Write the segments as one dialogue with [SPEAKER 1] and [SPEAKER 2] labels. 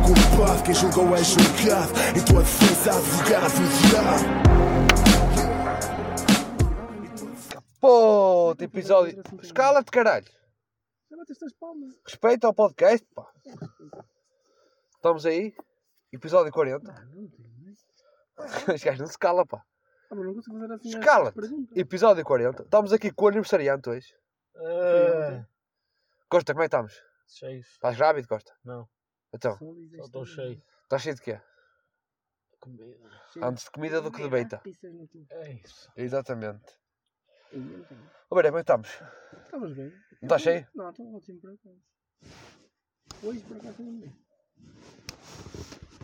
[SPEAKER 1] julgado, quem julgou é julgado. Em tua defesa, advogado, advogado.
[SPEAKER 2] Pô, de episódio. Escala-te, caralho.
[SPEAKER 3] Já bateste as palmas.
[SPEAKER 2] Respeita ao podcast, pá. Estamos aí. Episódio 40.
[SPEAKER 3] Ah, não tenho mais.
[SPEAKER 2] Este gajo não se cala, pá.
[SPEAKER 3] Ah, mas não consigo fazer assim.
[SPEAKER 2] Escala-te. Episódio 40. Estamos aqui com o aniversariante hoje.
[SPEAKER 4] Ah,
[SPEAKER 2] Costa, como é que estamos?
[SPEAKER 4] cheios.
[SPEAKER 2] Estás grávido, Costa?
[SPEAKER 4] Não.
[SPEAKER 2] Então,
[SPEAKER 4] Só estou cheio.
[SPEAKER 2] estás cheio de quê?
[SPEAKER 4] Comida.
[SPEAKER 2] Antes de comida do que de beita.
[SPEAKER 4] É isso.
[SPEAKER 2] Exatamente. Olha, como é que estamos?
[SPEAKER 3] Estavas bem.
[SPEAKER 2] Não estás Tá cheio?
[SPEAKER 3] Não, estou ótimo por acaso. Hoje por acaso não bem.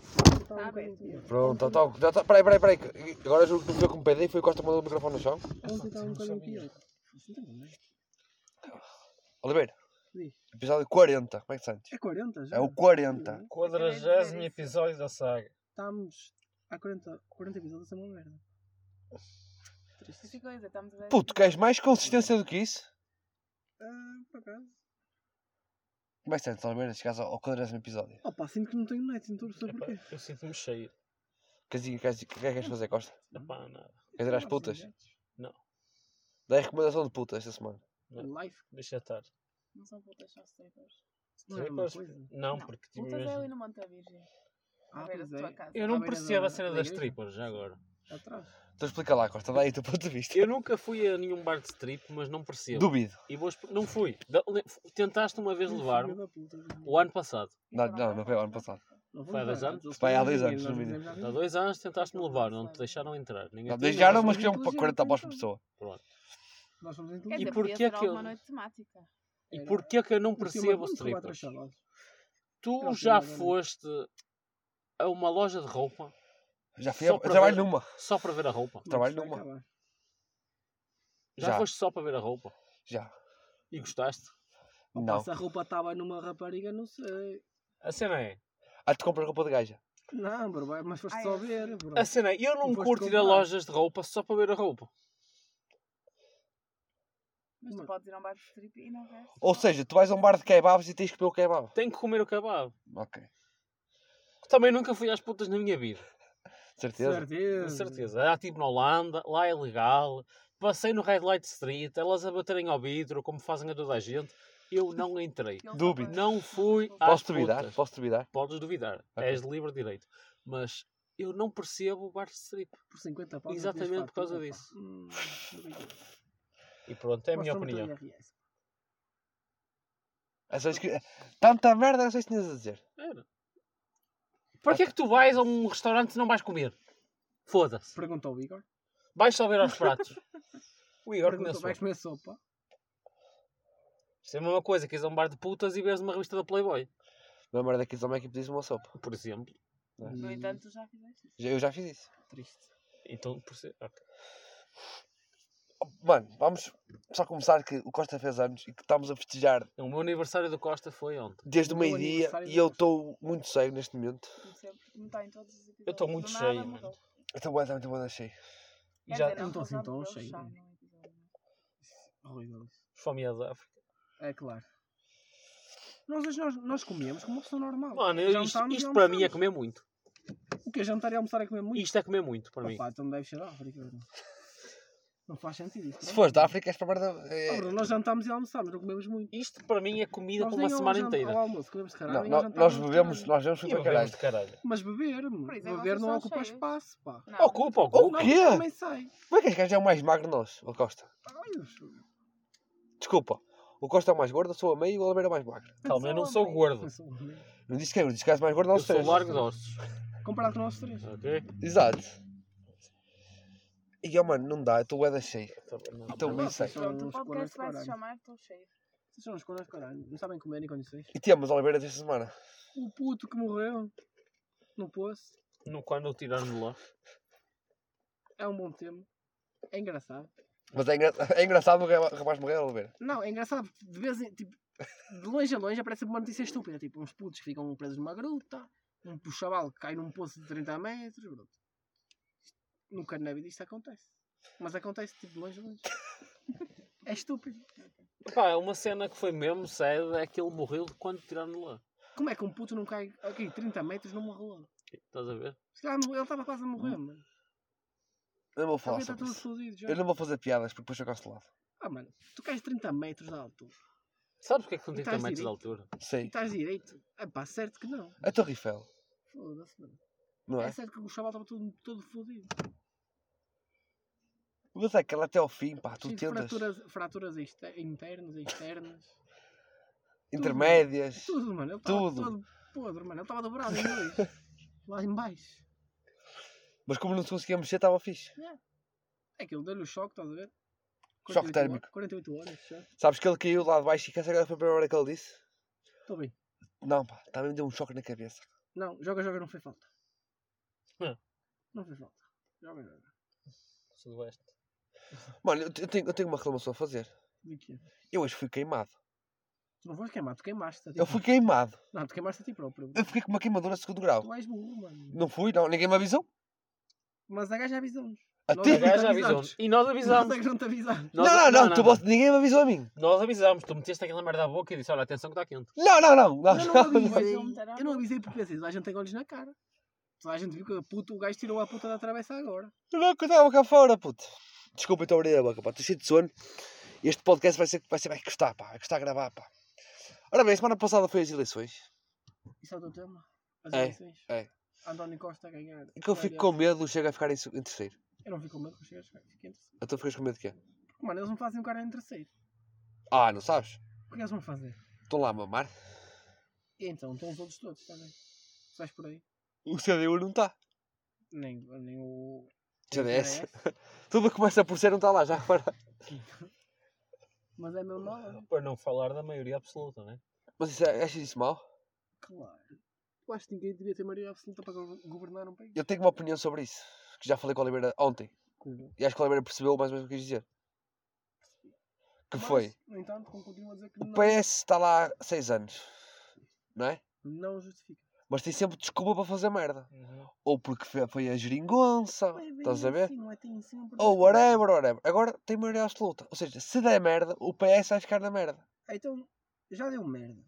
[SPEAKER 3] Estava um bocadinho
[SPEAKER 5] aberto.
[SPEAKER 3] melhor.
[SPEAKER 2] Pronto, já está. Já está. Peraí, peraí, peraí. que- Agora juro que não me deu como pedei e foi o Costa que mandou o microfone no chão.
[SPEAKER 3] Ontem estava um
[SPEAKER 4] não
[SPEAKER 3] bocadinho
[SPEAKER 4] sabia.
[SPEAKER 3] pior. Isso não está bom, não é?
[SPEAKER 2] Oliveira.
[SPEAKER 3] Diz.
[SPEAKER 2] Episódio 40. Como é que sentes?
[SPEAKER 3] É 40 já?
[SPEAKER 2] É o 40.
[SPEAKER 4] Quadragésimo episódio da saga.
[SPEAKER 3] Estamos há 40, 40 episódios a ser uma merda. Triste.
[SPEAKER 5] Que coisa, estamos a ver.
[SPEAKER 2] Puto, queres mais consistência do que isso?
[SPEAKER 3] Ah, por acaso.
[SPEAKER 2] Como é que sentes, Oliveira? Chegaste ao 40 episódio.
[SPEAKER 3] Opa, sinto que não tenho net, não estou a
[SPEAKER 4] Epá,
[SPEAKER 3] porquê.
[SPEAKER 4] Eu sinto-me cheio.
[SPEAKER 2] Queres ir- queres- O que é que queres fazer, Costa?
[SPEAKER 4] Epá, nada.
[SPEAKER 2] Queres ir às putas?
[SPEAKER 4] Não.
[SPEAKER 2] Dá a recomendação de putas esta semana.
[SPEAKER 3] Life.
[SPEAKER 4] Deixa estar.
[SPEAKER 5] Não são putas, são strippers.
[SPEAKER 3] Não é uma
[SPEAKER 4] Strippers?
[SPEAKER 3] coisa.
[SPEAKER 4] Não,
[SPEAKER 5] Não,
[SPEAKER 4] porque tipo,
[SPEAKER 5] Putas é ali
[SPEAKER 4] imagina.
[SPEAKER 5] no Monte da Virgem.
[SPEAKER 3] Ah,
[SPEAKER 5] à beira
[SPEAKER 3] pois
[SPEAKER 5] da tua
[SPEAKER 3] é.
[SPEAKER 5] casa.
[SPEAKER 4] Eu não é
[SPEAKER 3] à beira
[SPEAKER 4] percebo
[SPEAKER 3] da-
[SPEAKER 4] a cena
[SPEAKER 3] da
[SPEAKER 4] das
[SPEAKER 3] igreja.
[SPEAKER 4] strippers, já agora.
[SPEAKER 3] Atrás.
[SPEAKER 2] Então explica lá, Costa. Dá aí o teu ponto de vista.
[SPEAKER 4] Eu nunca fui a nenhum bar de strip, mas não percebo.
[SPEAKER 2] Duvido.
[SPEAKER 4] E vou expl- Não fui. Da- le- Tentaste uma vez levar-me
[SPEAKER 3] Filho da puta, não.
[SPEAKER 4] o ano passado.
[SPEAKER 2] Não, não, não foi o ano passado.
[SPEAKER 3] Não
[SPEAKER 4] Foi há dois anos?
[SPEAKER 2] Foi há dois anos, no mínimo.
[SPEAKER 4] Há
[SPEAKER 3] mínimo.
[SPEAKER 4] dois anos tentaste-me levar, não te deixaram entrar. Ninguém
[SPEAKER 2] Não,
[SPEAKER 4] te-
[SPEAKER 2] desde já não, mas
[SPEAKER 3] mas foi
[SPEAKER 2] queriam para
[SPEAKER 3] inclusive
[SPEAKER 2] 40 após por
[SPEAKER 3] então.
[SPEAKER 2] pessoa.
[SPEAKER 3] Nós fomos em
[SPEAKER 5] Quer
[SPEAKER 3] tudo.
[SPEAKER 5] dizer,
[SPEAKER 4] porquê
[SPEAKER 5] podia ser
[SPEAKER 4] que
[SPEAKER 5] alguma
[SPEAKER 4] eu-
[SPEAKER 5] noite temática.
[SPEAKER 4] E porquê que eu não percebo os strippers? Tu
[SPEAKER 3] Não,
[SPEAKER 4] já
[SPEAKER 3] sim, não, não.
[SPEAKER 4] foste a uma loja de roupa
[SPEAKER 2] Já fui.
[SPEAKER 4] Só
[SPEAKER 2] a- Eu
[SPEAKER 4] para
[SPEAKER 2] trabalho
[SPEAKER 4] ver.
[SPEAKER 2] numa.
[SPEAKER 4] só para ver a roupa?
[SPEAKER 2] Trabalho numa.
[SPEAKER 3] numa.
[SPEAKER 4] Já,
[SPEAKER 2] Já.
[SPEAKER 4] foste só para ver a roupa?
[SPEAKER 2] Já.
[SPEAKER 4] E gostaste?
[SPEAKER 2] Não.
[SPEAKER 3] Se a roupa estava numa rapariga, não sei.
[SPEAKER 4] A cena é.
[SPEAKER 2] Ah, tu compras roupa de gaja.
[SPEAKER 3] Não, bro, vai- mas foste
[SPEAKER 5] Ai,
[SPEAKER 3] só
[SPEAKER 5] eu-
[SPEAKER 3] ver, bro.
[SPEAKER 4] A cena é. Eu não
[SPEAKER 3] Não foste
[SPEAKER 4] curto ir a
[SPEAKER 3] comprar.
[SPEAKER 4] lojas de roupa só para ver a roupa.
[SPEAKER 5] Mas tu
[SPEAKER 3] Mas-
[SPEAKER 5] podes ir a um bar de strip e não vês.
[SPEAKER 2] Ou seja, tu vais a um bar de kebabs e tens que comer o kebab.
[SPEAKER 4] Tenho que comer o kebab.
[SPEAKER 2] Ok.
[SPEAKER 4] Também nunca fui às putas na minha vida.
[SPEAKER 2] Certeza.
[SPEAKER 4] Com
[SPEAKER 3] Certeza.
[SPEAKER 4] certeza. Já estive na Holanda, lá é legal. Passei no Red Light Street, elas a baterem ao vidro, como fazem a toda a gente. Eu não entrei.
[SPEAKER 5] Aquele
[SPEAKER 2] Dúvida.
[SPEAKER 5] rapaz-
[SPEAKER 4] Não fui à-
[SPEAKER 2] Posso
[SPEAKER 4] Às
[SPEAKER 2] duvidar?
[SPEAKER 4] putas.
[SPEAKER 2] Posso duvidar?
[SPEAKER 4] Podes duvidar,
[SPEAKER 2] Ok.
[SPEAKER 4] és de livre direito. Mas eu não percebo o bar de strip.
[SPEAKER 3] Por 50 paus.
[SPEAKER 4] Exatamente por causa disso.
[SPEAKER 3] Hum,
[SPEAKER 4] E pronto, é a minha opinião.
[SPEAKER 2] Achas É que... Tanta merda é que vocês tinhas a dizer.
[SPEAKER 4] Era. Para que é que tu vais a um restaurante e não vais comer? Foda-se.
[SPEAKER 3] Pergunta ao Igor.
[SPEAKER 4] Vais só ver aos pratos. O Igor
[SPEAKER 3] Pergunta,
[SPEAKER 4] começou.
[SPEAKER 3] vai comer sopa.
[SPEAKER 4] Isto é a mesma coisa que ires a um bar de putas e vês uma revista da Playboy,
[SPEAKER 2] Não é merda que também que pediste uma sopa.
[SPEAKER 4] por exemplo.
[SPEAKER 2] É.
[SPEAKER 5] No entanto, tu já fizeste isso.
[SPEAKER 2] Já- Eu já fiz isso.
[SPEAKER 3] Hum, Triste.
[SPEAKER 4] Então, por ser... ok.
[SPEAKER 2] Mano, vamos só começar que o Costa fez anos e que estamos a festejar
[SPEAKER 4] Então, O meu aniversário do Costa foi ontem.
[SPEAKER 2] desde o
[SPEAKER 3] O meu
[SPEAKER 2] meio-dia
[SPEAKER 3] um aniversário
[SPEAKER 2] e eu
[SPEAKER 3] hoje.
[SPEAKER 2] estou muito cego neste momento.
[SPEAKER 5] Como sempre, porque não está em todos os episódios.
[SPEAKER 4] Eu estou muito
[SPEAKER 5] Do nada
[SPEAKER 4] cheio,
[SPEAKER 5] mudou.
[SPEAKER 4] mano.
[SPEAKER 2] Eu estou bué, tá muito boa cheio.
[SPEAKER 4] E
[SPEAKER 5] Quer
[SPEAKER 4] já
[SPEAKER 5] dizer,
[SPEAKER 3] Eu não tô assim
[SPEAKER 5] já
[SPEAKER 3] tão
[SPEAKER 5] mudou o
[SPEAKER 3] cheio.
[SPEAKER 5] chá num episódio, não é?
[SPEAKER 3] Horrível isso.
[SPEAKER 4] Fome da África.
[SPEAKER 3] É claro. Nós, hoje nós, nós comíamos como uma pessoa normal.
[SPEAKER 4] Mano, eu- isto,
[SPEAKER 3] Jantámos e
[SPEAKER 4] isto para mim é
[SPEAKER 3] almoçámos.
[SPEAKER 4] comer muito.
[SPEAKER 3] O que é jantar e almoçar é comer muito?
[SPEAKER 4] Isto é comer muito para mim.
[SPEAKER 3] Opa, então deve ser África. Bruno. Não faz sentido isso.
[SPEAKER 2] Se
[SPEAKER 3] não é?
[SPEAKER 2] fores da África, és para merda.
[SPEAKER 3] Ah,
[SPEAKER 2] É...
[SPEAKER 3] Bruno, nós jantámos e almoçámos, não comemos muito.
[SPEAKER 4] Isto para mim é comida para
[SPEAKER 3] nem
[SPEAKER 4] uma
[SPEAKER 3] ao
[SPEAKER 4] semana
[SPEAKER 3] jantar-
[SPEAKER 4] inteira.
[SPEAKER 3] Ao almoço, comemos de
[SPEAKER 2] Não,
[SPEAKER 3] caralho. e ao
[SPEAKER 2] nó-
[SPEAKER 3] jantar
[SPEAKER 2] nós
[SPEAKER 3] comemos de
[SPEAKER 2] bebemos,
[SPEAKER 3] caralho.
[SPEAKER 2] nós bebemos
[SPEAKER 4] E
[SPEAKER 2] para
[SPEAKER 4] bebemos
[SPEAKER 2] caralho.
[SPEAKER 4] de caralho.
[SPEAKER 3] Mas beber, meu,
[SPEAKER 5] Por isso é que
[SPEAKER 3] beber
[SPEAKER 5] vocês
[SPEAKER 3] não
[SPEAKER 5] são
[SPEAKER 3] ocupa
[SPEAKER 5] cheios.
[SPEAKER 3] espaço, pá.
[SPEAKER 5] Não.
[SPEAKER 4] Ocupa,
[SPEAKER 2] Ah, O
[SPEAKER 4] ocupa.
[SPEAKER 3] Não,
[SPEAKER 2] quê?
[SPEAKER 3] Também sai.
[SPEAKER 2] Como é que este gajo é o mais magro de nós, o Costa?
[SPEAKER 3] Ai, eu sou-
[SPEAKER 2] Desculpa. O Costa é o mais gordo, eu sou a meio e o Oliveira é o mais magro.
[SPEAKER 4] Calma, eu não sou
[SPEAKER 5] Homem.
[SPEAKER 4] gordo.
[SPEAKER 3] eu sou um homem.
[SPEAKER 2] Não disse que eu disse que és mais gordo,
[SPEAKER 4] Eu
[SPEAKER 2] nós
[SPEAKER 4] sou
[SPEAKER 2] três.
[SPEAKER 4] largo de ossos.
[SPEAKER 3] Comparado com nós três.
[SPEAKER 4] Ok?
[SPEAKER 2] Exato. E eu, mano, não dá, eu estou bué da cheio. Então, bem sei.
[SPEAKER 3] São
[SPEAKER 5] Pronto, o
[SPEAKER 3] uns corais de
[SPEAKER 5] podcast vai se
[SPEAKER 3] caralho.
[SPEAKER 5] chamar Estou Cheio.
[SPEAKER 3] Vocês são uns corais de caralho. Não sabem comer nem condições.
[SPEAKER 2] E temos Oliveira desta semana.
[SPEAKER 3] O puto que morreu no poço
[SPEAKER 4] No, quando eu tirar-me de lá.
[SPEAKER 3] é um bom tema. É engraçado.
[SPEAKER 2] Mas é, engra... é engraçado o rapaz- o rapaz morrer, Oliveira.
[SPEAKER 3] Não, é engraçado. porque De vez em tipo, de longe a longe aparece uma notícia estúpida. Tipo, uns putos que ficam presos numa gruta, um chaval que cai num poço de 30 metros. Pronto. Nunca na vida isto acontece. Mas acontece tipo, de longe a longe. É estúpido.
[SPEAKER 4] é Pá, uma cena que foi mesmo séria é que ele morreu de quando tiraram-no lá.
[SPEAKER 3] Como é que um puto não cai aqui 30 metros numa rua?
[SPEAKER 4] Estás a ver?
[SPEAKER 3] Se calhar ele estava quase a morrer, mano.
[SPEAKER 2] Eu não vou
[SPEAKER 3] Ele
[SPEAKER 2] falar
[SPEAKER 3] está
[SPEAKER 2] sobre
[SPEAKER 3] todo
[SPEAKER 2] isso.
[SPEAKER 3] fodido já.
[SPEAKER 2] Eu não vou fazer piadas porque depois eu cancelado.
[SPEAKER 3] Ah, mano, tu cais 30 metros de altura
[SPEAKER 4] Sabes porque é que são
[SPEAKER 3] Estás
[SPEAKER 2] Tá,
[SPEAKER 4] 30 metros de
[SPEAKER 3] direito.
[SPEAKER 4] altura?
[SPEAKER 3] e
[SPEAKER 2] Sei.
[SPEAKER 3] estás direito? É pá, certo que não.
[SPEAKER 2] A É Torre Eiffel,
[SPEAKER 3] Foda-se, mano.
[SPEAKER 2] não
[SPEAKER 3] É
[SPEAKER 2] é?
[SPEAKER 3] certo que o chaval estava todo, todo fodido.
[SPEAKER 2] Mas é aquela até ao fim, pá. Tu
[SPEAKER 3] Cheio de
[SPEAKER 2] tentas.
[SPEAKER 3] fraturas, fraturas exter- internas, externas.
[SPEAKER 2] Intermédias.
[SPEAKER 3] Tudo, mano. Ele estava
[SPEAKER 2] Tudo.
[SPEAKER 3] todo podre, mano. Ele estava dobrado em dois. lá em baixo.
[SPEAKER 2] Mas como não se conseguia mexer, estava fixe.
[SPEAKER 3] É que ele deu-lhe o choque, estás a ver?
[SPEAKER 2] Choque
[SPEAKER 3] 48
[SPEAKER 2] térmico.
[SPEAKER 3] horas- 48 horas, choque.
[SPEAKER 2] Sabes que ele caiu lá de baixo e que essa agora foi a primeira hora que ele disse?
[SPEAKER 3] Estou bem.
[SPEAKER 2] Não, pá. Também me deu um choque na cabeça.
[SPEAKER 3] Não, joga, joga, não foi falta.
[SPEAKER 4] É.
[SPEAKER 2] Ah.
[SPEAKER 3] Não foi falta. Joga, joga.
[SPEAKER 4] Sudoeste.
[SPEAKER 2] Mano, eu, te- eu tenho, eu tenho uma reclamação a fazer.
[SPEAKER 3] De quê?
[SPEAKER 2] Eu hoje fui queimado.
[SPEAKER 3] Tu não foste queimar, tu queimaste a ti
[SPEAKER 2] Eu fui queimado.
[SPEAKER 3] Não, tu queimaste a ti próprio.
[SPEAKER 2] Eu fiquei com uma queimadura de segundo grau.
[SPEAKER 3] Tu és burro, mano.
[SPEAKER 2] Não fui, não. Ninguém me avisou.
[SPEAKER 3] Mas a gaja avisou-nos.
[SPEAKER 2] A
[SPEAKER 3] Não,
[SPEAKER 2] ti?
[SPEAKER 4] A gaja
[SPEAKER 3] avisamos.
[SPEAKER 4] avisou-nos. E nós
[SPEAKER 3] Mas a
[SPEAKER 4] avisámos.
[SPEAKER 3] gaja não te avisaram.
[SPEAKER 2] Não,
[SPEAKER 4] Nós-
[SPEAKER 2] não, não. tu bosta- Ninguém me avisou a mim.
[SPEAKER 4] Nós avisámos. Tu meteste aquela merda à boca e disse: Olha, atenção que está quente.
[SPEAKER 2] Não, não, não. não, não.
[SPEAKER 3] Eu não
[SPEAKER 5] Mas
[SPEAKER 3] avisei.
[SPEAKER 5] eu me terá-
[SPEAKER 3] Eu não avisei porque pensei, toda a gente tem olhos na cara. Toda a gente viu que a puta, o gajo tirou a puta da travessa agora.
[SPEAKER 2] Não, que eu estava cá fora, puto. Desculpa, então abrir a boca, pá. Estou cheio de sono. Este podcast vai ser, vai ser, vai custar, pá. Vai custar a gravar, pá. Ora bem, a semana passada foi as eleições.
[SPEAKER 3] Isso é o teu tema? As
[SPEAKER 2] É,
[SPEAKER 3] eleições?
[SPEAKER 2] é.
[SPEAKER 3] António Costa a ganhar.
[SPEAKER 2] É que eu fico com medo do Chega a ficar em, seg- em terceiro.
[SPEAKER 3] Eu não fico com medo que chegas, fiquei em terceiro.
[SPEAKER 2] Então ficas com medo de quê?
[SPEAKER 3] Porque, Mano, eles não fazem o cara em terceiro.
[SPEAKER 2] Ah, não sabes?
[SPEAKER 3] O que eles vão fazer?
[SPEAKER 2] Estão lá a mamar.
[SPEAKER 3] E então, estão os outros todos, está bem? Se vais por aí.
[SPEAKER 2] O CDU não tá. está.
[SPEAKER 3] Nem, nem o.
[SPEAKER 2] CDS.
[SPEAKER 3] é.
[SPEAKER 2] Tudo o que começa por ser não está lá já agora.
[SPEAKER 3] Mas é meu mal,
[SPEAKER 4] Para não falar da maioria absoluta, né?
[SPEAKER 2] Mas isso, é- achas isso mal?
[SPEAKER 3] claro. Eu acho que ninguém devia ter maioria absoluta para go- governar um país.
[SPEAKER 2] Eu tenho uma opinião sobre isso. Que já falei com a Oliveira ontem.
[SPEAKER 3] Cuidado.
[SPEAKER 2] E acho que a Oliveira percebeu mais ou menos o que eu quis dizer. Que
[SPEAKER 3] Mas,
[SPEAKER 2] foi?
[SPEAKER 3] No entanto, como continuo a dizer que
[SPEAKER 2] O
[SPEAKER 3] não,
[SPEAKER 2] PS está lá há seis anos. Não é?
[SPEAKER 3] não justifica.
[SPEAKER 2] Mas tem sempre desculpa para fazer merda.
[SPEAKER 3] Uhum.
[SPEAKER 2] Ou porque fe- foi a geringonça,
[SPEAKER 3] Não é bem
[SPEAKER 2] estás a ver?
[SPEAKER 3] assim, não é? Tem sempre-
[SPEAKER 2] Ou whatever, whatever. Agora tem maioria absoluta. Ou seja, se der merda, o PS vai ficar na merda.
[SPEAKER 3] Então, já deu merda.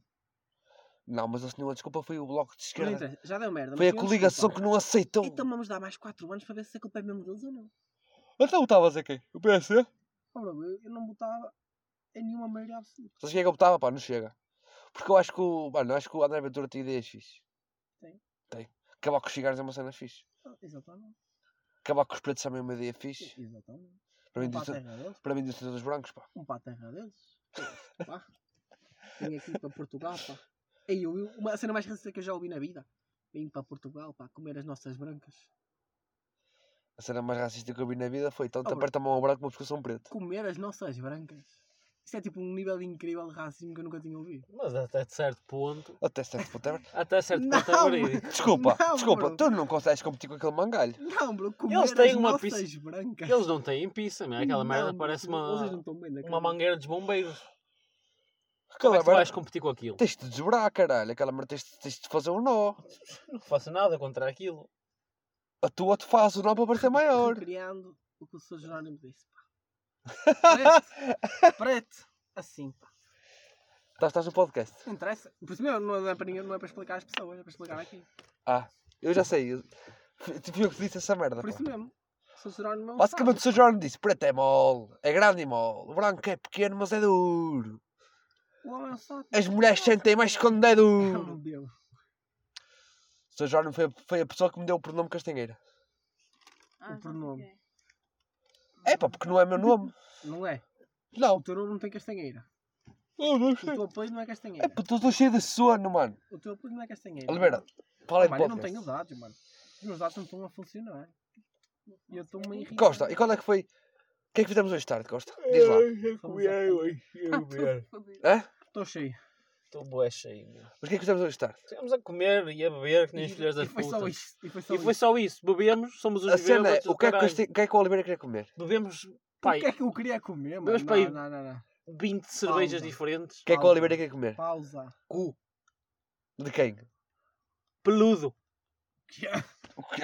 [SPEAKER 2] Não, mas a senhora desculpa foi o Bloco de
[SPEAKER 3] Não é um
[SPEAKER 2] Esquerda.
[SPEAKER 3] interessa, já deu merda.
[SPEAKER 2] Foi
[SPEAKER 3] mas
[SPEAKER 2] a
[SPEAKER 3] tinham
[SPEAKER 2] coligação que
[SPEAKER 3] desculpa.
[SPEAKER 2] não aceitou.
[SPEAKER 3] Então vamos dar mais 4 anos para ver se a culpa é mesmo deles ou não.
[SPEAKER 2] Então votavas a quem? O PSD?
[SPEAKER 3] Oh, bro, eu, eu não votava em nenhuma maioria absoluta.
[SPEAKER 2] Sabes quem é que eu votava? Pá, não chega. Porque eu acho que o. Mano, eu acho que o André Ventura tem ideias fixe.
[SPEAKER 3] Tem.
[SPEAKER 2] Tem. Acabar com os cigarros é uma cena fixe.
[SPEAKER 3] Ah, Exatamente.
[SPEAKER 2] Acabar com os pretos também é uma ideia fixe.
[SPEAKER 3] Exatamente.
[SPEAKER 2] Para mim,
[SPEAKER 3] um para a
[SPEAKER 2] dizem-
[SPEAKER 3] terra deles,
[SPEAKER 2] para mim, dizem todos os brancos, pá.
[SPEAKER 3] um para a terra deles. Pá. Vim aqui para Portugal, pá. Ei, eu, eu- uma cena mais recente que eu já ouvi na vida. Vim para Portugal, pá, comer as nossas brancas.
[SPEAKER 2] A cena mais racista que eu vi na vida foi tanto
[SPEAKER 3] Oh, bro.
[SPEAKER 2] aperta a mão ao branco como pescoço a um preto.
[SPEAKER 3] Comer as nossas brancas. Isso é tipo um nível incrível de racismo que eu nunca tinha ouvido.
[SPEAKER 4] Mas até de certo ponto.
[SPEAKER 2] Até certo ponto é verdade.
[SPEAKER 4] Até certo
[SPEAKER 3] Não,
[SPEAKER 4] ponto é verídico.
[SPEAKER 2] Desculpa,
[SPEAKER 3] Não,
[SPEAKER 2] desculpa,
[SPEAKER 3] bro. é
[SPEAKER 2] tu não consegues competir com aquele mangalho.
[SPEAKER 3] Não, bro, comer
[SPEAKER 4] Eles têm
[SPEAKER 3] as
[SPEAKER 4] uma
[SPEAKER 3] nossas
[SPEAKER 4] pis-
[SPEAKER 3] brancas.
[SPEAKER 4] Eles não têm pizza, não é? Aquela
[SPEAKER 3] Não,
[SPEAKER 4] merda
[SPEAKER 3] bro,
[SPEAKER 4] parece
[SPEAKER 3] Vocês não
[SPEAKER 4] uma,
[SPEAKER 3] estão bem na
[SPEAKER 4] uma
[SPEAKER 3] cabeça.
[SPEAKER 4] mangueira dos bombeiros.
[SPEAKER 2] Aquela
[SPEAKER 4] Como é que tu vais
[SPEAKER 2] merda,
[SPEAKER 4] competir com aquilo?
[SPEAKER 2] tens de desbrar, caralho. Aquela merda, tens, tens de fazer um nó.
[SPEAKER 4] Não faço nada contra aquilo.
[SPEAKER 2] A tua te faz o nó para parecer maior.
[SPEAKER 3] Recriando o que o Sr. Jerónimo disse, pá. Preto, preto, assim, pá.
[SPEAKER 2] Estás, estás no podcast.
[SPEAKER 3] Não interessa. Por isso mesmo, não é para ninguém, não é para explicar às pessoas, é para explicar aqui.
[SPEAKER 2] Ah, eu já sei. eu- Fui fui eu que disse essa merda.
[SPEAKER 3] Por
[SPEAKER 2] pá.
[SPEAKER 3] isso mesmo, o Sr. Jerónimo é um
[SPEAKER 2] Basicamente o
[SPEAKER 3] sábio.
[SPEAKER 2] Sr. Jorge disse, preto é mole, é grande e mole, o branco é pequeno mas é duro,
[SPEAKER 3] O homem é um sábio.
[SPEAKER 2] as mulheres sentem mais quando é
[SPEAKER 3] Oh,
[SPEAKER 2] duro.
[SPEAKER 3] meu Deus.
[SPEAKER 2] O Sr. Jorge foi, a- foi a pessoa que me deu o pronome Castanheira.
[SPEAKER 5] Ah, já sei
[SPEAKER 3] pronome.
[SPEAKER 5] quem
[SPEAKER 3] Hum.
[SPEAKER 2] É pá, porque não é meu nome.
[SPEAKER 3] Não é? O
[SPEAKER 2] Não.
[SPEAKER 3] teu nome não tem castanheira.
[SPEAKER 2] Eu não
[SPEAKER 3] O teu apelido não é
[SPEAKER 2] É
[SPEAKER 3] castanheira.
[SPEAKER 2] pá, estou cheio de sono, mano.
[SPEAKER 3] O teu apelido não é castanheira.
[SPEAKER 2] Oliveira,
[SPEAKER 3] Oh,
[SPEAKER 2] fala aí do
[SPEAKER 3] mano, eu não
[SPEAKER 2] podcast.
[SPEAKER 3] tenho dados, mano. Os meus dados não estão a funcionar. E eu estou-me a irritar.
[SPEAKER 2] Costa, e qual é que foi? O que é que fizemos hoje de tarde, Costa? Diz lá. Ah,
[SPEAKER 3] Fomos à fonte.
[SPEAKER 5] é. Fodido.
[SPEAKER 2] Hã?
[SPEAKER 3] Estou cheio.
[SPEAKER 4] Estou bué cheio, meu.
[SPEAKER 2] Mas o que é que fizemos hoje de tarde?
[SPEAKER 4] Estivemos a comer e a beber que nem os filhos
[SPEAKER 3] E
[SPEAKER 4] das
[SPEAKER 3] foi só
[SPEAKER 4] putas.
[SPEAKER 3] isso. E foi só
[SPEAKER 4] E foi
[SPEAKER 3] isto.
[SPEAKER 4] só isso. Bebemos, somos os
[SPEAKER 2] A cena é,
[SPEAKER 4] bêbados do
[SPEAKER 2] o que é que, o
[SPEAKER 4] caralho.
[SPEAKER 2] Cristi- o que é que o Oliveira queria comer?
[SPEAKER 4] Bebemos,
[SPEAKER 3] O
[SPEAKER 4] pai,
[SPEAKER 3] que é que eu queria comer, mano?
[SPEAKER 4] Mas,
[SPEAKER 3] Não,
[SPEAKER 4] pai,
[SPEAKER 3] não, não, não.
[SPEAKER 4] 20 cervejas
[SPEAKER 3] Pausa.
[SPEAKER 4] diferentes.
[SPEAKER 2] O que é que o
[SPEAKER 3] Pausa.
[SPEAKER 2] Oliveira queria comer?
[SPEAKER 3] Pausa.
[SPEAKER 4] Cu.
[SPEAKER 2] De quem?
[SPEAKER 4] Peludo.
[SPEAKER 2] O que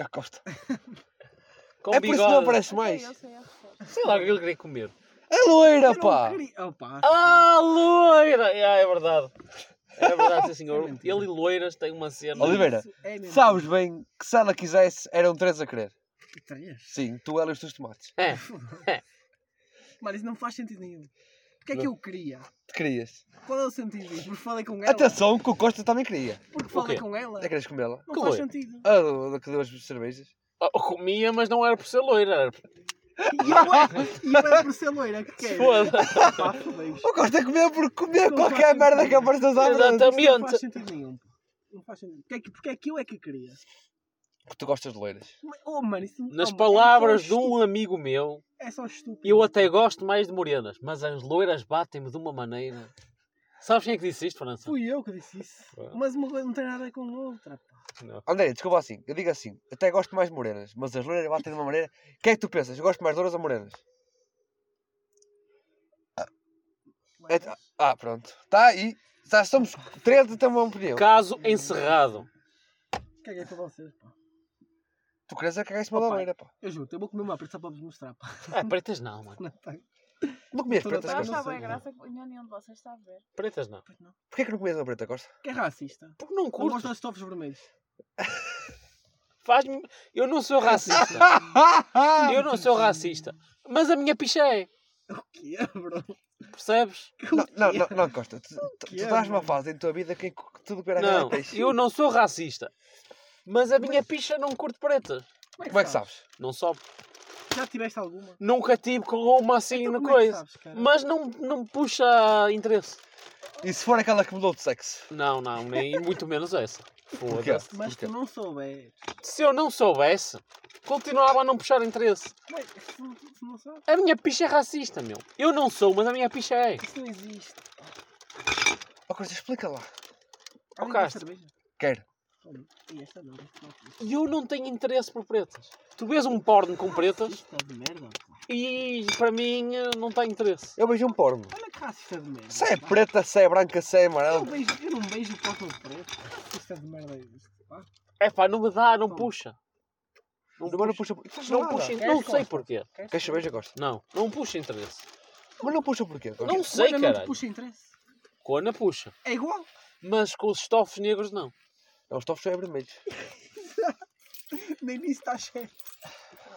[SPEAKER 2] é que Costa?
[SPEAKER 4] Com
[SPEAKER 2] é por isso
[SPEAKER 4] um bigode.
[SPEAKER 2] que não aparece
[SPEAKER 5] Ok,
[SPEAKER 2] mais.
[SPEAKER 5] eu sei a resposta.
[SPEAKER 4] Sei lá o que ele queria comer.
[SPEAKER 2] É loira,
[SPEAKER 3] Eu não
[SPEAKER 2] pá!
[SPEAKER 3] queria- Opa.
[SPEAKER 4] Ah, loira! Ah, é verdade. É verdade, sim senhor.
[SPEAKER 3] É mentira.
[SPEAKER 4] Ele e Loiras têm uma cena.
[SPEAKER 2] Oliveira,
[SPEAKER 3] Isso é mentira.
[SPEAKER 2] sabes bem que se ela quisesse, eram três a querer.
[SPEAKER 3] Três.
[SPEAKER 2] Sim, tu, ela e os teus tomates.
[SPEAKER 4] É,
[SPEAKER 3] Mano, isso não faz sentido nenhum. Porque é que eu queria?
[SPEAKER 2] Te querias.
[SPEAKER 3] Qual é o sentido disso? Porque falei com ela.
[SPEAKER 2] Atenção, que o Costa também queria.
[SPEAKER 3] Porque
[SPEAKER 4] O
[SPEAKER 3] falei
[SPEAKER 4] quê?
[SPEAKER 3] com ela.
[SPEAKER 2] Já queres comê-la?
[SPEAKER 3] Não
[SPEAKER 4] Que
[SPEAKER 3] faz
[SPEAKER 4] loira?
[SPEAKER 3] sentido.
[SPEAKER 2] Ah, da- da que deu as cervejas.
[SPEAKER 4] Oh, comia, mas não era por ser loira. Era por...
[SPEAKER 3] E eu é- e eu é por ser loira. Que quer?
[SPEAKER 4] Foda.
[SPEAKER 3] Pá, fodeu.
[SPEAKER 2] O Costa comeu por comer
[SPEAKER 3] Não
[SPEAKER 2] qualquer
[SPEAKER 3] faz
[SPEAKER 2] merda
[SPEAKER 3] sentido.
[SPEAKER 2] que apareces à
[SPEAKER 4] Exato.
[SPEAKER 2] frente.
[SPEAKER 3] é Não
[SPEAKER 4] Exatamente.
[SPEAKER 3] faz sentido nenhum. pô. Não faz sentido. Porque é que, porque é que eu é que queria?
[SPEAKER 2] Porque tu gostas de loiras.
[SPEAKER 3] Mas- Oh, mano, isso oh,
[SPEAKER 4] Nas
[SPEAKER 3] mano,
[SPEAKER 4] palavras
[SPEAKER 3] é
[SPEAKER 4] de
[SPEAKER 3] só estúpido.
[SPEAKER 4] um amigo meu,
[SPEAKER 3] É só estúpido.
[SPEAKER 4] eu até gosto mais de morenas, mas as loiras batem-me de uma maneira. Sabes quem é que disse isto, França?
[SPEAKER 3] Fui eu que disse isso.
[SPEAKER 4] Ah.
[SPEAKER 3] Mas uma coisa não tem nada a ver com outra. pá.
[SPEAKER 4] Não.
[SPEAKER 2] André, desculpa assim, eu digo assim, até gosto mais de morenas, mas as loiras batem de uma maneira. Quem é que tu pensas? Eu gosto mais de louras ou morenas? É- ah, pronto. Está aí. Já somos então três de ter uma opinião.
[SPEAKER 4] Caso encerrado.
[SPEAKER 3] Caguei para vocês, pá.
[SPEAKER 2] Tu queres é cagar em cima da
[SPEAKER 3] Opa.
[SPEAKER 2] loira, pá.
[SPEAKER 3] Eu juro, eu vou comer uma preta só para vos mostrar, pá.
[SPEAKER 4] Ah, pretas não, mano.
[SPEAKER 3] Não tenho.
[SPEAKER 2] Não comias
[SPEAKER 3] Tu não
[SPEAKER 2] pretas,
[SPEAKER 5] Está a
[SPEAKER 3] estás
[SPEAKER 2] Costa?
[SPEAKER 5] achar
[SPEAKER 3] sei,
[SPEAKER 5] bem
[SPEAKER 3] não.
[SPEAKER 5] graça que nenhum de vocês está a ver.
[SPEAKER 4] Pretas não.
[SPEAKER 2] Porquê que não comias uma preta, Costa?
[SPEAKER 3] Que é racista.
[SPEAKER 4] Porque não
[SPEAKER 3] Não
[SPEAKER 4] curto.
[SPEAKER 3] gosto de estofos vermelhos.
[SPEAKER 4] Faz-me. Eu não sou racista. Eu não sou racista. Mas a minha picha é.
[SPEAKER 3] O que é, bro?
[SPEAKER 4] Percebes?
[SPEAKER 2] Não, não, não, não, Costa. Tu, tu, tu
[SPEAKER 3] que é,
[SPEAKER 2] estás numa
[SPEAKER 3] mano?
[SPEAKER 2] fase em tua vida que tudo que era é
[SPEAKER 4] Não,
[SPEAKER 2] peixe.
[SPEAKER 4] eu não sou racista. Mas a minha picha não curte pretas.
[SPEAKER 2] Como é que sabes?
[SPEAKER 4] Não só.
[SPEAKER 3] Já tiveste alguma?
[SPEAKER 4] Nunca tive com uma assim
[SPEAKER 3] Então
[SPEAKER 4] na
[SPEAKER 3] como é que
[SPEAKER 4] coisa.
[SPEAKER 3] sabes, cara?
[SPEAKER 4] Mas não, não me puxa interesse.
[SPEAKER 2] E se for aquela que mudou de sexo?
[SPEAKER 4] Não, não, nem muito menos essa. Foda-se.
[SPEAKER 3] Mas tu não souberes.
[SPEAKER 4] Se eu não soubesse, continuava a não puxar interesse.
[SPEAKER 3] Mas é se não, se não sabes,
[SPEAKER 4] A minha picha é racista, meu. Eu não sou, mas a minha picha é.
[SPEAKER 3] isso não existe.
[SPEAKER 2] Oh, Costa, explica lá.
[SPEAKER 4] Ó,
[SPEAKER 3] Olha,
[SPEAKER 4] Castro.
[SPEAKER 3] esta cerveja.
[SPEAKER 2] Quero.
[SPEAKER 3] Olha, E esta não. esta não é
[SPEAKER 4] E eu não tenho interesse por pretas. Tu vês um porno com pretas
[SPEAKER 3] Racista é de merda, pá.
[SPEAKER 4] e para mim eh, não tem interesse.
[SPEAKER 2] Eu beijo um porno.
[SPEAKER 3] Olha que racista de merda.
[SPEAKER 2] Se é
[SPEAKER 3] pá.
[SPEAKER 2] preta, se é branca, se é
[SPEAKER 3] Eu,
[SPEAKER 2] amarela.
[SPEAKER 3] beijo, eu não beijo o porco preto. Que Racista de merda é isto, pá.
[SPEAKER 4] É pá, não me dá, não puxa.
[SPEAKER 2] Não, não puxa.
[SPEAKER 4] Não puxa,
[SPEAKER 3] Queres
[SPEAKER 4] não sei
[SPEAKER 3] costa?
[SPEAKER 4] porquê.
[SPEAKER 2] Queres cerveja, Costa?
[SPEAKER 4] Não, não puxa interesse.
[SPEAKER 2] Mas não puxa porquê? Costa?
[SPEAKER 4] Não sei,
[SPEAKER 3] Olha, não te
[SPEAKER 4] caralho.
[SPEAKER 3] puxa interesse.
[SPEAKER 4] Cona puxa.
[SPEAKER 3] É igual.
[SPEAKER 4] Mas com os estofos negros, não.
[SPEAKER 2] Não, os tofos são vermelhos.
[SPEAKER 3] Nem nisso está cheio.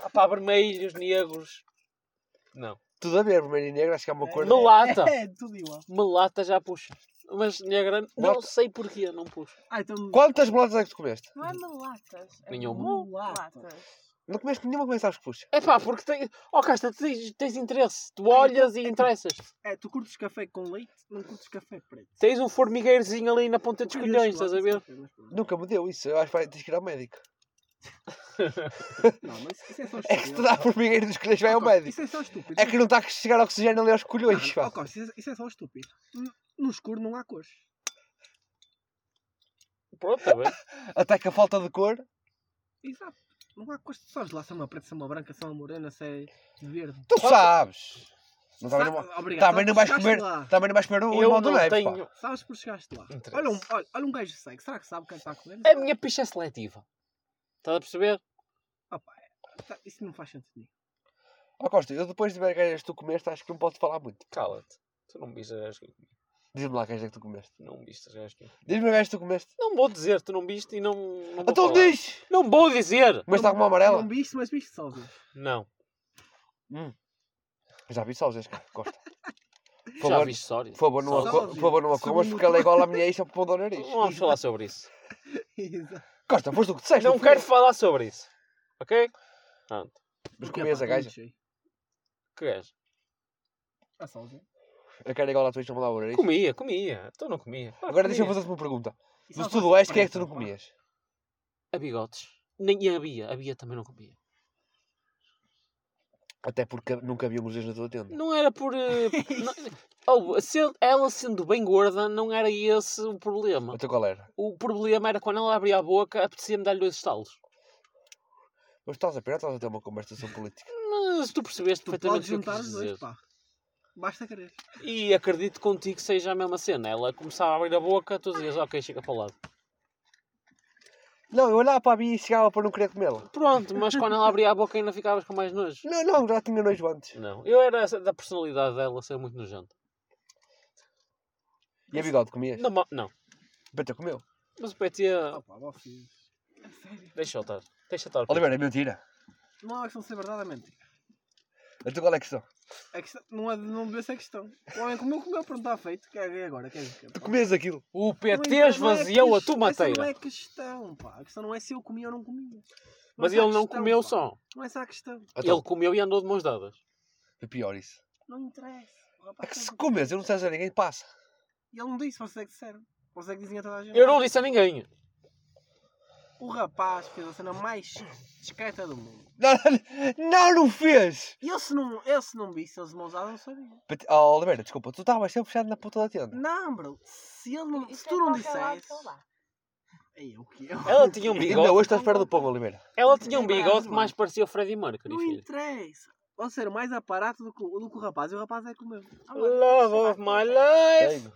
[SPEAKER 4] Ah pá, vermelhos, negros. Não.
[SPEAKER 2] Tudo a ver, vermelho e negro, acho que é uma cor.
[SPEAKER 4] Melata.
[SPEAKER 3] É, tudo igual.
[SPEAKER 4] Melata já puxa. Mas negra, não
[SPEAKER 2] Melata.
[SPEAKER 4] sei porquê, não puxa.
[SPEAKER 3] Ah, então.
[SPEAKER 2] Quantas bolotas é que tu comeste?
[SPEAKER 5] Não é melatas. É
[SPEAKER 4] Nenhuma.
[SPEAKER 5] mulatas.
[SPEAKER 2] Não comeste nenhuma que sabes que puxa.
[SPEAKER 4] É pá, porque tem. Oh, Casta, tu tens, tens interesse. Tu olhas e interessas.
[SPEAKER 3] É, tu curtes café com leite, não curtes café preto.
[SPEAKER 4] Tens um formigueirozinho ali na ponta dos colhões, estás a ver?
[SPEAKER 2] Nunca me deu isso. Eu acho que vai- tens que ir ao médico.
[SPEAKER 3] Não, mas isso é só
[SPEAKER 2] É que se te
[SPEAKER 3] estúpido.
[SPEAKER 2] dá formigueiro dos colhões, vai ao médico.
[SPEAKER 3] Isso é só estúpido.
[SPEAKER 2] É que não está a chegar oxigênio ali aos colhões,
[SPEAKER 3] Não,
[SPEAKER 2] pá.
[SPEAKER 3] ó, Costa, isso é- isso é só estúpido. No- No escuro não há cores.
[SPEAKER 4] Pronto, está bem.
[SPEAKER 2] Até que a falta de cor.
[SPEAKER 3] Exato. Não há cores. Tu sabes lá se é uma preta, se é uma branca, se é uma morena, se é verde.
[SPEAKER 2] Tu sabes. Não, também, não,
[SPEAKER 3] Sabe- Obrigado.
[SPEAKER 2] também não vais
[SPEAKER 3] Sabes por
[SPEAKER 2] comer.
[SPEAKER 3] chegaste lá.
[SPEAKER 2] Também não vais comer um
[SPEAKER 4] Eu
[SPEAKER 2] irmão do
[SPEAKER 4] não
[SPEAKER 2] neve,
[SPEAKER 4] tenho.
[SPEAKER 2] pá.
[SPEAKER 3] Sabes por chegaste lá.
[SPEAKER 4] Interesse.
[SPEAKER 3] Olha um, olha, olha um gajo cego. Será que sabe o que é que está a comer?
[SPEAKER 4] A minha picha é seletiva. Estás a perceber?
[SPEAKER 3] Tá, Isso não faz sentido. nenhum.
[SPEAKER 2] Ó Costa, eu depois de ver que és tu comeste, acho que não posso falar muito.
[SPEAKER 4] Cala-te. Tu não me viste as gajas que eu comi.
[SPEAKER 2] Diz-me lá quem é que tu comeste.
[SPEAKER 4] Não me viste as gajas que eu comi.
[SPEAKER 2] Diz-me o gajo que tu comeste.
[SPEAKER 4] Não vou dizer, tu não viste e não. não vou
[SPEAKER 2] Então
[SPEAKER 4] falar.
[SPEAKER 2] diz!
[SPEAKER 4] Não vou dizer!
[SPEAKER 2] Comeste alguma amarela? Hum.
[SPEAKER 3] Não viste, mas viste sozinho.
[SPEAKER 4] Não.
[SPEAKER 2] Já vi só os cara. Costa. Por
[SPEAKER 4] Já
[SPEAKER 2] favor,
[SPEAKER 4] viste história.
[SPEAKER 2] Por favor, não,
[SPEAKER 4] Só-
[SPEAKER 2] a co- por favor, não a comas porque ela é igual à minha isca para o nariz.
[SPEAKER 4] Não vamos falar sobre isso.
[SPEAKER 3] Exato.
[SPEAKER 2] Costa, foste o que disseste.
[SPEAKER 4] Não
[SPEAKER 2] fui eu.
[SPEAKER 4] quero falar sobre isso. Ok?
[SPEAKER 2] Mas
[SPEAKER 3] Porque,
[SPEAKER 2] comias
[SPEAKER 3] pá,
[SPEAKER 2] a
[SPEAKER 3] tá muito
[SPEAKER 2] gaja.
[SPEAKER 3] cheio.
[SPEAKER 4] Que gajo?
[SPEAKER 3] Está sozinho.
[SPEAKER 2] Eu quero igual à tua isca para o nariz.
[SPEAKER 4] Comia, comia. Então não comia. Claro que
[SPEAKER 2] Agora deixa eu
[SPEAKER 4] comia.
[SPEAKER 2] fazer-te uma pergunta.
[SPEAKER 3] Isso
[SPEAKER 2] No
[SPEAKER 3] é uma
[SPEAKER 2] sudoeste, quem é que tu
[SPEAKER 3] surpresa,
[SPEAKER 2] não
[SPEAKER 3] pá.
[SPEAKER 2] comias?
[SPEAKER 4] A bigotes. Nem a Bia. A Bia também não comia.
[SPEAKER 2] Até porque nunca havia os dois na tua tenda.
[SPEAKER 4] Não era por. eh, não- Oh, se- ela sendo bem gorda, não era esse o problema.
[SPEAKER 2] O teu Então qual era?
[SPEAKER 4] O problema era quando ela abria a boca, apetecia-me dar-lhe dois estalos.
[SPEAKER 2] Mas estás a pirar, estás a ter uma conversação política.
[SPEAKER 4] Mas tu percebeste
[SPEAKER 3] Tu
[SPEAKER 4] perfeitamente
[SPEAKER 3] podes
[SPEAKER 4] o que eu
[SPEAKER 3] juntar
[SPEAKER 4] quis
[SPEAKER 3] os
[SPEAKER 4] dizer.
[SPEAKER 3] dois, pá. Basta querer.
[SPEAKER 4] E acredito contigo que seja a mesma cena. Ela começava a abrir a boca, tu dizias, ok, chega para o lado.
[SPEAKER 2] Não, eu olhava para a Bia e chegava para não querer comê-la.
[SPEAKER 4] Pronto, mas quando ela abria a boca ainda ficavas com mais nojo.
[SPEAKER 2] Não, não, já tinha nojo antes.
[SPEAKER 4] Não, eu era essa- da personalidade dela ser muito nojento.
[SPEAKER 2] E a bigode comias?
[SPEAKER 4] Não, mo- não.
[SPEAKER 2] Bateu com o meu.
[SPEAKER 4] Mas o PT.
[SPEAKER 3] Ah, pá, bó filho. É
[SPEAKER 5] A sério.
[SPEAKER 4] Deixa eu estar. Deixa eu estar.
[SPEAKER 2] Oliveira, é mentira.
[SPEAKER 3] Não há questão de ser verdade, é mentira.
[SPEAKER 2] Então qual é a questão?
[SPEAKER 3] A questão não, é, de- não devia ser questão. O homem comeu, comeu, pronto, está feito. Quer ver é agora? Quer ver?
[SPEAKER 2] Tu comes aquilo.
[SPEAKER 4] O
[SPEAKER 3] Não é-
[SPEAKER 4] PT
[SPEAKER 3] não é
[SPEAKER 4] esvaziou a
[SPEAKER 3] questão- Essa
[SPEAKER 4] tomateira.
[SPEAKER 3] não é questão, pá. A questão não é se eu comia ou não comia. Não
[SPEAKER 4] Mas
[SPEAKER 3] é essa
[SPEAKER 4] ele
[SPEAKER 3] a
[SPEAKER 4] não
[SPEAKER 3] questão,
[SPEAKER 4] comeu
[SPEAKER 3] pá.
[SPEAKER 4] só.
[SPEAKER 3] Não é essa a questão.
[SPEAKER 2] Então.
[SPEAKER 4] Ele comeu e andou de mãos dadas.
[SPEAKER 2] É pior isso.
[SPEAKER 5] Não interessa. O
[SPEAKER 2] É
[SPEAKER 5] rapaz
[SPEAKER 2] que se
[SPEAKER 5] tem-
[SPEAKER 2] comes, eu não sei dizer a ninguém, passa.
[SPEAKER 3] E ele não disse, vocês é que disseram. Vocês é que dizem a toda a gente.
[SPEAKER 4] Eu não disse a ninguém.
[SPEAKER 3] O rapaz fez a cena mais discreta do mundo.
[SPEAKER 2] Não, não, não fez!
[SPEAKER 3] E eu se não, eu, se não visse eles de mãos dadas, não sabia.
[SPEAKER 2] Bate- Oh, Oliveira, desculpa, tu estavas sempre fechado na puta da tenda.
[SPEAKER 3] Não, bro. Se, ele não, se
[SPEAKER 5] Isso é
[SPEAKER 3] tu não
[SPEAKER 5] qualquer lado
[SPEAKER 3] dissesse...
[SPEAKER 5] que ele dá.
[SPEAKER 3] Ei, o que é. eu?
[SPEAKER 4] Ela tinha um
[SPEAKER 2] Ainda
[SPEAKER 4] bigode.
[SPEAKER 2] hoje estás perto do pão, Oliveira.
[SPEAKER 4] Ela tinha um bigode que
[SPEAKER 3] Não.
[SPEAKER 4] mais parecia o Freddie Mercury,
[SPEAKER 3] Não é
[SPEAKER 4] filho.
[SPEAKER 3] interessa. Ou ser mais aparato do que, o- do que o rapaz. E o rapaz é que comeu.
[SPEAKER 5] Ah, mano,
[SPEAKER 4] Love
[SPEAKER 5] deixa
[SPEAKER 4] of
[SPEAKER 5] lá.
[SPEAKER 4] my life.
[SPEAKER 2] Ei,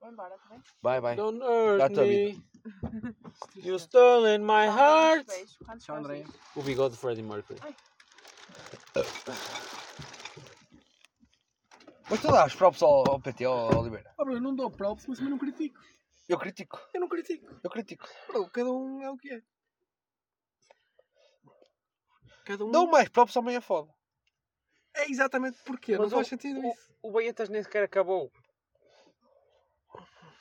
[SPEAKER 5] Vou embora, tá bem?
[SPEAKER 2] Vai, vai.
[SPEAKER 4] Don't hurt
[SPEAKER 2] Dá-te a
[SPEAKER 4] me. You stole in my heart.
[SPEAKER 5] Beijo. Quantos
[SPEAKER 3] Tchau, André.
[SPEAKER 5] beijos? assim.
[SPEAKER 4] O bigode de Freddie Mercury.
[SPEAKER 2] Mas tu dás props ao, ao PT, ao Oliveira.
[SPEAKER 3] Ah, bro, eu não dou props, mas também não critico.
[SPEAKER 2] Eu critico,
[SPEAKER 3] Eu não critico.
[SPEAKER 2] eu critico.
[SPEAKER 3] Bro, cada um é o que é. Cada um
[SPEAKER 2] Dou mais props ao meia fome.
[SPEAKER 3] é exatamente porque.
[SPEAKER 4] Mas
[SPEAKER 3] não faz
[SPEAKER 4] o-
[SPEAKER 3] sentido
[SPEAKER 4] o-
[SPEAKER 3] isso.
[SPEAKER 4] O Baetas nem sequer acabou.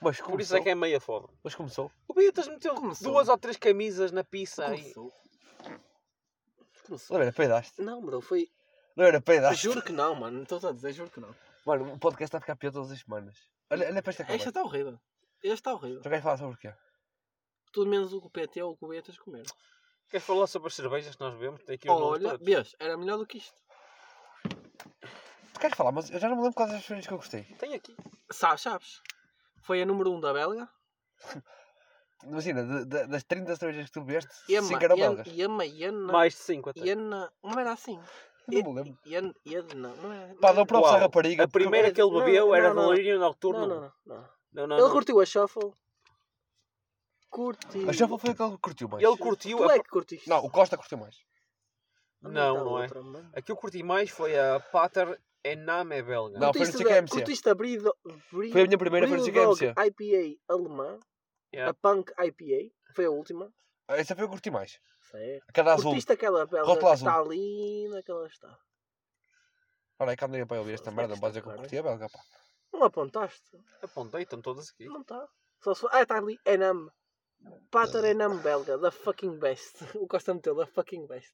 [SPEAKER 2] Mas
[SPEAKER 4] Por isso
[SPEAKER 2] começou.
[SPEAKER 4] é que é meia foda.
[SPEAKER 2] Mas começou.
[SPEAKER 4] O Baetas meteu
[SPEAKER 3] Começou.
[SPEAKER 4] duas ou três camisas na pizza aí.
[SPEAKER 3] Começou. Começou.
[SPEAKER 2] Oliveira, peidaste.
[SPEAKER 3] Não, bro, foi.
[SPEAKER 2] Oliveira, peidaste.
[SPEAKER 3] Juro que não, mano. Estou a dizer, juro que não.
[SPEAKER 2] Mano, o podcast está a ficar pior todas as semanas. Olha, olha para esta
[SPEAKER 3] Esta
[SPEAKER 2] câmera.
[SPEAKER 3] está horrível. Esta está horrível.
[SPEAKER 2] Tu queres falar sobre o quê?
[SPEAKER 3] Tudo menos o que o PT ou o que o Betas comeram.
[SPEAKER 4] Queres falar sobre as cervejas que nós bebemos? Tem aqui os nomes
[SPEAKER 3] Olha,
[SPEAKER 4] todos.
[SPEAKER 3] Deus, era melhor do que isto.
[SPEAKER 2] Tu queres falar, mas eu já não me lembro quais as referências que eu gostei.
[SPEAKER 4] Tem aqui.
[SPEAKER 3] Sabes, sabes? Foi a número 1 um da Belga
[SPEAKER 2] Imagina, de- de- das 30 cervejas que tu bebeste,
[SPEAKER 3] e é- a
[SPEAKER 2] 5 eram belgas.
[SPEAKER 3] Yama, Yana.
[SPEAKER 4] Mais de cinco até.
[SPEAKER 3] Yana. Não era assim.
[SPEAKER 2] Não me lembro.
[SPEAKER 3] Yana. Yana. Não é? era.
[SPEAKER 2] Pá, dou props à
[SPEAKER 4] Uau.
[SPEAKER 2] rapariga.
[SPEAKER 4] A primeira que ele
[SPEAKER 3] Não,
[SPEAKER 4] bebeu era
[SPEAKER 3] não, não.
[SPEAKER 4] Delirium
[SPEAKER 3] Não,
[SPEAKER 4] Nocturno.
[SPEAKER 3] não, não. não.
[SPEAKER 4] Não, não,
[SPEAKER 3] Ele
[SPEAKER 4] não.
[SPEAKER 3] curtiu a Shuffle. Curtiu.
[SPEAKER 2] A Shuffle foi aquele que curtiu mais.
[SPEAKER 4] Ele curtiu.
[SPEAKER 3] Tu
[SPEAKER 4] a-
[SPEAKER 3] é que curtiste. Ah, então,
[SPEAKER 2] Não, o Costa curtiu mais.
[SPEAKER 4] Não, não é. A que eu curti mais foi a Pater Ename belga.
[SPEAKER 2] Não, foi no CKMC.
[SPEAKER 3] Curtiste a Brido... Bri...
[SPEAKER 2] Foi a minha primeira, foi no
[SPEAKER 3] Brewdog
[SPEAKER 2] CKMC.
[SPEAKER 3] IPA alemã.
[SPEAKER 4] Yeah.
[SPEAKER 3] A Punk IPA. Foi a última.
[SPEAKER 2] Essa foi eu que curti mais.
[SPEAKER 3] Certo.
[SPEAKER 2] Aquela azul.
[SPEAKER 3] Curtiste aquela belga
[SPEAKER 2] Rótula
[SPEAKER 3] que
[SPEAKER 2] azul.
[SPEAKER 3] está ali naquela está.
[SPEAKER 2] Olha, aí, calma aí para ouvir esta merda, não pode dizer que eu curti a belga, pá.
[SPEAKER 3] Não apontaste?
[SPEAKER 4] Apontei, estão todas aqui.
[SPEAKER 3] Não está. Só se for... Ah, está ali. Enam. Pater Enam belga. The fucking best. O Costa meteu. The fucking best.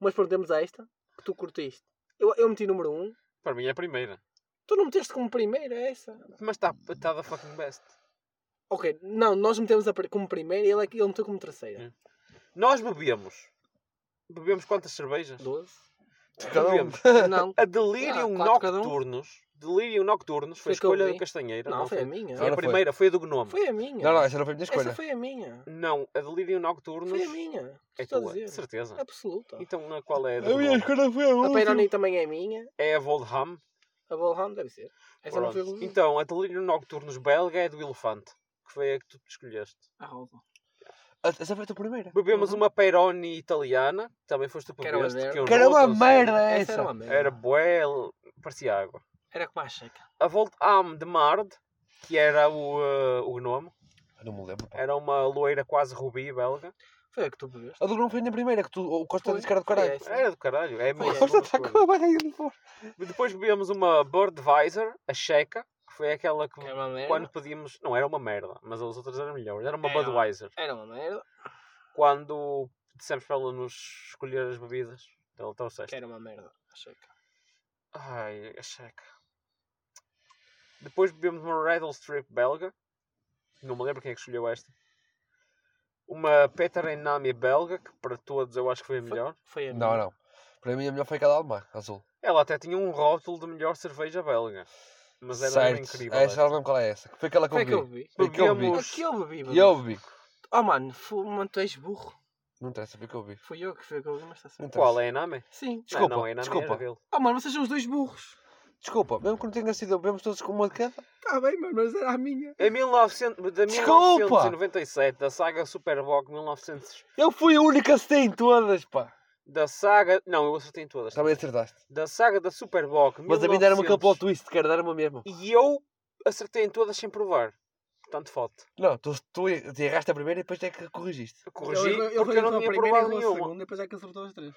[SPEAKER 3] Mas perdemos a esta. Que tu curtiste. Eu, eu meti número 1. Um.
[SPEAKER 4] Para mim é a primeira.
[SPEAKER 3] Tu não meteste como primeira é essa?
[SPEAKER 4] Mas está tá da fucking best.
[SPEAKER 3] Ok, não, nós metemos a pri- como primeira e ele, é que- ele meteu como terceira.
[SPEAKER 4] Hum. Nós bebemos. Bebemos quantas cervejas?
[SPEAKER 3] 12.
[SPEAKER 2] Cada um.
[SPEAKER 4] Bebemos.
[SPEAKER 3] Não,
[SPEAKER 4] A Delirium
[SPEAKER 3] Ah, quatro cada um.
[SPEAKER 4] Nocturnos. Delirium Nocturnos foi a
[SPEAKER 3] Foi que eu
[SPEAKER 4] escolha
[SPEAKER 3] vi.
[SPEAKER 4] do Castanheira.
[SPEAKER 3] não, foi a minha.
[SPEAKER 4] Foi
[SPEAKER 2] Não, não
[SPEAKER 4] a
[SPEAKER 2] foi.
[SPEAKER 4] primeira, foi a do Gnome.
[SPEAKER 3] Foi a minha.
[SPEAKER 2] Não, não, essa não foi a minha escolha.
[SPEAKER 3] Essa foi a minha.
[SPEAKER 4] Não, a Delirium Nocturnos
[SPEAKER 3] Foi a minha.
[SPEAKER 4] é
[SPEAKER 3] Estou a
[SPEAKER 4] tua,
[SPEAKER 3] dizer. Ah,
[SPEAKER 4] de certeza.
[SPEAKER 3] Absoluta.
[SPEAKER 4] Então na qual é a do
[SPEAKER 2] A minha
[SPEAKER 4] Gnome?
[SPEAKER 2] escolha foi a
[SPEAKER 3] A
[SPEAKER 2] última.
[SPEAKER 3] Paironi também é minha.
[SPEAKER 4] É a Voldham.
[SPEAKER 3] A Bolham deve ser. Essa não foi a
[SPEAKER 4] Pronto.
[SPEAKER 3] minha.
[SPEAKER 4] Então, a Delirium Nocturnos belga é do Elefante, que foi a que tu escolheste.
[SPEAKER 3] A Rosa.
[SPEAKER 2] A- Essa foi a tua primeira.
[SPEAKER 4] Bebemos um-
[SPEAKER 3] Uhum.
[SPEAKER 4] uma Peroni italiana, que também foste tu que
[SPEAKER 3] Que era uma
[SPEAKER 4] bebeste,
[SPEAKER 3] merda.
[SPEAKER 4] que eu
[SPEAKER 2] Que era
[SPEAKER 4] não
[SPEAKER 2] uma
[SPEAKER 4] aconselho.
[SPEAKER 2] merda
[SPEAKER 3] Essa
[SPEAKER 2] essa.
[SPEAKER 3] era uma merda.
[SPEAKER 4] Era bué, parecia água.
[SPEAKER 3] Era como a checa.
[SPEAKER 4] A Voltam de Mard, que era o, eh, o gnome,
[SPEAKER 2] Eu Não me lembro, pá.
[SPEAKER 4] era uma loira quase rubi belga.
[SPEAKER 3] Foi a que tu bebeste.
[SPEAKER 2] A do Grão foi a minha primeira, que tu, o Costa
[SPEAKER 3] Foi,
[SPEAKER 2] disse que era do
[SPEAKER 3] foi
[SPEAKER 2] caralho.
[SPEAKER 3] essa.
[SPEAKER 4] Era do caralho, é
[SPEAKER 3] Foi
[SPEAKER 4] mesmo.
[SPEAKER 2] O
[SPEAKER 3] essa.
[SPEAKER 2] Costa
[SPEAKER 3] boa
[SPEAKER 2] está
[SPEAKER 3] escolha.
[SPEAKER 2] com a barriga de fora.
[SPEAKER 4] Depois bebemos uma Birdweiser, a checa, que foi aquela que
[SPEAKER 3] Que Era uma merda.
[SPEAKER 4] quando pedíamos. Não, era uma merda, mas as outras eram melhores. Era uma
[SPEAKER 3] Era uma-
[SPEAKER 4] Budweiser.
[SPEAKER 3] Era uma merda.
[SPEAKER 4] Quando dissemos para ela nos escolher as bebidas, ela trouxe
[SPEAKER 3] Que era uma merda. A checa.
[SPEAKER 4] Ai, a checa. Depois bebemos uma Rattle Strip belga. Não me lembro quem é que escolheu esta. Uma Peter Enami belga, que para todos eu acho que foi a melhor.
[SPEAKER 3] Foi a minha.
[SPEAKER 2] Não, não. Para mim a melhor foi aquela alemã, azul.
[SPEAKER 4] Ela até tinha um rótulo de melhor cerveja belga. Mas era incrível.
[SPEAKER 2] Essa
[SPEAKER 4] esta.
[SPEAKER 2] já não lembro qual é essa. que Foi aquela que eu
[SPEAKER 3] Foi a que eu
[SPEAKER 2] bebi.
[SPEAKER 3] bebi.
[SPEAKER 2] Foi a que eu bebi.
[SPEAKER 4] Bebemos-
[SPEAKER 3] A que eu bebi,
[SPEAKER 2] E eu bebi.
[SPEAKER 3] Oh, mano, fu- mano, tu és burro.
[SPEAKER 2] Não interessa, foi a que eu bebi.
[SPEAKER 3] Fui eu que fui a que eu bebi, mas está certo.
[SPEAKER 2] Não interessa.
[SPEAKER 4] Qual é a Enami?
[SPEAKER 3] Sim.
[SPEAKER 4] Não,
[SPEAKER 2] Desculpa,
[SPEAKER 4] não, é a Enami
[SPEAKER 2] desculpa.
[SPEAKER 4] era dele.
[SPEAKER 3] Oh, mano, vocês são os dois burros.
[SPEAKER 2] Desculpa, mesmo que não tenha sido, bebemos todos com uma de cada.
[SPEAKER 3] Está Tá bem, mano, mas era a minha.
[SPEAKER 4] Em 1900, de
[SPEAKER 2] Desculpa!
[SPEAKER 4] 1997, da saga Superbock 1900.
[SPEAKER 2] Eu fui a única que acertei em todas, pá.
[SPEAKER 4] Da saga. Não, eu acertei em todas.
[SPEAKER 2] Também acertaste.
[SPEAKER 4] Da saga da Superbock.
[SPEAKER 2] Tá Mas a mim deram-me aquele
[SPEAKER 4] 1900.
[SPEAKER 2] plot twist, cara, deram-me mesmo.
[SPEAKER 4] E eu acertei em todas sem provar. tanto foto.
[SPEAKER 2] Não, tu, tu erraste a primeira e depois é que corrigiste.
[SPEAKER 4] Eu
[SPEAKER 3] Ele
[SPEAKER 4] Corrigi
[SPEAKER 3] errou- ele
[SPEAKER 4] porque eu
[SPEAKER 3] errou
[SPEAKER 4] não
[SPEAKER 3] a
[SPEAKER 4] tinha
[SPEAKER 3] primeira e
[SPEAKER 4] provado
[SPEAKER 3] errou a
[SPEAKER 4] nenhuma.
[SPEAKER 3] segunda, Depois é que acertou as três.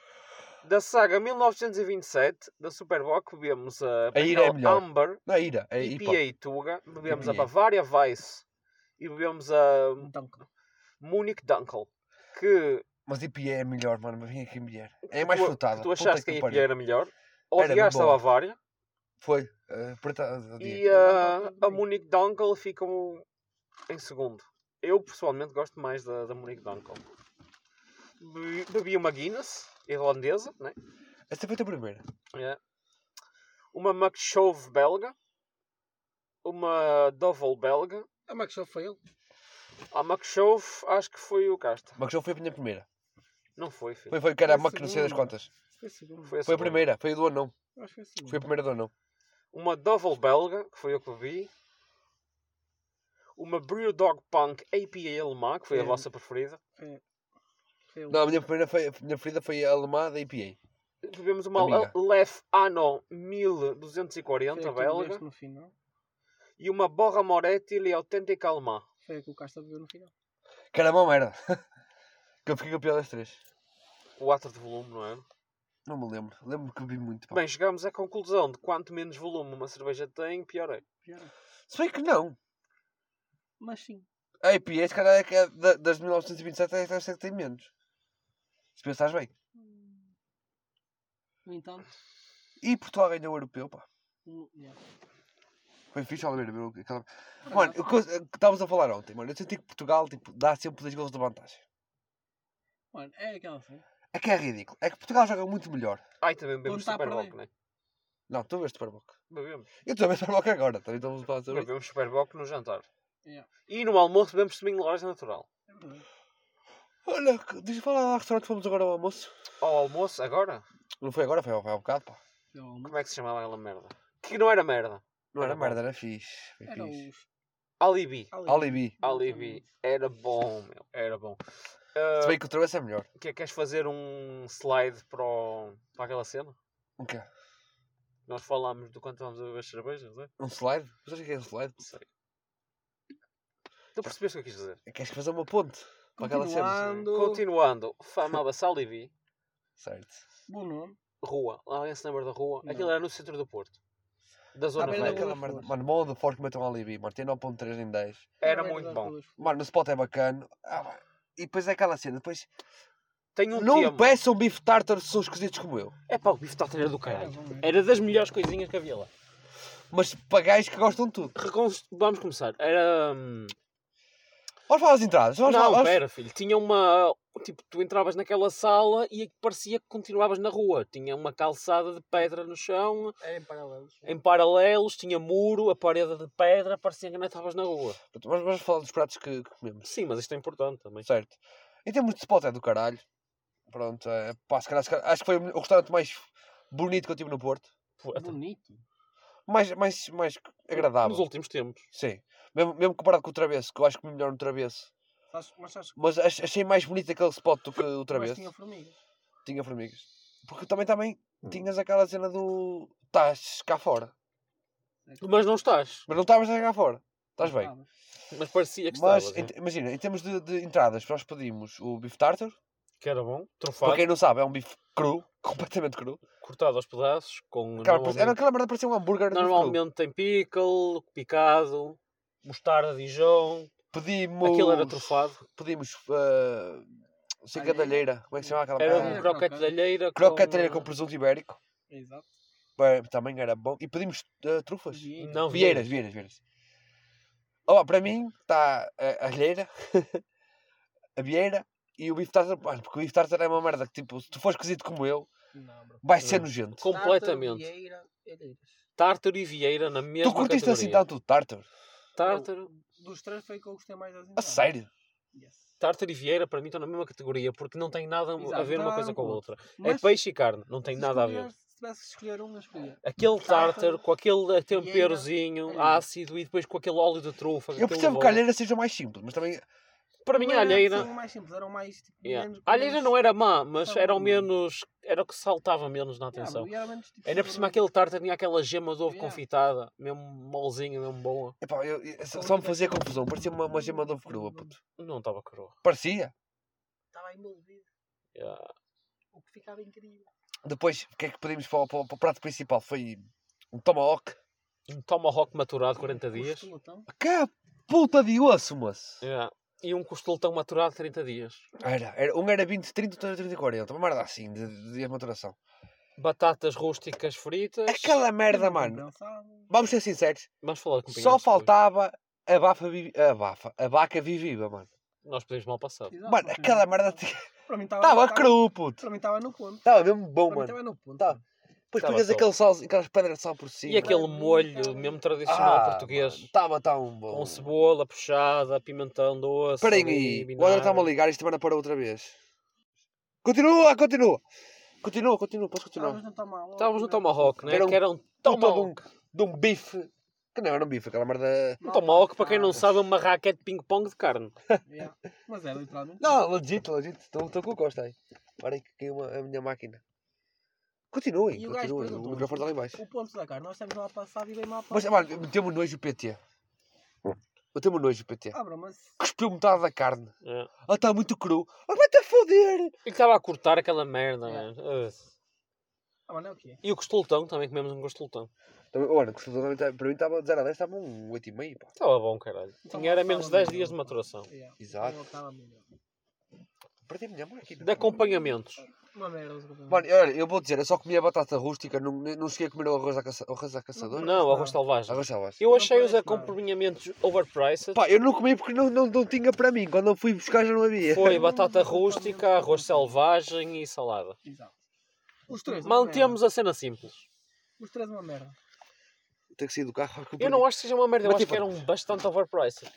[SPEAKER 4] Da saga 1927, da Superbock, bebemos a,
[SPEAKER 2] A ira é
[SPEAKER 4] Penel
[SPEAKER 2] melhor.
[SPEAKER 4] Amber,
[SPEAKER 2] Não, ira, é hip
[SPEAKER 4] IPA
[SPEAKER 2] hop.
[SPEAKER 4] e Tuga, bebemos a
[SPEAKER 2] IPA.
[SPEAKER 4] Bavaria Weiss e bebemos a
[SPEAKER 3] Então,
[SPEAKER 4] Munich Dunkel. Que
[SPEAKER 2] Mas IPA é melhor, mano. Mas vem aqui mulher. É mais
[SPEAKER 4] tu,
[SPEAKER 2] frutada.
[SPEAKER 4] que tu
[SPEAKER 2] Puta
[SPEAKER 4] achaste que é a
[SPEAKER 2] que
[SPEAKER 4] IPA
[SPEAKER 2] pariu.
[SPEAKER 4] era melhor,
[SPEAKER 2] Era
[SPEAKER 4] odiaste a
[SPEAKER 2] boa.
[SPEAKER 4] Bavaria
[SPEAKER 2] Foi. eh, preta- a- a- dia.
[SPEAKER 4] e ah, a, a Munich Dunkel ficam em segundo. Eu pessoalmente gosto mais da, da Munich Dunkel. Bebi- Bebi uma Guinness irlandesa, né?
[SPEAKER 2] Essa foi a tua primeira.
[SPEAKER 4] É. Uma McShove belga. Uma Dovel belga.
[SPEAKER 3] a Max Ah, só foi ele.
[SPEAKER 4] A McShove acho que foi o Casta.
[SPEAKER 2] Mas já foi a minha primeira.
[SPEAKER 4] Não foi, filho.
[SPEAKER 2] Foi, foi que era a
[SPEAKER 3] Foi a
[SPEAKER 2] Mac, não sei das
[SPEAKER 3] segunda.
[SPEAKER 2] quantas.
[SPEAKER 3] Foi a segunda.
[SPEAKER 4] Foi,
[SPEAKER 2] Foi a
[SPEAKER 4] segunda.
[SPEAKER 2] primeira, foi a do anão.
[SPEAKER 3] Acho que foi a segunda.
[SPEAKER 2] Foi a primeira do anão.
[SPEAKER 4] Uma Dovel belga, que foi eu que vi. Uma Brewdog Punk APA alemã, que foi a
[SPEAKER 3] É.
[SPEAKER 4] vossa preferida.
[SPEAKER 3] Foi ele.
[SPEAKER 2] Não, a minha primeira foi, a minha preferida foi a alemã da IPA.
[SPEAKER 4] Tivemos uma
[SPEAKER 2] Amiga.
[SPEAKER 4] Lef Ano
[SPEAKER 3] Foi a
[SPEAKER 4] 1240
[SPEAKER 3] que tu
[SPEAKER 4] belga.
[SPEAKER 3] bebeste
[SPEAKER 2] né?
[SPEAKER 3] no final.
[SPEAKER 4] E uma Borra Moretti e Autêntica alemã.
[SPEAKER 3] Foi a que o Casta bebeu no final.
[SPEAKER 2] Que era uma merda. que eu fiquei com a pior das três.
[SPEAKER 4] O ato de volume, não é?
[SPEAKER 2] Não me lembro. Lembro-me que bebi muito. pá.
[SPEAKER 4] Bem, chegámos à conclusão de quanto menos volume uma cerveja tem, pior é.
[SPEAKER 3] Pior é.
[SPEAKER 2] Se bem que não.
[SPEAKER 3] Mas sim.
[SPEAKER 2] A IPA, se calhar, é que é da- das 1927 é essa que tem menos. Se pensares bem.
[SPEAKER 3] No entanto.
[SPEAKER 2] E Portugal ganhou o europeu, pá.
[SPEAKER 3] no- yeah.
[SPEAKER 2] Foi fixe ao ver ver aquela... Mano, o que eu- o que estávamos a falar ontem, mano. Eu senti que Portugal tipo, dá sempre 2 gols de vantagem.
[SPEAKER 3] Mano, é aquela cena.
[SPEAKER 2] É que é ridículo. É que Portugal joga muito melhor.
[SPEAKER 4] Ai, também bebemos
[SPEAKER 3] Quando está a
[SPEAKER 4] Superboc, não é?
[SPEAKER 2] Não, tu vês Superboc.
[SPEAKER 4] Bebemos.
[SPEAKER 2] Eu também Superboc agora. Também estamos a falar sobre isso.
[SPEAKER 4] Bebemos Superboc no jantar.
[SPEAKER 3] Yeah.
[SPEAKER 4] E no almoço bebemos domingo de laranja natural.
[SPEAKER 3] É verdade.
[SPEAKER 2] Olha, diz falar lá ao restaurante que fomos agora ao almoço.
[SPEAKER 4] Ao almoço, agora?
[SPEAKER 2] Não foi agora, foi, ao- foi há um bocado, pá.
[SPEAKER 3] Foi ao almoço.
[SPEAKER 4] Como é que se chamava aquela merda? Que não era merda.
[SPEAKER 2] Não era
[SPEAKER 4] Era bom.
[SPEAKER 2] merda, era fixe. Bem
[SPEAKER 3] Era um
[SPEAKER 2] fixe.
[SPEAKER 3] os.
[SPEAKER 4] Alibi.
[SPEAKER 2] Alibi.
[SPEAKER 4] Alibi. Era bom, meu. Era bom.
[SPEAKER 2] Se bem que o travessa é melhor.
[SPEAKER 4] Que, queres fazer um slide para, o- para aquela cena?
[SPEAKER 2] Um quê?
[SPEAKER 4] Nós falámos do quanto vamos a beber cervejas, não é?
[SPEAKER 2] Um slide? Mas sabes o que é um slide?
[SPEAKER 4] Não sei. Tu percebeste o que eu quis dizer?
[SPEAKER 2] É que Queres fazer uma ponte? Para aquela cena.
[SPEAKER 3] Continuando.
[SPEAKER 4] Continuando. Famava-se Alibi.
[SPEAKER 2] Certo.
[SPEAKER 3] Bom nome.
[SPEAKER 4] rua. Alguém se lembra da rua?
[SPEAKER 3] Não.
[SPEAKER 4] Aquilo era no centro do Porto. Da Zona
[SPEAKER 3] Ah, mas
[SPEAKER 2] Mano,
[SPEAKER 3] era
[SPEAKER 4] Velha.
[SPEAKER 2] aquela
[SPEAKER 3] boas
[SPEAKER 2] merda.
[SPEAKER 3] ruas.
[SPEAKER 2] Mano, mão do forte que meteu um alibi, mano. Tem 9.3 em 10.
[SPEAKER 4] Era
[SPEAKER 3] Não
[SPEAKER 4] muito
[SPEAKER 3] das
[SPEAKER 4] bom.
[SPEAKER 3] ruas.
[SPEAKER 2] Mano, o spot é bacana. Ah, mano. e depois é aquela cena. Depois,
[SPEAKER 4] Tem um
[SPEAKER 2] não
[SPEAKER 4] tema.
[SPEAKER 2] peçam bife tartar se são esquisitos como eu.
[SPEAKER 4] É pá, o bife tartar era do
[SPEAKER 3] Era
[SPEAKER 4] caralho.
[SPEAKER 3] bom, é.
[SPEAKER 4] Era das melhores coisinhas que havia lá.
[SPEAKER 2] Mas para gajos que gostam de tudo.
[SPEAKER 4] Reconst- Vamos começar. Era. hum,
[SPEAKER 2] Vamos falar das entradas. Vamos
[SPEAKER 4] não,
[SPEAKER 2] falar, vamos-
[SPEAKER 4] pera, filho. Tinha uma. Tipo, tu entravas naquela sala e parecia que continuavas na rua. Tinha uma calçada de pedra no chão,
[SPEAKER 3] Era É, em paralelos.
[SPEAKER 4] em paralelos, tinha muro, a parede de pedra, parecia que não estavas na rua.
[SPEAKER 2] Mas vamos falar dos pratos que que comemos.
[SPEAKER 4] Sim, mas isto é importante também.
[SPEAKER 2] Certo. Em termos de spot é do caralho. Pronto, é, pá, se calhar, se calhar- acho que foi o restaurante mais bonito que eu tive no Porto.
[SPEAKER 4] Puta,
[SPEAKER 3] Bonito.
[SPEAKER 2] Mais, mais, mais
[SPEAKER 4] Nos
[SPEAKER 2] agradável.
[SPEAKER 4] últimos tempos.
[SPEAKER 2] Sim. Mesmo, mesmo comparado com o Travesso, que eu acho que me melhor no Travesso.
[SPEAKER 3] Sabes- Mas sabes que
[SPEAKER 2] Mas ach- achei mais bonito aquele spot do que o
[SPEAKER 3] mais
[SPEAKER 2] Travesso.
[SPEAKER 3] tinha
[SPEAKER 2] Tinha...
[SPEAKER 3] formigas.
[SPEAKER 2] formigas. Porque também, também tinhas aquela cena do. Estás cá fora.
[SPEAKER 4] Mas não estás.
[SPEAKER 2] Mas não estavas cá fora. Estás bem.
[SPEAKER 3] Sabe?
[SPEAKER 4] Mas parecia que
[SPEAKER 2] Mas
[SPEAKER 4] estavas. é?
[SPEAKER 2] em- imagina, em termos de, de entradas, nós pedimos o bife tartar.
[SPEAKER 4] Que era bom.
[SPEAKER 2] Para
[SPEAKER 4] Trofado,
[SPEAKER 2] quem não sabe, é um bife cru, completamente cru.
[SPEAKER 4] cortado aos pedaços, com
[SPEAKER 2] Aquela,
[SPEAKER 4] normalmente,
[SPEAKER 2] Era aquela merda que parecia um hambúrguer. de bife cru.
[SPEAKER 4] normalmente tem pickle, picado, mostarda de Dijon.
[SPEAKER 2] Pedimos.
[SPEAKER 4] Aquilo era trofado.
[SPEAKER 2] Pedimos. ah, não sei cadalheira. Como é que se chama aquela
[SPEAKER 4] Era
[SPEAKER 2] merda?
[SPEAKER 4] um croquete de alheira
[SPEAKER 2] Croquete de alheira com presunto ibérico.
[SPEAKER 3] Exato.
[SPEAKER 2] Bem, Também era bom. E pedimos ah, trufas.
[SPEAKER 3] Vieiras.
[SPEAKER 4] Não,
[SPEAKER 2] Vieiras,
[SPEAKER 4] vieiras.
[SPEAKER 2] vieiras, vieiras. Ó, para mim está a a alheira, a vieira e o bife tartar. Mano, porque o bife tartar é uma merda que, tipo, se tu fores cozido como eu,
[SPEAKER 3] Não, bro.
[SPEAKER 2] vai
[SPEAKER 4] Hum.
[SPEAKER 2] ser nojento.
[SPEAKER 4] Completamente.
[SPEAKER 3] Vieira, Elheiras.
[SPEAKER 4] Tártaro e vieira na mesma
[SPEAKER 2] Tu curtiste assim
[SPEAKER 4] categoria.
[SPEAKER 2] tanto o tartar?
[SPEAKER 4] Tártaro,
[SPEAKER 3] Dos três foi que eu gostei mais das
[SPEAKER 2] A
[SPEAKER 3] entradas.
[SPEAKER 2] sério?
[SPEAKER 3] Yes.
[SPEAKER 4] tártaro e vieira para mim estão na mesma categoria porque não tem nada a
[SPEAKER 3] Exato,
[SPEAKER 4] ver uma
[SPEAKER 3] não,
[SPEAKER 4] coisa com a
[SPEAKER 3] pô.
[SPEAKER 4] outra. É
[SPEAKER 3] Mas
[SPEAKER 4] peixe e carne, não tem
[SPEAKER 3] se
[SPEAKER 4] nada a
[SPEAKER 3] escolher-
[SPEAKER 4] ver.
[SPEAKER 3] Se tivesse que escolher um, eu escolhia.
[SPEAKER 4] Aquele
[SPEAKER 3] Tártaro,
[SPEAKER 4] tártaro com aquele temperozinho
[SPEAKER 3] alheira.
[SPEAKER 4] ácido e depois com aquele óleo de trufa.
[SPEAKER 2] é Eu
[SPEAKER 4] aquele
[SPEAKER 2] percebo que é
[SPEAKER 4] bom.
[SPEAKER 2] a alheira seja mais simples, mas também
[SPEAKER 4] Para mim, a alheira.
[SPEAKER 3] Eram assim, mais simples, eram mais. Tipo,
[SPEAKER 4] Yeah.
[SPEAKER 3] menos-
[SPEAKER 4] A alheira não era má, mas
[SPEAKER 3] Não.
[SPEAKER 4] era o menos. Era o que saltava menos na
[SPEAKER 3] Yeah,
[SPEAKER 4] atenção.
[SPEAKER 3] bro, e era menos, tipo,
[SPEAKER 4] Ainda por
[SPEAKER 2] é.
[SPEAKER 4] cima, aquele tarta tinha aquela gema de ovo
[SPEAKER 3] Yeah.
[SPEAKER 4] confitada, mesmo molzinha, mesmo boa.
[SPEAKER 2] Epá, eu- eu- só, só me fazia confusão. Parecia uma, uma gema de ovo crua, puto.
[SPEAKER 4] Não estava coroa.
[SPEAKER 2] Parecia.
[SPEAKER 3] Estava envolvido,
[SPEAKER 4] Yeah.
[SPEAKER 3] o que ficava incrível.
[SPEAKER 2] Depois, o que é que pedimos para, o- para o- para o prato principal? Foi um tomahawk.
[SPEAKER 4] Um tomahawk maturado 40 dias.
[SPEAKER 3] Gostou, então?
[SPEAKER 2] Que puta de osso, moço!
[SPEAKER 4] Yeah. E um costeletão maturado 30 dias.
[SPEAKER 2] Era, era, um era 20, 30, outro era 30, 40. Uma merda assim, de, de, de maturação.
[SPEAKER 4] Batatas rústicas fritas.
[SPEAKER 2] Aquela merda,
[SPEAKER 4] Uhum.
[SPEAKER 3] Não
[SPEAKER 2] mano.
[SPEAKER 3] pensava.
[SPEAKER 2] Vamos ser sinceros.
[SPEAKER 4] Vamos falar com o Pinhas
[SPEAKER 2] Só
[SPEAKER 4] depois.
[SPEAKER 2] faltava a bafa, vi- a bafa, a vaca viva, mano.
[SPEAKER 4] Nós podemos mal passar.
[SPEAKER 3] Exato,
[SPEAKER 2] Mano,
[SPEAKER 3] ok.
[SPEAKER 2] aquela merda tinha-
[SPEAKER 3] Para mim estava.
[SPEAKER 2] estava cru, puto.
[SPEAKER 3] Para mim estava no ponto.
[SPEAKER 2] Estava mesmo bom,
[SPEAKER 3] Para mim
[SPEAKER 2] mano.
[SPEAKER 3] estava no ponto.
[SPEAKER 2] Tá.
[SPEAKER 3] mano.
[SPEAKER 2] Depois
[SPEAKER 4] Tava
[SPEAKER 2] punhas
[SPEAKER 4] top.
[SPEAKER 2] aquele sal, aquelas pedras de sal por cima.
[SPEAKER 4] E aquele
[SPEAKER 5] mano.
[SPEAKER 4] molho mesmo tradicional
[SPEAKER 2] Ah,
[SPEAKER 4] português.
[SPEAKER 2] Estava tão bom.
[SPEAKER 4] Com cebola puxada, pimentão doce.
[SPEAKER 2] Esperem
[SPEAKER 4] ali,
[SPEAKER 2] aí. tá O
[SPEAKER 4] vinagre.
[SPEAKER 2] André está-me a ligar. Isto também para outra vez. Continua, continua. Continua, continua. Posso
[SPEAKER 3] Estávamos
[SPEAKER 2] continuar?
[SPEAKER 3] no Tomahawk.
[SPEAKER 4] Estávamos no
[SPEAKER 3] né?
[SPEAKER 4] Tomahawk, né?
[SPEAKER 2] Era um
[SPEAKER 4] que era um
[SPEAKER 2] puta de um-
[SPEAKER 4] Tomahawk.
[SPEAKER 2] De um bife. Que não era um bife. Aquela merda...
[SPEAKER 4] Um Tomahawk, para quem não sabe, é uma raquete de ping-pong de carne.
[SPEAKER 3] Yeah. Mas é literalmente.
[SPEAKER 2] Não, legit, legit. Estou estou com o Costa aí. Parem que caiu uma- a minha máquina. Continuem,
[SPEAKER 3] E o gajo
[SPEAKER 2] continuem. O
[SPEAKER 3] perguntou-nos,
[SPEAKER 2] microfone está lá em baixo.
[SPEAKER 3] O ponto da carne, nós estamos lá passado e bem mal
[SPEAKER 2] Mas,
[SPEAKER 3] passado.
[SPEAKER 2] mano, meteu-me um nojo o PT. Meteu-me um nojo o PT.
[SPEAKER 3] Ah, bro, mas.
[SPEAKER 2] Cuspiu metade da carne.
[SPEAKER 4] É.
[SPEAKER 2] Ela está muito cru. Ah, vai-te a foder!
[SPEAKER 4] Ele estava a cortar aquela merda,
[SPEAKER 3] É.
[SPEAKER 4] mano. Ugh.
[SPEAKER 3] Ah, mano, é o que é?
[SPEAKER 4] E o costeletão, também comemos um costeletão.
[SPEAKER 2] Também, olha, que absolutamente- para mim estava de 0 a 10, estava um 8,5. Pá.
[SPEAKER 4] Estava bom, caralho.
[SPEAKER 3] Então,
[SPEAKER 4] Tinha era
[SPEAKER 3] estava
[SPEAKER 4] menos 10
[SPEAKER 3] melhor.
[SPEAKER 4] dias de maturação.
[SPEAKER 3] Yeah.
[SPEAKER 2] Exato.
[SPEAKER 3] Eu estava melhor.
[SPEAKER 2] Perdi a minha máquina.
[SPEAKER 4] De acompanhamentos.
[SPEAKER 3] Uma merda. os acompanhamentos.
[SPEAKER 2] Mano, olha, eu vou dizer, eu só comia batata rústica, não, não cheguei a comer o arroz da, caça, o arroz da caçadora.
[SPEAKER 4] Não, arroz
[SPEAKER 3] Não.
[SPEAKER 4] selvagem.
[SPEAKER 2] Arroz salvas. Eu...
[SPEAKER 4] Eu achei os
[SPEAKER 3] parece nada.
[SPEAKER 4] acompanhamentos overpriced.
[SPEAKER 2] Pá, eu não comi porque não, não, não tinha para mim. Quando eu fui buscar já não havia.
[SPEAKER 4] Foi batata rústica, arroz selvagem e salada.
[SPEAKER 3] Exato. Os três. uma
[SPEAKER 4] Mantemos a cena simples.
[SPEAKER 3] merda. Os três, uma merda.
[SPEAKER 2] Tenho que sair do carro.
[SPEAKER 4] Eu não acho que seja uma merda, eu
[SPEAKER 2] Mas
[SPEAKER 4] acho
[SPEAKER 2] tipo-
[SPEAKER 4] que eram bastante overpriced.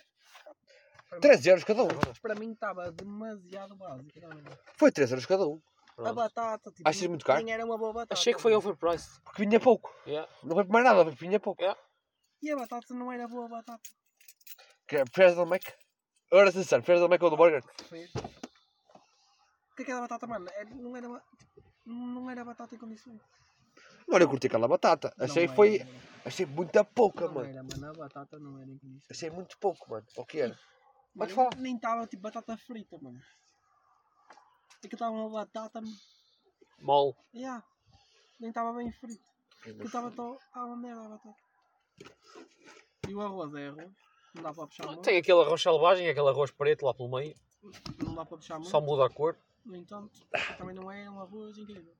[SPEAKER 2] 3 euros cada um.
[SPEAKER 3] Para mim estava demasiado básico. não, não.
[SPEAKER 2] Foi 3 euros cada um.
[SPEAKER 3] A
[SPEAKER 4] Pronto.
[SPEAKER 3] batata, tipo.
[SPEAKER 2] Achas muito caro?
[SPEAKER 3] Nem era uma boa batata.
[SPEAKER 4] Achei que foi
[SPEAKER 3] bro.
[SPEAKER 4] overpriced.
[SPEAKER 2] Porque vinha pouco.
[SPEAKER 4] tá Yeah.
[SPEAKER 2] Não foi por mais nada, mas vinha pouco.
[SPEAKER 3] E a batata não era boa batata.
[SPEAKER 2] Que era Fries do Mac. Ora, sincero, Fries do Mac ou do Burger.
[SPEAKER 3] Foi. Porque aquela batata, mano, é- não era. ba- tipo, Não era batata em condições.
[SPEAKER 2] Mano, eu curti aquela batata.
[SPEAKER 3] Não é.
[SPEAKER 2] Achei
[SPEAKER 3] era,
[SPEAKER 2] foi.
[SPEAKER 3] mano.
[SPEAKER 2] Achei muita pouca,
[SPEAKER 3] Não
[SPEAKER 2] mano.
[SPEAKER 3] era, mano. A batata não era em condições.
[SPEAKER 2] Achei muito pouco, mano. O que era? Pode
[SPEAKER 3] Mano,
[SPEAKER 2] falar.
[SPEAKER 3] Nem estava tipo batata frita, mano. É que estava uma batata.
[SPEAKER 4] Mol.
[SPEAKER 3] Yeah. Nem estava bem frita. Que estava tão. Ah, uma merda a batata. E o arroz é arroz. Não dá para puxar muito.
[SPEAKER 4] Tem aquele arroz selvagem, aquele arroz preto lá pelo meio.
[SPEAKER 3] Não dá para puxar muito.
[SPEAKER 4] Só muda a cor.
[SPEAKER 3] No entanto, também não é um arroz incrível.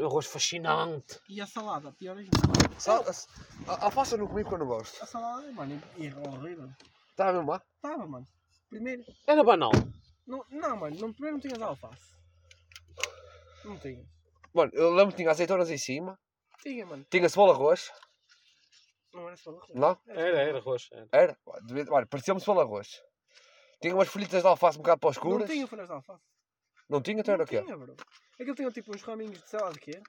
[SPEAKER 4] Arroz fascinante.
[SPEAKER 3] E a salada, pior ainda.
[SPEAKER 2] Sal- a- a Alface eu não comi porque eu não gosto.
[SPEAKER 3] A salada, mano, é horrível.
[SPEAKER 2] Estava mesmo lá?
[SPEAKER 3] Estava, mano. Primeiro.
[SPEAKER 4] Era banal.
[SPEAKER 3] Não, não mano, não, primeiro não tinhas alface. Não tinha.
[SPEAKER 2] Mano, eu lembro que tinha azeitonas em cima.
[SPEAKER 3] Tinha, mano.
[SPEAKER 2] Tinha cebola roxa.
[SPEAKER 3] Não era só arroz.
[SPEAKER 2] Não?
[SPEAKER 4] Era, era arroz. Era.
[SPEAKER 2] Era? Devia- Olha, parecia-me cebola roxa. Tinha umas folhitas de alface um bocado para escuras.
[SPEAKER 3] Não tinha folhas de alface.
[SPEAKER 2] Não tinha? Então era o quê?
[SPEAKER 3] Tinha, bro. Aquilo tinha tipo uns raminhos de sei lá de quê.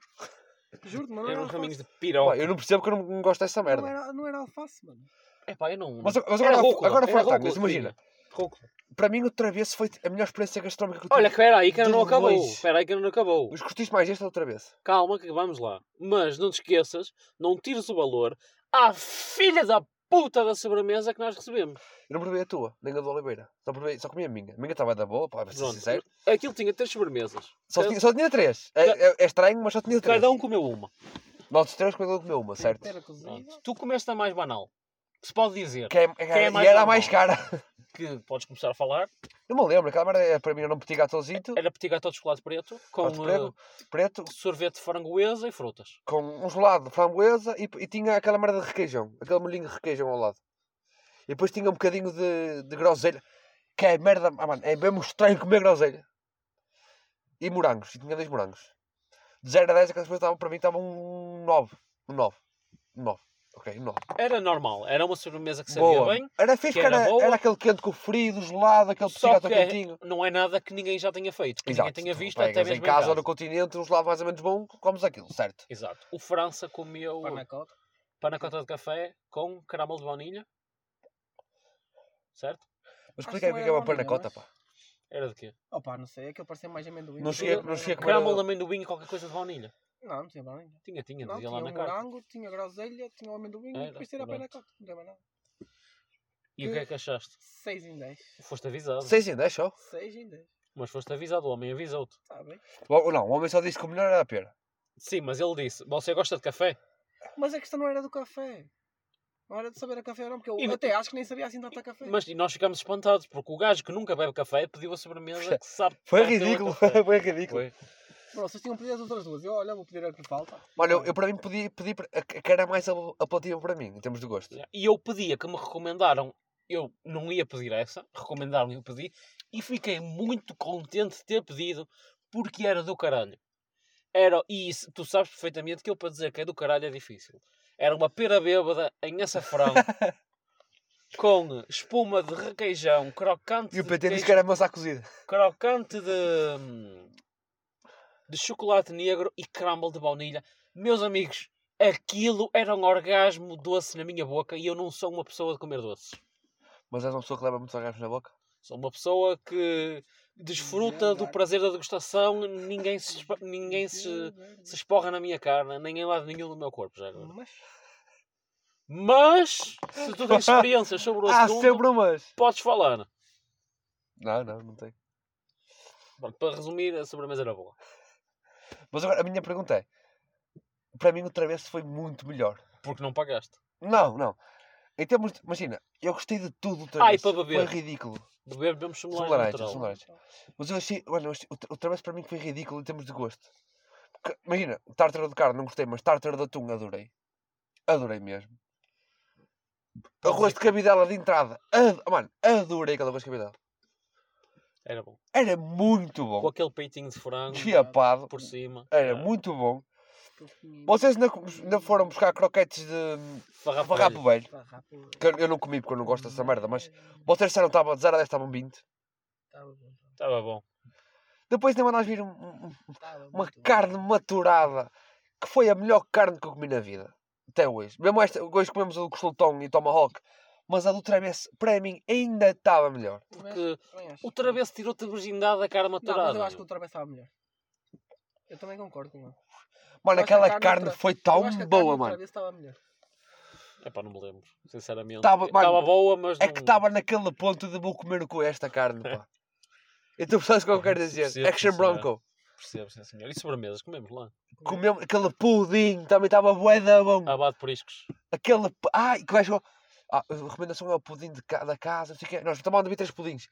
[SPEAKER 3] Juro-te, mano. não
[SPEAKER 4] Eram
[SPEAKER 3] era
[SPEAKER 4] raminhos um de
[SPEAKER 3] alface.
[SPEAKER 2] Pá,
[SPEAKER 4] piroca.
[SPEAKER 2] eu não percebo que eu não, não gosto dessa
[SPEAKER 3] Não
[SPEAKER 2] merda.
[SPEAKER 3] era, não era alface, mano.
[SPEAKER 4] Epá, eu não...
[SPEAKER 2] Mas, mas
[SPEAKER 4] Era
[SPEAKER 2] agora,
[SPEAKER 4] rúcula,
[SPEAKER 2] agora
[SPEAKER 4] era
[SPEAKER 2] fora de
[SPEAKER 4] rúcula,
[SPEAKER 2] tangas, imagina.
[SPEAKER 4] tinha. Rúcula.
[SPEAKER 2] Para mim o travesso foi a melhor experiência gastronómica que eu tive.
[SPEAKER 4] Olha, espera aí que ainda não
[SPEAKER 2] De
[SPEAKER 4] acabou.
[SPEAKER 2] longe.
[SPEAKER 4] Espera aí que ainda não acabou.
[SPEAKER 2] Os curtis mais este é outra vez.
[SPEAKER 4] Calma que vamos lá. Mas não te esqueças, não tires o valor à filha da puta da sobremesa que nós recebemos.
[SPEAKER 2] Eu não provei a tua, nem a do Oliveira. Só, provei, só comi a minha. A minha estava da boa, para ser
[SPEAKER 4] Pronto.
[SPEAKER 2] sincero.
[SPEAKER 4] Aquilo tinha três sobremesas.
[SPEAKER 2] Só tinha, só tinha três. É, é- é estranho, mas só tinha três.
[SPEAKER 4] Cada um comeu uma.
[SPEAKER 2] Nós três, cada um comeu uma, certo?
[SPEAKER 3] Era cozida.
[SPEAKER 4] Pronto. Tu comeste a mais banal. Que se pode dizer
[SPEAKER 2] Que é-
[SPEAKER 4] é mais
[SPEAKER 2] e era a
[SPEAKER 4] normal?
[SPEAKER 2] mais cara.
[SPEAKER 4] que podes começar a falar.
[SPEAKER 2] Eu me lembro, aquela merda era para mim era um petit gâteauzito,
[SPEAKER 4] Era petit gâteau de chocolate preto É, com
[SPEAKER 2] Chocolate preto? preto,
[SPEAKER 4] eh, sorvete de framboesa e frutas.
[SPEAKER 2] com um gelado de framboesa e, e tinha aquela merda de requeijão, aquele molhinho de requeijão ao lado. E depois tinha um bocadinho de, de groselha, que é merda, ah, mano, é mesmo estranho comer groselha. E morangos, e tinha dois morangos. De 0 a 10, aquelas coisas estavam para mim estavam um 9, um 9, um 9, ok, um 9.
[SPEAKER 4] Era normal. Era uma sobremesa que sabia
[SPEAKER 2] Boa.
[SPEAKER 4] bem.
[SPEAKER 2] Era fixe,
[SPEAKER 4] que
[SPEAKER 2] que
[SPEAKER 4] era
[SPEAKER 2] era,
[SPEAKER 4] boa.
[SPEAKER 2] era aquele quente com frio, gelado, aquele petit
[SPEAKER 4] Só
[SPEAKER 2] gâteau
[SPEAKER 4] que é-
[SPEAKER 2] quentinho.
[SPEAKER 4] não é nada que ninguém já tenha feito. Que
[SPEAKER 2] Exato. Então,
[SPEAKER 4] ninguém tenha visto
[SPEAKER 2] Pegas
[SPEAKER 4] até mesmo
[SPEAKER 2] em casa, ou no continente, um gelado mais ou menos bom, comes aquilo, certo?
[SPEAKER 4] Exato. O França comeu
[SPEAKER 3] Panacota.
[SPEAKER 4] panacota de café com caramelo de baunilha. Certo?
[SPEAKER 2] Mas
[SPEAKER 3] Acho
[SPEAKER 2] explica aí
[SPEAKER 3] que
[SPEAKER 2] o
[SPEAKER 3] não
[SPEAKER 2] que é uma
[SPEAKER 3] era normal,
[SPEAKER 2] panacota,
[SPEAKER 3] mas-
[SPEAKER 2] pá.
[SPEAKER 4] Era de quê?
[SPEAKER 3] Opa, não sei, aquele parecia mais amendoim.
[SPEAKER 2] Não cheguei,
[SPEAKER 4] Aquilo-
[SPEAKER 2] não cheguei a comer.
[SPEAKER 4] Grama de amendoim e qualquer coisa de baunilha.
[SPEAKER 3] Não, não tinha baunilha.
[SPEAKER 4] Tinha, tinha,
[SPEAKER 3] Não,
[SPEAKER 4] dizia
[SPEAKER 3] tinha um
[SPEAKER 4] lá na
[SPEAKER 3] o
[SPEAKER 4] carta.
[SPEAKER 3] morango, tinha a groselha, tinha o amendoim
[SPEAKER 4] Era,
[SPEAKER 3] e depois tinha a
[SPEAKER 4] pronto.
[SPEAKER 3] panacota. Não tem mais nada.
[SPEAKER 4] E o que é que achaste?
[SPEAKER 3] 6 em 10.
[SPEAKER 4] Foste avisado.
[SPEAKER 2] 6 em 10 só?
[SPEAKER 3] 6 em 10.
[SPEAKER 4] Mas foste avisado, o homem avisou-te.
[SPEAKER 3] Está bem.
[SPEAKER 2] Ou- Não, o homem só disse que o melhor era a pera.
[SPEAKER 4] Sim, mas ele disse: Você gosta de café?
[SPEAKER 3] Mas a questão não era do café. Não era de saber a café ou não, porque eu
[SPEAKER 4] E-
[SPEAKER 3] até acho que nem sabia assim tanto a café.
[SPEAKER 4] Mas e nós ficámos espantados, porque o gajo que nunca bebe café pediu a sobremesa que sabe. que
[SPEAKER 2] Foi
[SPEAKER 4] vai ter o
[SPEAKER 2] ridículo,
[SPEAKER 4] café.
[SPEAKER 2] foi ridículo.
[SPEAKER 4] Ah, então Foi.
[SPEAKER 3] Bro, vocês tinham pedido as outras duas. Eu, olha, vou pedir a que falta.
[SPEAKER 2] Olha, eu, eu para mim podia pedir para- a a que era mais apel- apelativa para mim, em termos de gosto.
[SPEAKER 4] E eu pedia que me recomendaram. Eu não ia pedir essa, recomendaram e eu pedi. E fiquei muito contente de ter pedido, porque era do caralho. Era, e isso- tu sabes perfeitamente que eu para dizer que é do caralho é difícil. Era uma pera bêbada em açafrão, com espuma de requeijão, crocante
[SPEAKER 2] E o
[SPEAKER 4] de
[SPEAKER 2] PT disse
[SPEAKER 4] queijo
[SPEAKER 2] que era massa cozida.
[SPEAKER 4] crocante de, de chocolate negro e crumble de baunilha. Meus amigos, aquilo era um orgasmo doce na minha boca e eu não sou uma pessoa de comer doces.
[SPEAKER 2] Mas és uma pessoa que leva muitos orgasmos na boca.
[SPEAKER 4] Sou uma pessoa que desfruta do
[SPEAKER 3] Verdade.
[SPEAKER 4] prazer da degustação, ninguém se, espa- ninguém
[SPEAKER 3] é
[SPEAKER 4] se, se esporra na minha carne, nem em lado nenhum do meu corpo, já agora.
[SPEAKER 3] Mas
[SPEAKER 4] Mas, se tu tens experiências sobre o
[SPEAKER 2] Há
[SPEAKER 4] assunto,
[SPEAKER 2] sempre umas!
[SPEAKER 4] podes falar.
[SPEAKER 2] Não, não, não tem.
[SPEAKER 4] Pronto, para resumir, a sobremesa era boa.
[SPEAKER 2] Mas agora a minha pergunta é: para mim o travesso foi muito melhor.
[SPEAKER 4] Porque não pagaste.
[SPEAKER 2] Não, não. Em termos de. Imagina, eu gostei de tudo o travesso.
[SPEAKER 4] Ai, para beber.
[SPEAKER 2] Foi ridículo.
[SPEAKER 4] Beber, bebemos
[SPEAKER 2] Sumo
[SPEAKER 4] chumulagem
[SPEAKER 2] de laranja,
[SPEAKER 4] natural.
[SPEAKER 2] sumo de laranja. Mas eu achei, mano, eu achei- o, tra- o travesso para mim foi ridículo em termos de gosto. Porque, imagina, tártara de carne não gostei, mas tártara de atum adorei. Adorei mesmo.
[SPEAKER 4] Então,
[SPEAKER 2] Arroz de cabidela de entrada. ad- mano, adorei aquele arroz de cabidela.
[SPEAKER 4] Era bom.
[SPEAKER 2] Era muito
[SPEAKER 4] com
[SPEAKER 2] bom.
[SPEAKER 4] aquele peitinho de frango
[SPEAKER 2] Chiapado.
[SPEAKER 4] por cima.
[SPEAKER 2] Era
[SPEAKER 4] Ah,
[SPEAKER 2] muito bom.
[SPEAKER 3] pouquinho.
[SPEAKER 2] Vocês ainda, com- ainda foram buscar croquetes de
[SPEAKER 4] Farrapo
[SPEAKER 2] farrapo
[SPEAKER 4] velho.
[SPEAKER 2] velho?
[SPEAKER 3] Está rápido.
[SPEAKER 2] Que eu- eu não comi porque eu não gosto dessa merda, mas vocês disseram que estavam de 0 a 10, estavam 20.
[SPEAKER 3] Estava tá bom.
[SPEAKER 4] Estava bom.
[SPEAKER 2] Depois ainda mandaram vir um- um- um-
[SPEAKER 3] Estava
[SPEAKER 2] uma carne maturada que foi a melhor carne que eu comi na vida. Até hoje. Mesmo esta, hoje comemos a do Costulton e Tomahawk, mas a do Travesso, para mim, ainda estava melhor.
[SPEAKER 4] Porque
[SPEAKER 3] Também acho.
[SPEAKER 4] o travesso tirou-te a virgindade da cara
[SPEAKER 3] Não, mas
[SPEAKER 4] maturada.
[SPEAKER 3] eu acho que o Travesso estava melhor. Eu também concordo com ele.
[SPEAKER 2] Mano,
[SPEAKER 3] Eu acho que a
[SPEAKER 2] aquela
[SPEAKER 3] carne do
[SPEAKER 2] carne
[SPEAKER 3] Tra-
[SPEAKER 2] foi
[SPEAKER 4] Tá
[SPEAKER 3] Eu
[SPEAKER 4] um
[SPEAKER 2] tão
[SPEAKER 3] acho que a carne
[SPEAKER 2] boa,
[SPEAKER 3] do
[SPEAKER 2] mano.
[SPEAKER 3] Travesso estava melhor.
[SPEAKER 4] É pá, não me lembro. Sinceramente.
[SPEAKER 2] Tava- mano,
[SPEAKER 4] Estava boa, mas
[SPEAKER 2] É
[SPEAKER 4] não...
[SPEAKER 2] que estava naquele ponto de vou comer com esta carne, pá. E tu percebes o que eu quero dizer?
[SPEAKER 4] Percebo,
[SPEAKER 2] Action
[SPEAKER 4] sim, senhor.
[SPEAKER 2] Bronco.
[SPEAKER 4] Percebo, sim senhor. E sobremesas, comemos lá.
[SPEAKER 2] Comemos aquele pudim, também estava bué da bom.
[SPEAKER 4] Abado por iscos.
[SPEAKER 2] Aquele... pu- Ai, que gajo... Ah, a recomendação é o pudim de ca- da casa, não sei o quê. Nós tomamos bem três pudins.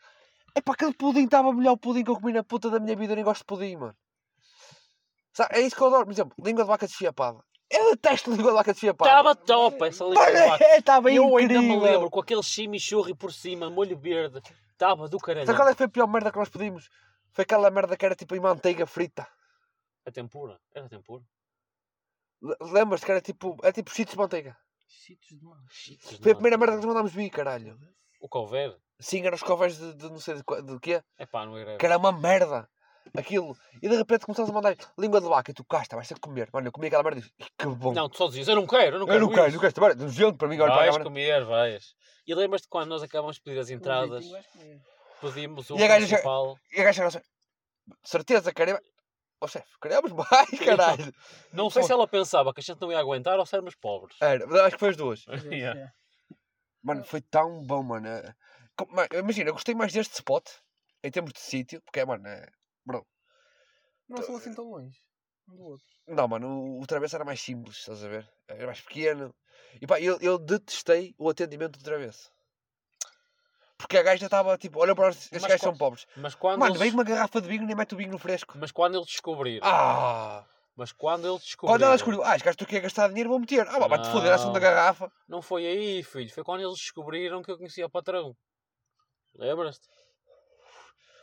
[SPEAKER 2] É pá, aquele pudim estava o melhor pudim que eu comi na puta da minha vida. Eu nem gosto de pudim, mano. Sabe, é isso que eu adoro. Por exemplo, língua de vaca desfiapada. Eu detesto língua de vaca desfiapada.
[SPEAKER 4] Estava top essa língua de vaca.
[SPEAKER 2] Olha, Estava
[SPEAKER 4] E eu ainda
[SPEAKER 2] é incrível.
[SPEAKER 4] me lembro, com aquele chimichurri por cima, molho verde. Estava do caralho.
[SPEAKER 2] Sabe qual é que foi a pior merda que nós pedimos? Foi aquela merda que era tipo em manteiga frita. é?
[SPEAKER 4] A tempura. Era tempura.
[SPEAKER 2] L- Lembras-te que era tipo, era tipo cheetos de manteiga?
[SPEAKER 3] Chitos demais.
[SPEAKER 4] Chitos de
[SPEAKER 2] Foi a primeira merda
[SPEAKER 4] manteiga.
[SPEAKER 2] que nos mandámos vir, caralho.
[SPEAKER 4] O que houver.
[SPEAKER 2] Sim, eram os covers de, de não sei de, qua- de quê,
[SPEAKER 4] É pá, não era.
[SPEAKER 2] que era uma merda. Aquilo. E de repente começamos a mandar língua de vaca e tu casta, vais ter que comer. Mano, eu comi aquela merda e disse, "Ih, que bom.
[SPEAKER 4] Não, tu só dizias, eu não quero, eu não
[SPEAKER 2] eu
[SPEAKER 4] quero
[SPEAKER 2] não quero,
[SPEAKER 4] isso.
[SPEAKER 2] não quero esta merda. Nojento para mim agora para a
[SPEAKER 4] Vais
[SPEAKER 2] câmara.
[SPEAKER 4] comer, vais. E lembras-te quando nós acabamos de pedir as entradas,
[SPEAKER 3] Estava
[SPEAKER 4] pedimos o
[SPEAKER 2] E a gaja já-
[SPEAKER 4] principal.
[SPEAKER 2] E a gaja era assim, certeza, queremos. Oh chefe, queremos mais,
[SPEAKER 4] Então.
[SPEAKER 2] caralho.
[SPEAKER 4] Não sei se ela pensava que a gente não ia aguentar ou se éramos pobres.
[SPEAKER 2] Era, mas acho que foi as duas.
[SPEAKER 3] é.
[SPEAKER 2] Mano, foi tão bom, mano. É, co- ma- Imagina, eu gostei mais deste spot, em termos de sítio, porque, mano, é-
[SPEAKER 3] Não são assim tão longe. Um do outro.
[SPEAKER 2] não, mano, o, o travesso era mais simples, estás a ver? Era mais pequeno. E pá, eu, eu detestei o atendimento do travesso. Porque a gaja estava tipo, olha para nós, estes
[SPEAKER 4] Mas
[SPEAKER 2] gajos são
[SPEAKER 4] qual-
[SPEAKER 2] pobres.
[SPEAKER 4] Mas quando,
[SPEAKER 2] Mano,
[SPEAKER 4] eles...
[SPEAKER 2] veio uma garrafa de vinho e mete o vinho no fresco.
[SPEAKER 4] mas quando eles descobriram.
[SPEAKER 2] Ah!
[SPEAKER 4] Mas quando eles descobriram.
[SPEAKER 2] Quando ela descobriu, ah, este gajo tu quer gastar dinheiro, vou meter. Ah, pá, vai-te foder a segunda
[SPEAKER 4] Não.
[SPEAKER 2] garrafa.
[SPEAKER 4] Não foi aí, filho. Foi quando eles descobriram que eu conhecia o patrão. Lembras-te?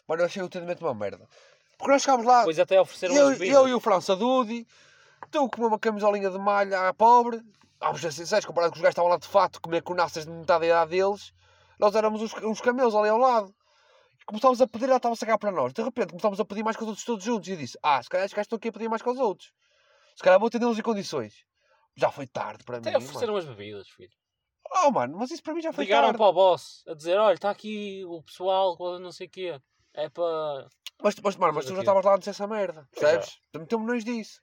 [SPEAKER 2] Mano, eu achei o atendimento uma merda. Porque nós chegámos lá,
[SPEAKER 4] Pois até ofereceram
[SPEAKER 2] Ah, eu,
[SPEAKER 4] as bebidas.
[SPEAKER 2] eu e o França Dudi, tu com uma camisolinha de malha à pobre, ah, vamos ser sinceros, comparado com os gajos que estavam lá de fato, comer com nastas de metade da idade deles, nós éramos uns, uns camelos ali ao lado. E Começámos a pedir, ela estava a sacar para nós. De repente começámos a pedir mais que os outros todos juntos. E eu disse: Ah, se calhar estes gajos estão aqui a pedir mais que os outros. Se calhar vou atendê-los em condições. Já foi tarde para
[SPEAKER 4] Até
[SPEAKER 2] mim. mano.
[SPEAKER 4] ofereceram as bebidas, filho.
[SPEAKER 2] Oh, mano, mas isso para mim já foi
[SPEAKER 4] Ligaram
[SPEAKER 2] tarde.
[SPEAKER 4] para o boss a dizer: olha, está aqui o pessoal, coisa não sei o quê. É para.
[SPEAKER 2] Mas, tu- mas, mano, mas tu já
[SPEAKER 4] Relativo.
[SPEAKER 2] estavas lá antes dessa merda,
[SPEAKER 4] Pois
[SPEAKER 2] percebes? Tu meteu-me nós disso.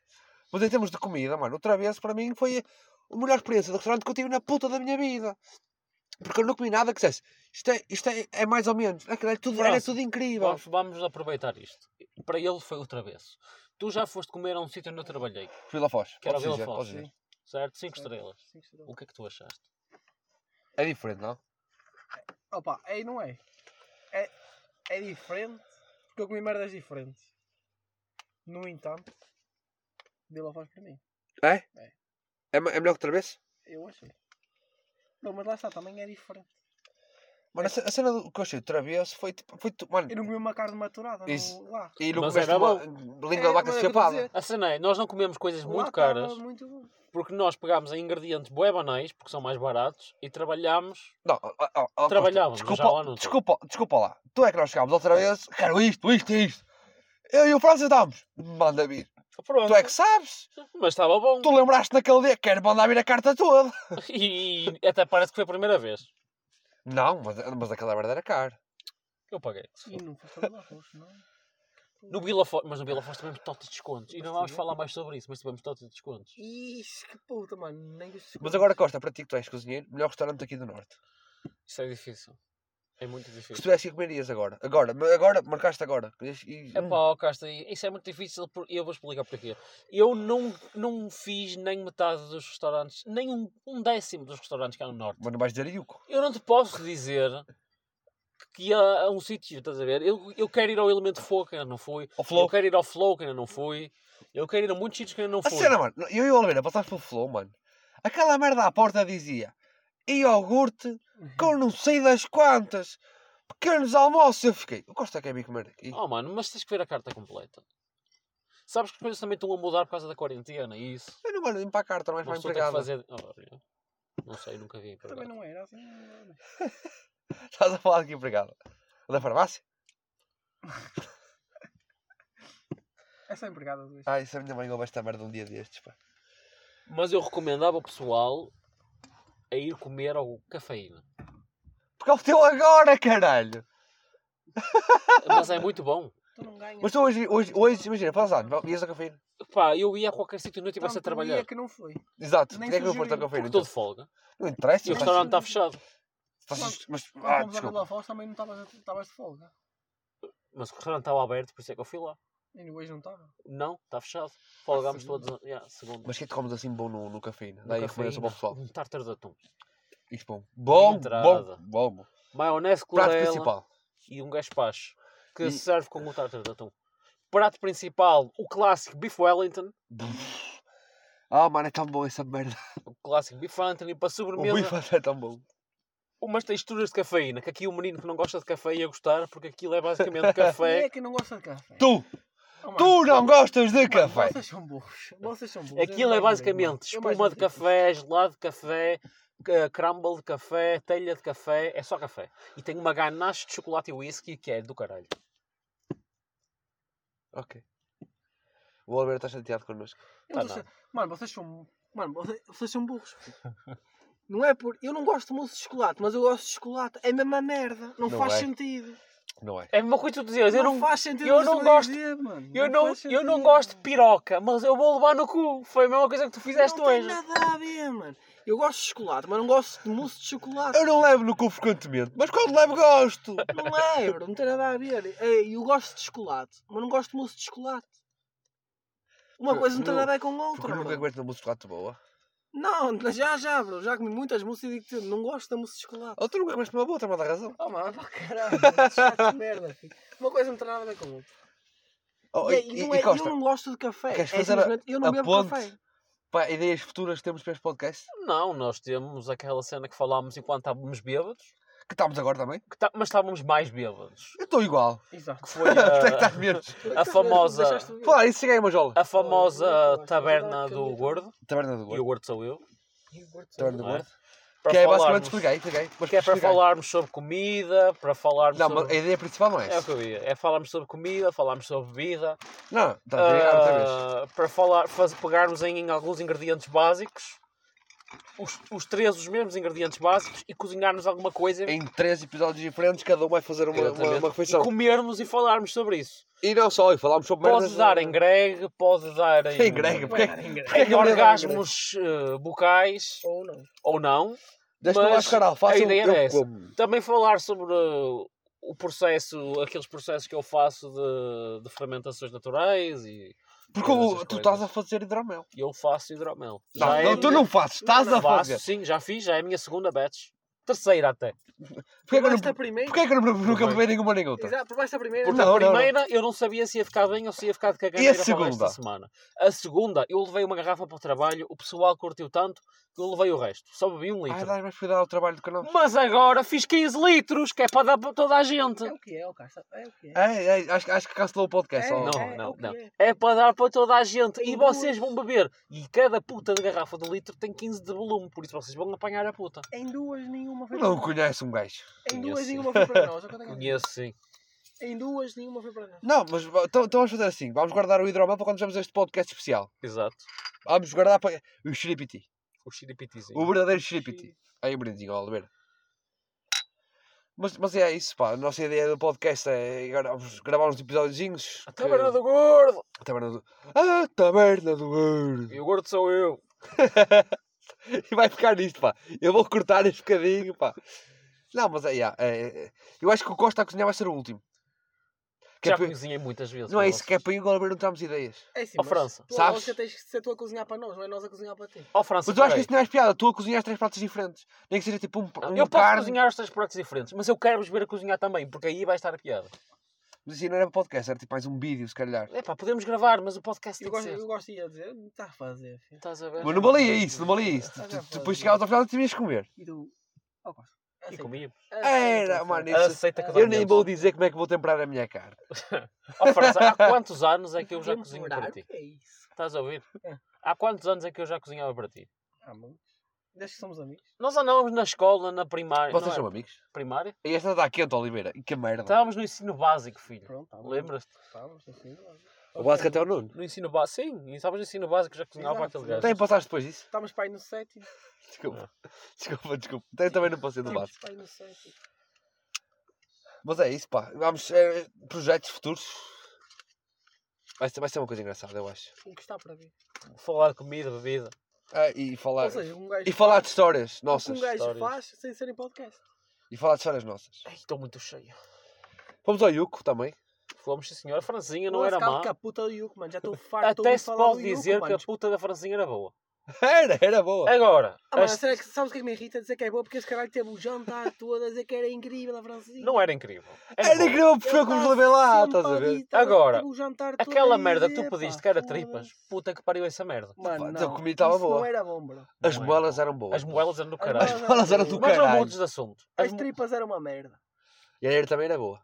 [SPEAKER 2] Mas em termos de comida, mano, o Travesso para mim foi a melhor experiência de restaurante que eu tive na puta da minha vida. Porque eu não comi nada que dissesse, isto é, isto é, é mais ou menos, aquilo é tudo, era
[SPEAKER 4] Pronto.
[SPEAKER 2] tudo incrível.
[SPEAKER 4] Vamos, vamos aproveitar isto. Para ele foi o travesso. Tu já foste comer a um sítio onde eu trabalhei,
[SPEAKER 2] Vila Foz,
[SPEAKER 4] Que era
[SPEAKER 2] podes
[SPEAKER 4] Vila
[SPEAKER 2] dizer,
[SPEAKER 4] Foz,
[SPEAKER 2] podes
[SPEAKER 4] sim.
[SPEAKER 2] dizer.
[SPEAKER 4] certo? 5
[SPEAKER 3] Certo.
[SPEAKER 4] estrelas.
[SPEAKER 3] Sim, estrelas.
[SPEAKER 4] O que é que tu achaste?
[SPEAKER 2] É diferente, não?
[SPEAKER 3] Opa, aí não é. é. É diferente, porque eu comi merdas diferentes. No entanto, Vila Foz para mim.
[SPEAKER 2] É?
[SPEAKER 3] É.
[SPEAKER 2] É, me- é melhor que Travesso?
[SPEAKER 3] Eu achei. Não, mas lá está, também é diferente.
[SPEAKER 2] Mano, a ce- a cena do que eu achei do Travesso foi tipo, foi tipo, mano,
[SPEAKER 3] Eu não comi uma carne maturada no-
[SPEAKER 2] Isso.
[SPEAKER 3] lá.
[SPEAKER 2] e não
[SPEAKER 4] Mas
[SPEAKER 2] comeste
[SPEAKER 4] era
[SPEAKER 2] uma língua de vaca
[SPEAKER 3] mas é o que eu tô a
[SPEAKER 2] chapada.
[SPEAKER 3] dizer.
[SPEAKER 4] A cena é: nós não comemos coisas
[SPEAKER 3] Lá
[SPEAKER 4] muito
[SPEAKER 3] estava
[SPEAKER 4] caras
[SPEAKER 3] Muito bom.
[SPEAKER 4] porque nós pegámos em ingredientes bué banais, porque são mais baratos, e trabalhámos
[SPEAKER 2] Não, ó, ó, ó, Costa,
[SPEAKER 4] Trabalhávamos, mas
[SPEAKER 2] desculpa,
[SPEAKER 4] já lá não
[SPEAKER 2] desculpa, desculpa lá. Tu é que nós chegámos outra vez, quero isto, isto e isto. Eu e o Francis dámos. Manda vir.
[SPEAKER 4] Ah, Pronto,
[SPEAKER 2] Tu é que sabes?
[SPEAKER 4] mas estava bom.
[SPEAKER 2] Tu lembraste naquele dia, quero mandar vir a carta toda.
[SPEAKER 4] E, e até parece que foi a primeira vez.
[SPEAKER 2] Não, mas, mas aquela merda era cara.
[SPEAKER 4] Eu paguei. se
[SPEAKER 3] E
[SPEAKER 4] foda.
[SPEAKER 3] não foste a Vila Foz, não?
[SPEAKER 4] No Vila Fo- mas no Vila Foz tivemos totes de descontos. E não vamos
[SPEAKER 3] Sim.
[SPEAKER 4] falar mais sobre isso, mas tivemos totes de descontos.
[SPEAKER 3] Ixi, que puta, mano. Nem gostei.
[SPEAKER 2] Mas agora, Costa, para ti que tu és cozinheiro, melhor restaurante aqui do Norte.
[SPEAKER 4] Isso é difícil. É muito
[SPEAKER 2] Se
[SPEAKER 4] difícil.
[SPEAKER 2] tivesse que comerias agora. Agora, ma- agora, marcaste agora. E- e-
[SPEAKER 4] É pá, Casta, isso é muito difícil por- eu vou explicar porquê. Eu não, não fiz nem metade dos restaurantes, nem um, um décimo dos restaurantes cá no Norte.
[SPEAKER 2] Mas não vais dizer Iuco.
[SPEAKER 4] Eu não te posso dizer que há há um sítio, estás a ver? Eu, eu quero ir ao Elemento Fogo, que ainda não fui.
[SPEAKER 2] Ao
[SPEAKER 4] Eu
[SPEAKER 2] Flow.
[SPEAKER 4] quero ir ao Flow, que ainda não fui. Eu quero ir a muitos sítios que ainda não
[SPEAKER 2] A
[SPEAKER 4] fui.
[SPEAKER 2] cena, é mano, eu e o Oliveira passámos pelo Flow, mano. Aquela merda à porta dizia iogurte
[SPEAKER 4] Uhum.
[SPEAKER 2] com não sei das quantas pequenos almoços. Eu fiquei, o Costa quer vir comer aqui.
[SPEAKER 4] Oh, mano, mas tens que ver a carta completa. Sabes que as coisas também estão a mudar por causa da quarentena e isso.
[SPEAKER 2] Eu não mando nem para a carta, mais
[SPEAKER 4] Uma
[SPEAKER 2] para a
[SPEAKER 4] pessoa tem que
[SPEAKER 2] empregada.
[SPEAKER 4] fazer. Ah, não sei, nunca vi. empregado.
[SPEAKER 3] Também não era assim.
[SPEAKER 2] Estás a falar de que empregada? Da farmácia?
[SPEAKER 3] Essa empregada do
[SPEAKER 2] Ai, se Ah, a minha mãe ouve esta merda um dia destes, pá.
[SPEAKER 4] Mas eu recomendava ao pessoal a ir comer ao cafeína.
[SPEAKER 2] Porque ele teu agora, caralho!
[SPEAKER 4] Mas é muito bom.
[SPEAKER 3] Tu não ganhas.
[SPEAKER 2] Mas tu hoje, hoje, hoje imagina, faz anos, ias a cafeína.
[SPEAKER 4] Pá, eu ia a qualquer sítio e não estivesse a
[SPEAKER 3] Tanto um dia
[SPEAKER 4] trabalhar.
[SPEAKER 3] que não foi.
[SPEAKER 2] Exato,
[SPEAKER 3] Nem
[SPEAKER 2] porque é que não foste a
[SPEAKER 3] sugeriu,
[SPEAKER 2] cafeína?
[SPEAKER 4] Porque estou de folga.
[SPEAKER 2] Não interessa,
[SPEAKER 4] E o
[SPEAKER 2] mas-
[SPEAKER 4] restaurante tá- está fechado.
[SPEAKER 2] mas- mas.
[SPEAKER 3] Quando
[SPEAKER 2] Ah,
[SPEAKER 3] fomos à Vila
[SPEAKER 2] desculpa.
[SPEAKER 3] Foz também não estavas estavas de folga.
[SPEAKER 4] Mas o restaurante estava aberto, por isso é que eu fui lá.
[SPEAKER 3] E hoje não estava.
[SPEAKER 4] Não, está fechado. Folgámos
[SPEAKER 3] segunda.
[SPEAKER 4] todos. a- Yeah, segunda.
[SPEAKER 2] Mas que é que comes assim bom no, no cafeína?
[SPEAKER 4] No
[SPEAKER 2] Daí
[SPEAKER 4] cafeína,
[SPEAKER 2] recomendação para o pessoal.
[SPEAKER 4] Um tártaro de atum.
[SPEAKER 2] Isto tipo, bom. Bom,
[SPEAKER 4] Entrada.
[SPEAKER 2] bom, bom.
[SPEAKER 4] Maionese
[SPEAKER 2] Prato
[SPEAKER 4] clorela.
[SPEAKER 2] principal.
[SPEAKER 4] e um gaspacho que
[SPEAKER 2] E-
[SPEAKER 4] se serve com o tártaro de atum. Prato principal, o clássico Beef Wellington.
[SPEAKER 2] Ah, mano, é tão bom essa merda.
[SPEAKER 4] O clássico Beef Wellington. E para
[SPEAKER 2] O
[SPEAKER 4] sobremesa,
[SPEAKER 2] bife é tão bom.
[SPEAKER 4] umas texturas de cafeína. Que aqui o menino que não gosta de café ia gostar, porque aquilo é
[SPEAKER 3] Quem
[SPEAKER 4] basicamente café.
[SPEAKER 3] é que não gosta de café?
[SPEAKER 2] Tu,
[SPEAKER 3] Oh, mano,
[SPEAKER 2] tu não gostas de
[SPEAKER 3] mano,
[SPEAKER 2] café.
[SPEAKER 3] Vocês são burros. Vocês são burros. Eu
[SPEAKER 4] Aquilo é
[SPEAKER 3] mais não
[SPEAKER 4] basicamente
[SPEAKER 3] digo, mano. Eu mais não
[SPEAKER 4] espuma de
[SPEAKER 3] digo.
[SPEAKER 4] café, gelado de café, c- crumble de café, telha de café. É só café. E tem uma ganache de chocolate e whisky que é do caralho.
[SPEAKER 2] Ok. O Alberto está chateado connosco.
[SPEAKER 3] Eu não
[SPEAKER 4] Tá
[SPEAKER 3] sei- Mano, vocês são. Mano, vocês, vocês são burros. Não é por. Eu não gosto de mousse de chocolate, mas eu gosto de chocolate. É a mesma merda. Não,
[SPEAKER 2] Não
[SPEAKER 3] faz
[SPEAKER 2] é.
[SPEAKER 3] sentido.
[SPEAKER 2] Não é?
[SPEAKER 4] É a mesma coisa que tu dizias. Eu não,
[SPEAKER 3] faz sentido.
[SPEAKER 4] eu
[SPEAKER 3] o que
[SPEAKER 4] não
[SPEAKER 3] estão a
[SPEAKER 4] gosto-
[SPEAKER 3] dizer, mano.
[SPEAKER 4] eu não,
[SPEAKER 3] faz
[SPEAKER 4] eu não
[SPEAKER 3] sentido.
[SPEAKER 4] gosto de piroca, mas eu vou levar no cu. Foi a mesma coisa que tu fizeste
[SPEAKER 3] Não tem
[SPEAKER 4] hoje.
[SPEAKER 3] nada a ver, mano. Eu gosto de chocolate, mas não gosto de mousse de chocolate.
[SPEAKER 2] Eu não levo no cu frequentemente, mas quando levo gosto.
[SPEAKER 3] Não lembro, não tem nada a ver. Ei, Eu gosto de chocolate, mas não gosto de mousse de chocolate. Uma
[SPEAKER 2] Porque
[SPEAKER 3] coisa não tem
[SPEAKER 2] não-
[SPEAKER 3] nada a ver com
[SPEAKER 2] Porque
[SPEAKER 3] outra.
[SPEAKER 2] eu nunca
[SPEAKER 3] mano.
[SPEAKER 2] aguento uma música de chocolate boa.
[SPEAKER 3] Não, já, já, bro. Já comi muitas mousse e digo-te, não gosto da mousse de chocolate.
[SPEAKER 2] Ou tu nunca comeste uma boa, tem da razão.
[SPEAKER 3] Oh, mano, pá, caralho, mano, chato de merda. filho. Uma coisa não tem nada a ver com outra.
[SPEAKER 2] Oh,
[SPEAKER 3] E, é- e não é- eu não gosto de café.
[SPEAKER 2] queres
[SPEAKER 3] é
[SPEAKER 2] fazer a-
[SPEAKER 3] simplesmente, eu não
[SPEAKER 2] a
[SPEAKER 3] bebo
[SPEAKER 2] ponte?
[SPEAKER 3] café.
[SPEAKER 2] Pá, ideias futuras que temos para este podcast,
[SPEAKER 4] Não, nós temos aquela cena que falámos enquanto estávamos bêbados,
[SPEAKER 2] que estamos agora também.
[SPEAKER 4] que tá- mas estávamos mais bêbados.
[SPEAKER 2] Eu estou igual.
[SPEAKER 3] Exato.
[SPEAKER 4] Que foi
[SPEAKER 2] Tem que
[SPEAKER 4] a,
[SPEAKER 3] tá-
[SPEAKER 2] estar menos.
[SPEAKER 4] a famosa,
[SPEAKER 2] Falar isso, cheguei a uma jola.
[SPEAKER 4] a famosa taberna do gordo,
[SPEAKER 2] Taberna do
[SPEAKER 4] e o
[SPEAKER 2] Gordo.
[SPEAKER 4] gordo sou eu.
[SPEAKER 2] Taberna do
[SPEAKER 4] não é?
[SPEAKER 2] Gordo.
[SPEAKER 4] Para
[SPEAKER 2] Que é basicamente,
[SPEAKER 4] falarmos,
[SPEAKER 2] expliquei, expliquei. mas
[SPEAKER 4] que é para
[SPEAKER 2] expliquei.
[SPEAKER 4] falarmos sobre comida, para falarmos
[SPEAKER 2] Não, mas a
[SPEAKER 4] sobre...
[SPEAKER 2] ideia principal não é
[SPEAKER 4] É o que
[SPEAKER 2] essa.
[SPEAKER 4] eu ia. É falarmos sobre comida, falarmos sobre bebida,
[SPEAKER 2] Não, tá está a dizer outra vez.
[SPEAKER 4] ah, para falar, faz- pegarmos em, em alguns ingredientes básicos os, os três os mesmos ingredientes básicos e cozinharmos alguma coisa
[SPEAKER 2] Em três episódios diferentes, cada um vai fazer uma, uma,
[SPEAKER 4] Exatamente.
[SPEAKER 2] uma
[SPEAKER 4] e
[SPEAKER 2] refeição.
[SPEAKER 4] comermos e falarmos sobre isso.
[SPEAKER 2] E não só, e falámos sobre merdas. eh,
[SPEAKER 4] Pode dar em greg, pode dar em,
[SPEAKER 2] Em grego, porque
[SPEAKER 4] em
[SPEAKER 2] é que eu queria dar em
[SPEAKER 4] orgasmos eh, bucais
[SPEAKER 3] Ou não.
[SPEAKER 4] ou não.
[SPEAKER 2] Deixa-me lá
[SPEAKER 4] mas
[SPEAKER 2] buscar alface,
[SPEAKER 4] a
[SPEAKER 2] eu-
[SPEAKER 4] ideia
[SPEAKER 2] eu
[SPEAKER 4] era essa.
[SPEAKER 2] como.
[SPEAKER 4] Também falar sobre eh, o processo, aqueles processos que eu faço de, de fermentações naturais e
[SPEAKER 2] Porque o-
[SPEAKER 4] Essas
[SPEAKER 2] tu
[SPEAKER 4] coisas.
[SPEAKER 2] estás a fazer hidromel.
[SPEAKER 4] eu faço hidromel.
[SPEAKER 2] Não,
[SPEAKER 4] Já é-
[SPEAKER 2] não, tu não fazes, estás a
[SPEAKER 4] faço,
[SPEAKER 2] fazer.
[SPEAKER 4] sim, já fiz, já é a minha segunda batch. Terceira até.
[SPEAKER 2] Porquê que eu,
[SPEAKER 4] é
[SPEAKER 3] Provaste a
[SPEAKER 2] não,
[SPEAKER 3] primeira.
[SPEAKER 2] porquê que eu não- nunca
[SPEAKER 4] Também.
[SPEAKER 2] provei nenhuma nem outra?
[SPEAKER 3] Exato, provaste a primeira.
[SPEAKER 4] Porque
[SPEAKER 2] Não, não,
[SPEAKER 4] a
[SPEAKER 2] não.
[SPEAKER 4] primeira eu não sabia se ia ficar bem ou se ia ficar de caganeira para o resto
[SPEAKER 2] segunda?
[SPEAKER 4] da semana. A segunda eu levei uma garrafa para o trabalho, o pessoal curtiu tanto que eu levei o resto. Só bebi um
[SPEAKER 2] Ai,
[SPEAKER 4] litro.
[SPEAKER 2] dá, mas fui dar o trabalho do canal.
[SPEAKER 4] Mas agora fiz 15 litros, que é para dar para toda a gente.
[SPEAKER 3] É o que é, ó, cara. É o que é.
[SPEAKER 2] Ai, ai, acho, acho que cancelou o podcast. ó.
[SPEAKER 4] não,
[SPEAKER 3] é, é
[SPEAKER 4] não,
[SPEAKER 3] o que
[SPEAKER 4] não.
[SPEAKER 3] é.
[SPEAKER 4] É para dar para toda a gente.
[SPEAKER 3] Tem
[SPEAKER 4] E vocês vão beber. E cada puta de garrafa de um litro tem 15 de volume, por isso vocês vão apanhar a puta.
[SPEAKER 3] Em duas nenhuma foi para
[SPEAKER 2] Não
[SPEAKER 3] nós.
[SPEAKER 2] conhece um gajo.
[SPEAKER 3] Em duas
[SPEAKER 4] Conheço.
[SPEAKER 3] nenhuma foi para nós. é o que eu tenho a dizer.
[SPEAKER 4] Conheço sim.
[SPEAKER 3] Em duas nenhuma foi para nós.
[SPEAKER 2] Não, mas va- então, então vamos fazer assim: vamos guardar o hidromel para quando fizermos este podcast especial.
[SPEAKER 4] Exato.
[SPEAKER 2] Vamos guardar para o xiripiti.
[SPEAKER 4] O
[SPEAKER 2] O
[SPEAKER 4] xiripitizinho.
[SPEAKER 2] verdadeiro xiripiti. Aí o brindinho, ó, Oliveira. Mas, mas é isso, pá. A nossa ideia do podcast é gra- gravar uns episódiozinhos.
[SPEAKER 4] A
[SPEAKER 2] que-
[SPEAKER 4] taberna do gordo.
[SPEAKER 2] A taberna do. A taberna do ouro.
[SPEAKER 4] E o gordo sou eu.
[SPEAKER 2] E vai ficar nisto, pá. Eu vou cortar este bocadinho, pá. Não, mas é, yeah, é, é. Eu acho que o Costa a cozinhar vai ser o último. Que é
[SPEAKER 4] Já
[SPEAKER 2] para-
[SPEAKER 4] cozinhei muitas vezes.
[SPEAKER 2] Não é
[SPEAKER 4] para
[SPEAKER 2] isso, que é para eu e o Oliveira não termos ideias.
[SPEAKER 3] É assim,
[SPEAKER 4] Ó,
[SPEAKER 3] mas
[SPEAKER 4] França,
[SPEAKER 3] tu,
[SPEAKER 2] sabes?
[SPEAKER 3] Você tens que ser tu a cozinhar para nós, não é nós a cozinhar para ti.
[SPEAKER 4] Ó França,
[SPEAKER 2] Mas eu acho que
[SPEAKER 4] Oh, peraí.
[SPEAKER 2] isto não é piada. Tu a cozinhar três pratos diferentes. Nem que seja tipo um, um
[SPEAKER 4] Ah, eu posso
[SPEAKER 2] carne.
[SPEAKER 4] cozinhar os três pratos diferentes, mas eu quero-vos ver a cozinhar também, porque aí vai estar a piada.
[SPEAKER 2] Mas assim, não era podcast, era tipo mais um vídeo, se calhar.
[SPEAKER 4] É pá, podemos gravar, mas o podcast
[SPEAKER 3] Eu
[SPEAKER 4] tem que
[SPEAKER 3] gosto,
[SPEAKER 4] ser.
[SPEAKER 3] eu gosto de ir a dizer, não está a fazer. filho.
[SPEAKER 4] Estás a ver?
[SPEAKER 2] Mas não valia isso, não valia isso. Tu-
[SPEAKER 3] Ah, já
[SPEAKER 2] tu-
[SPEAKER 3] faz,
[SPEAKER 2] Depois
[SPEAKER 3] já.
[SPEAKER 2] chegavas ao final e tinhas que comer.
[SPEAKER 3] E tu. Ó, Costa.
[SPEAKER 4] E
[SPEAKER 3] aceita.
[SPEAKER 4] comigo.
[SPEAKER 3] Aceita,
[SPEAKER 2] Era,
[SPEAKER 3] filho.
[SPEAKER 2] mano, isso-
[SPEAKER 4] Aceita que
[SPEAKER 2] Eu nem vou dizer como é que vou temperar a minha carne.
[SPEAKER 4] Ó França, Oh, há quantos anos é que eu já
[SPEAKER 3] Temporário,
[SPEAKER 4] cozinho para ti?
[SPEAKER 3] que é isso?
[SPEAKER 4] Estás a ouvir?
[SPEAKER 3] É.
[SPEAKER 4] Há quantos anos é que eu já cozinhava para ti?
[SPEAKER 3] Ah, mano. Desde que somos amigos.
[SPEAKER 4] Nós andávamos na escola, na primária.
[SPEAKER 2] Vocês
[SPEAKER 3] é.
[SPEAKER 4] não
[SPEAKER 2] são
[SPEAKER 4] era?
[SPEAKER 2] amigos?
[SPEAKER 4] Primária?
[SPEAKER 2] E esta está quente, Oliveira. E que merda.
[SPEAKER 3] Tá.
[SPEAKER 4] Estávamos no ensino básico, filho.
[SPEAKER 3] Pronto, tá bom.
[SPEAKER 4] Lembras-te?
[SPEAKER 3] Estávamos assim. lá.
[SPEAKER 2] O básico até o nono.
[SPEAKER 4] No ensino básico? Sim, estávamos no ensino básico, já cozinhava para
[SPEAKER 3] Exato.
[SPEAKER 4] aquele gajo.
[SPEAKER 2] Tem passaste depois disso?
[SPEAKER 3] Estávamos para aí no sétimo.
[SPEAKER 2] Desculpa. Desculpa, desculpa. Tem também não passei do
[SPEAKER 3] Estávamos
[SPEAKER 2] básico.
[SPEAKER 3] para aí no sétimo.
[SPEAKER 2] Mas é isso, pá. Vamos. eh, projetos futuros. Vai ser, vai ser uma coisa engraçada, eu acho.
[SPEAKER 3] O que está para vir?
[SPEAKER 4] Falar de comida, bebida.
[SPEAKER 2] Ah, e falar.
[SPEAKER 3] Ou seja, um gajo.
[SPEAKER 2] E falar de histórias
[SPEAKER 3] o que
[SPEAKER 2] nossas.
[SPEAKER 3] um gajo
[SPEAKER 4] histórias.
[SPEAKER 3] faz sem ser em podcast.
[SPEAKER 2] E falar de histórias nossas.
[SPEAKER 4] Ai, estou muito cheio.
[SPEAKER 2] Vamos ao Yuko também.
[SPEAKER 4] Fomos, sim senhor. A Franzinha não é
[SPEAKER 3] Nossa,
[SPEAKER 4] era
[SPEAKER 3] calma
[SPEAKER 4] má.
[SPEAKER 3] é que a puta do Yuko, mano. Já estou farto de
[SPEAKER 4] Até
[SPEAKER 3] ouvir
[SPEAKER 4] se
[SPEAKER 3] falar
[SPEAKER 4] pode
[SPEAKER 3] do Yuko,
[SPEAKER 4] dizer que
[SPEAKER 3] mano.
[SPEAKER 4] a puta da Franzinha era boa.
[SPEAKER 2] Era, era boa.
[SPEAKER 4] Agora,
[SPEAKER 3] Ah, mano,
[SPEAKER 4] as-
[SPEAKER 3] a sério, é que sabes o que é que me irrita? Dizer que é boa porque esse caralho teve o jantar todo a dizer que era incrível a Francinha.
[SPEAKER 4] não era incrível.
[SPEAKER 3] é
[SPEAKER 4] Era
[SPEAKER 2] Era
[SPEAKER 4] boa.
[SPEAKER 2] incrível
[SPEAKER 3] Ele
[SPEAKER 2] porque eu vos
[SPEAKER 3] tá
[SPEAKER 2] levei lá,
[SPEAKER 3] sempre
[SPEAKER 2] estás a
[SPEAKER 3] ali, tá
[SPEAKER 2] ver?
[SPEAKER 3] tava-
[SPEAKER 4] Agora,
[SPEAKER 3] teve tipo, o jantar todo
[SPEAKER 4] Aquela
[SPEAKER 3] a
[SPEAKER 4] merda que tu
[SPEAKER 3] dizer,
[SPEAKER 4] pediste
[SPEAKER 3] pá,
[SPEAKER 4] que era
[SPEAKER 3] foda-se.
[SPEAKER 4] tripas, puta que pariu essa merda.
[SPEAKER 3] Mano,
[SPEAKER 2] Pá, Então, a
[SPEAKER 3] não,
[SPEAKER 2] comida estava
[SPEAKER 3] isso
[SPEAKER 2] boa.
[SPEAKER 3] não era bom, bro.
[SPEAKER 2] As
[SPEAKER 4] Não é
[SPEAKER 2] moelas
[SPEAKER 4] bom.
[SPEAKER 2] eram boas.
[SPEAKER 4] As moelas eram do
[SPEAKER 3] As
[SPEAKER 4] caralho.
[SPEAKER 2] As moelas eram do
[SPEAKER 3] Mas
[SPEAKER 4] Mas não
[SPEAKER 2] caralho.
[SPEAKER 4] mudes É de assunto. As
[SPEAKER 3] As
[SPEAKER 4] mo-
[SPEAKER 3] tripas eram uma merda.
[SPEAKER 2] E a alheira também era boa.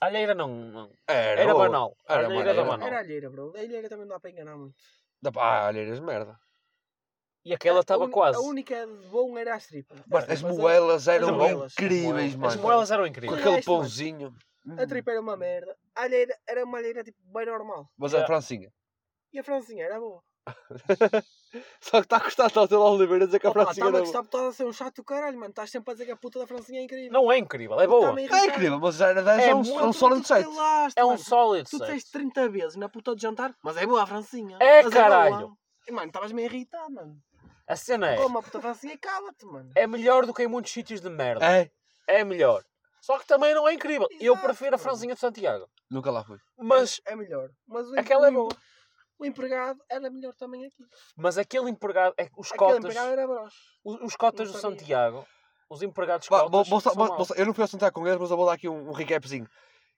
[SPEAKER 4] A alheira não. não.
[SPEAKER 2] Era,
[SPEAKER 4] Era
[SPEAKER 2] boa.
[SPEAKER 4] banal. A
[SPEAKER 2] Era
[SPEAKER 4] alheira era
[SPEAKER 2] banal.
[SPEAKER 4] banal.
[SPEAKER 3] Era alheira, bro. A alheira também não dá para enganar muito.
[SPEAKER 2] Da- Ah, alheiras de merda.
[SPEAKER 4] E
[SPEAKER 3] A
[SPEAKER 4] aquela estava
[SPEAKER 3] uni-
[SPEAKER 4] quase.
[SPEAKER 3] A única de bom era as tripas.
[SPEAKER 2] Mano, as
[SPEAKER 3] tripas eram-
[SPEAKER 2] moelas eram
[SPEAKER 3] moelas.
[SPEAKER 2] incríveis,
[SPEAKER 4] As
[SPEAKER 2] mano.
[SPEAKER 4] moelas eram
[SPEAKER 2] Com
[SPEAKER 4] incríveis.
[SPEAKER 3] Olha
[SPEAKER 2] aquele
[SPEAKER 3] este, mano.
[SPEAKER 2] pãozinho.
[SPEAKER 3] A tripa era uma merda. A alheira era uma alheira tipo bem normal.
[SPEAKER 2] Mas é a
[SPEAKER 4] Yeah.
[SPEAKER 2] Francinha.
[SPEAKER 3] E a francinha era boa.
[SPEAKER 2] Só que está a custar tal teu Oliveira dizer que a
[SPEAKER 3] Opa,
[SPEAKER 2] Francinha
[SPEAKER 3] Estava a
[SPEAKER 2] era
[SPEAKER 3] gostar
[SPEAKER 2] boa.
[SPEAKER 3] por causa de ser um chato do caralho, mano. Estás sempre a dizer que a puta da francinha é incrível.
[SPEAKER 4] Não é incrível, é boa.
[SPEAKER 3] Tá-me a
[SPEAKER 2] É
[SPEAKER 3] irritar. tipo
[SPEAKER 2] incrível, mas era 10
[SPEAKER 4] É
[SPEAKER 2] é um,
[SPEAKER 4] muito
[SPEAKER 2] é um sólido 7.
[SPEAKER 4] É um sólido.
[SPEAKER 3] Tu
[SPEAKER 4] seis.
[SPEAKER 3] tens 30 vezes na puta de jantar, mas é boa a francinha.
[SPEAKER 4] É,
[SPEAKER 3] Mas
[SPEAKER 4] caralho.
[SPEAKER 3] boa. E, mano, estavas meio irritado, mano.
[SPEAKER 4] A cena é.
[SPEAKER 3] Como a puta francinha e cala-te, mano.
[SPEAKER 4] É melhor do que em muitos sítios de merda.
[SPEAKER 2] É,
[SPEAKER 4] É melhor. Só que também não é incrível. Eu
[SPEAKER 3] Exato.
[SPEAKER 4] prefiro a Franzinha de Santiago.
[SPEAKER 2] nunca lá fui.
[SPEAKER 4] Mas
[SPEAKER 3] É melhor. Mas o
[SPEAKER 4] aquela é
[SPEAKER 3] emprego-
[SPEAKER 4] boa.
[SPEAKER 3] O empregado era melhor também aqui.
[SPEAKER 4] Mas aquele empregado. é que Os
[SPEAKER 3] Aquele
[SPEAKER 4] cotas.
[SPEAKER 3] empregado era broche.
[SPEAKER 4] Os os cotas
[SPEAKER 3] Não
[SPEAKER 4] do
[SPEAKER 3] sabia.
[SPEAKER 4] Santiago. Os empregados
[SPEAKER 2] Vá,
[SPEAKER 4] cotas.
[SPEAKER 2] vou- vou só-
[SPEAKER 4] são
[SPEAKER 2] vou-
[SPEAKER 4] maus.
[SPEAKER 2] vou só- eu não fui ao Santiago com eles, mas eu vou dar aqui um, um recapzinho.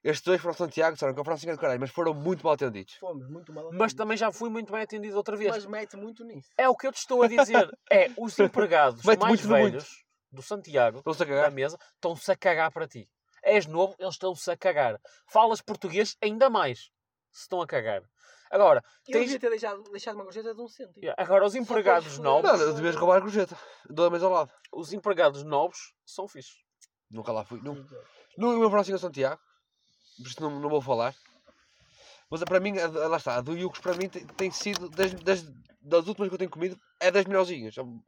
[SPEAKER 2] Estes dois foram ao Santiago, disseram que a Francinha era do caralho, mas foram muito mal atendidos.
[SPEAKER 3] Fomos muito mal
[SPEAKER 4] Mas
[SPEAKER 3] atendidos.
[SPEAKER 4] também já fui muito bem atendido outra vez.
[SPEAKER 3] Mas mete muito nisso.
[SPEAKER 4] É o que eu te estou a dizer. É, os empregados
[SPEAKER 2] Mete
[SPEAKER 4] mais
[SPEAKER 2] muito no muito.
[SPEAKER 4] velhos do Santiago,
[SPEAKER 2] Estão-se a
[SPEAKER 4] da
[SPEAKER 2] cagar.
[SPEAKER 4] mesa, estão-se a cagar para ti. És novo, eles estão-se a cagar. Falas português, ainda mais. Se estão a cagar. Agora,
[SPEAKER 3] Eu
[SPEAKER 4] Tens-
[SPEAKER 3] devia ter deixado, deixado uma gorjeta de um cêntimo.
[SPEAKER 4] yeah, agora os empregados
[SPEAKER 3] Só podes
[SPEAKER 4] novos,
[SPEAKER 2] Não, devias roubar a gorjeta. Dou a mesa ao lado.
[SPEAKER 4] os empregados novos são fixos.
[SPEAKER 2] Nunca lá fui. Nunca,
[SPEAKER 4] é.
[SPEAKER 2] nunca me aproximo ao é Santiago. Por isso não, não vou falar. Mas para mim, a- a- lá está, a do Yucos para mim tem, tem sido, das, das, das últimas que eu tenho comido, é das melhorzinhas. É um-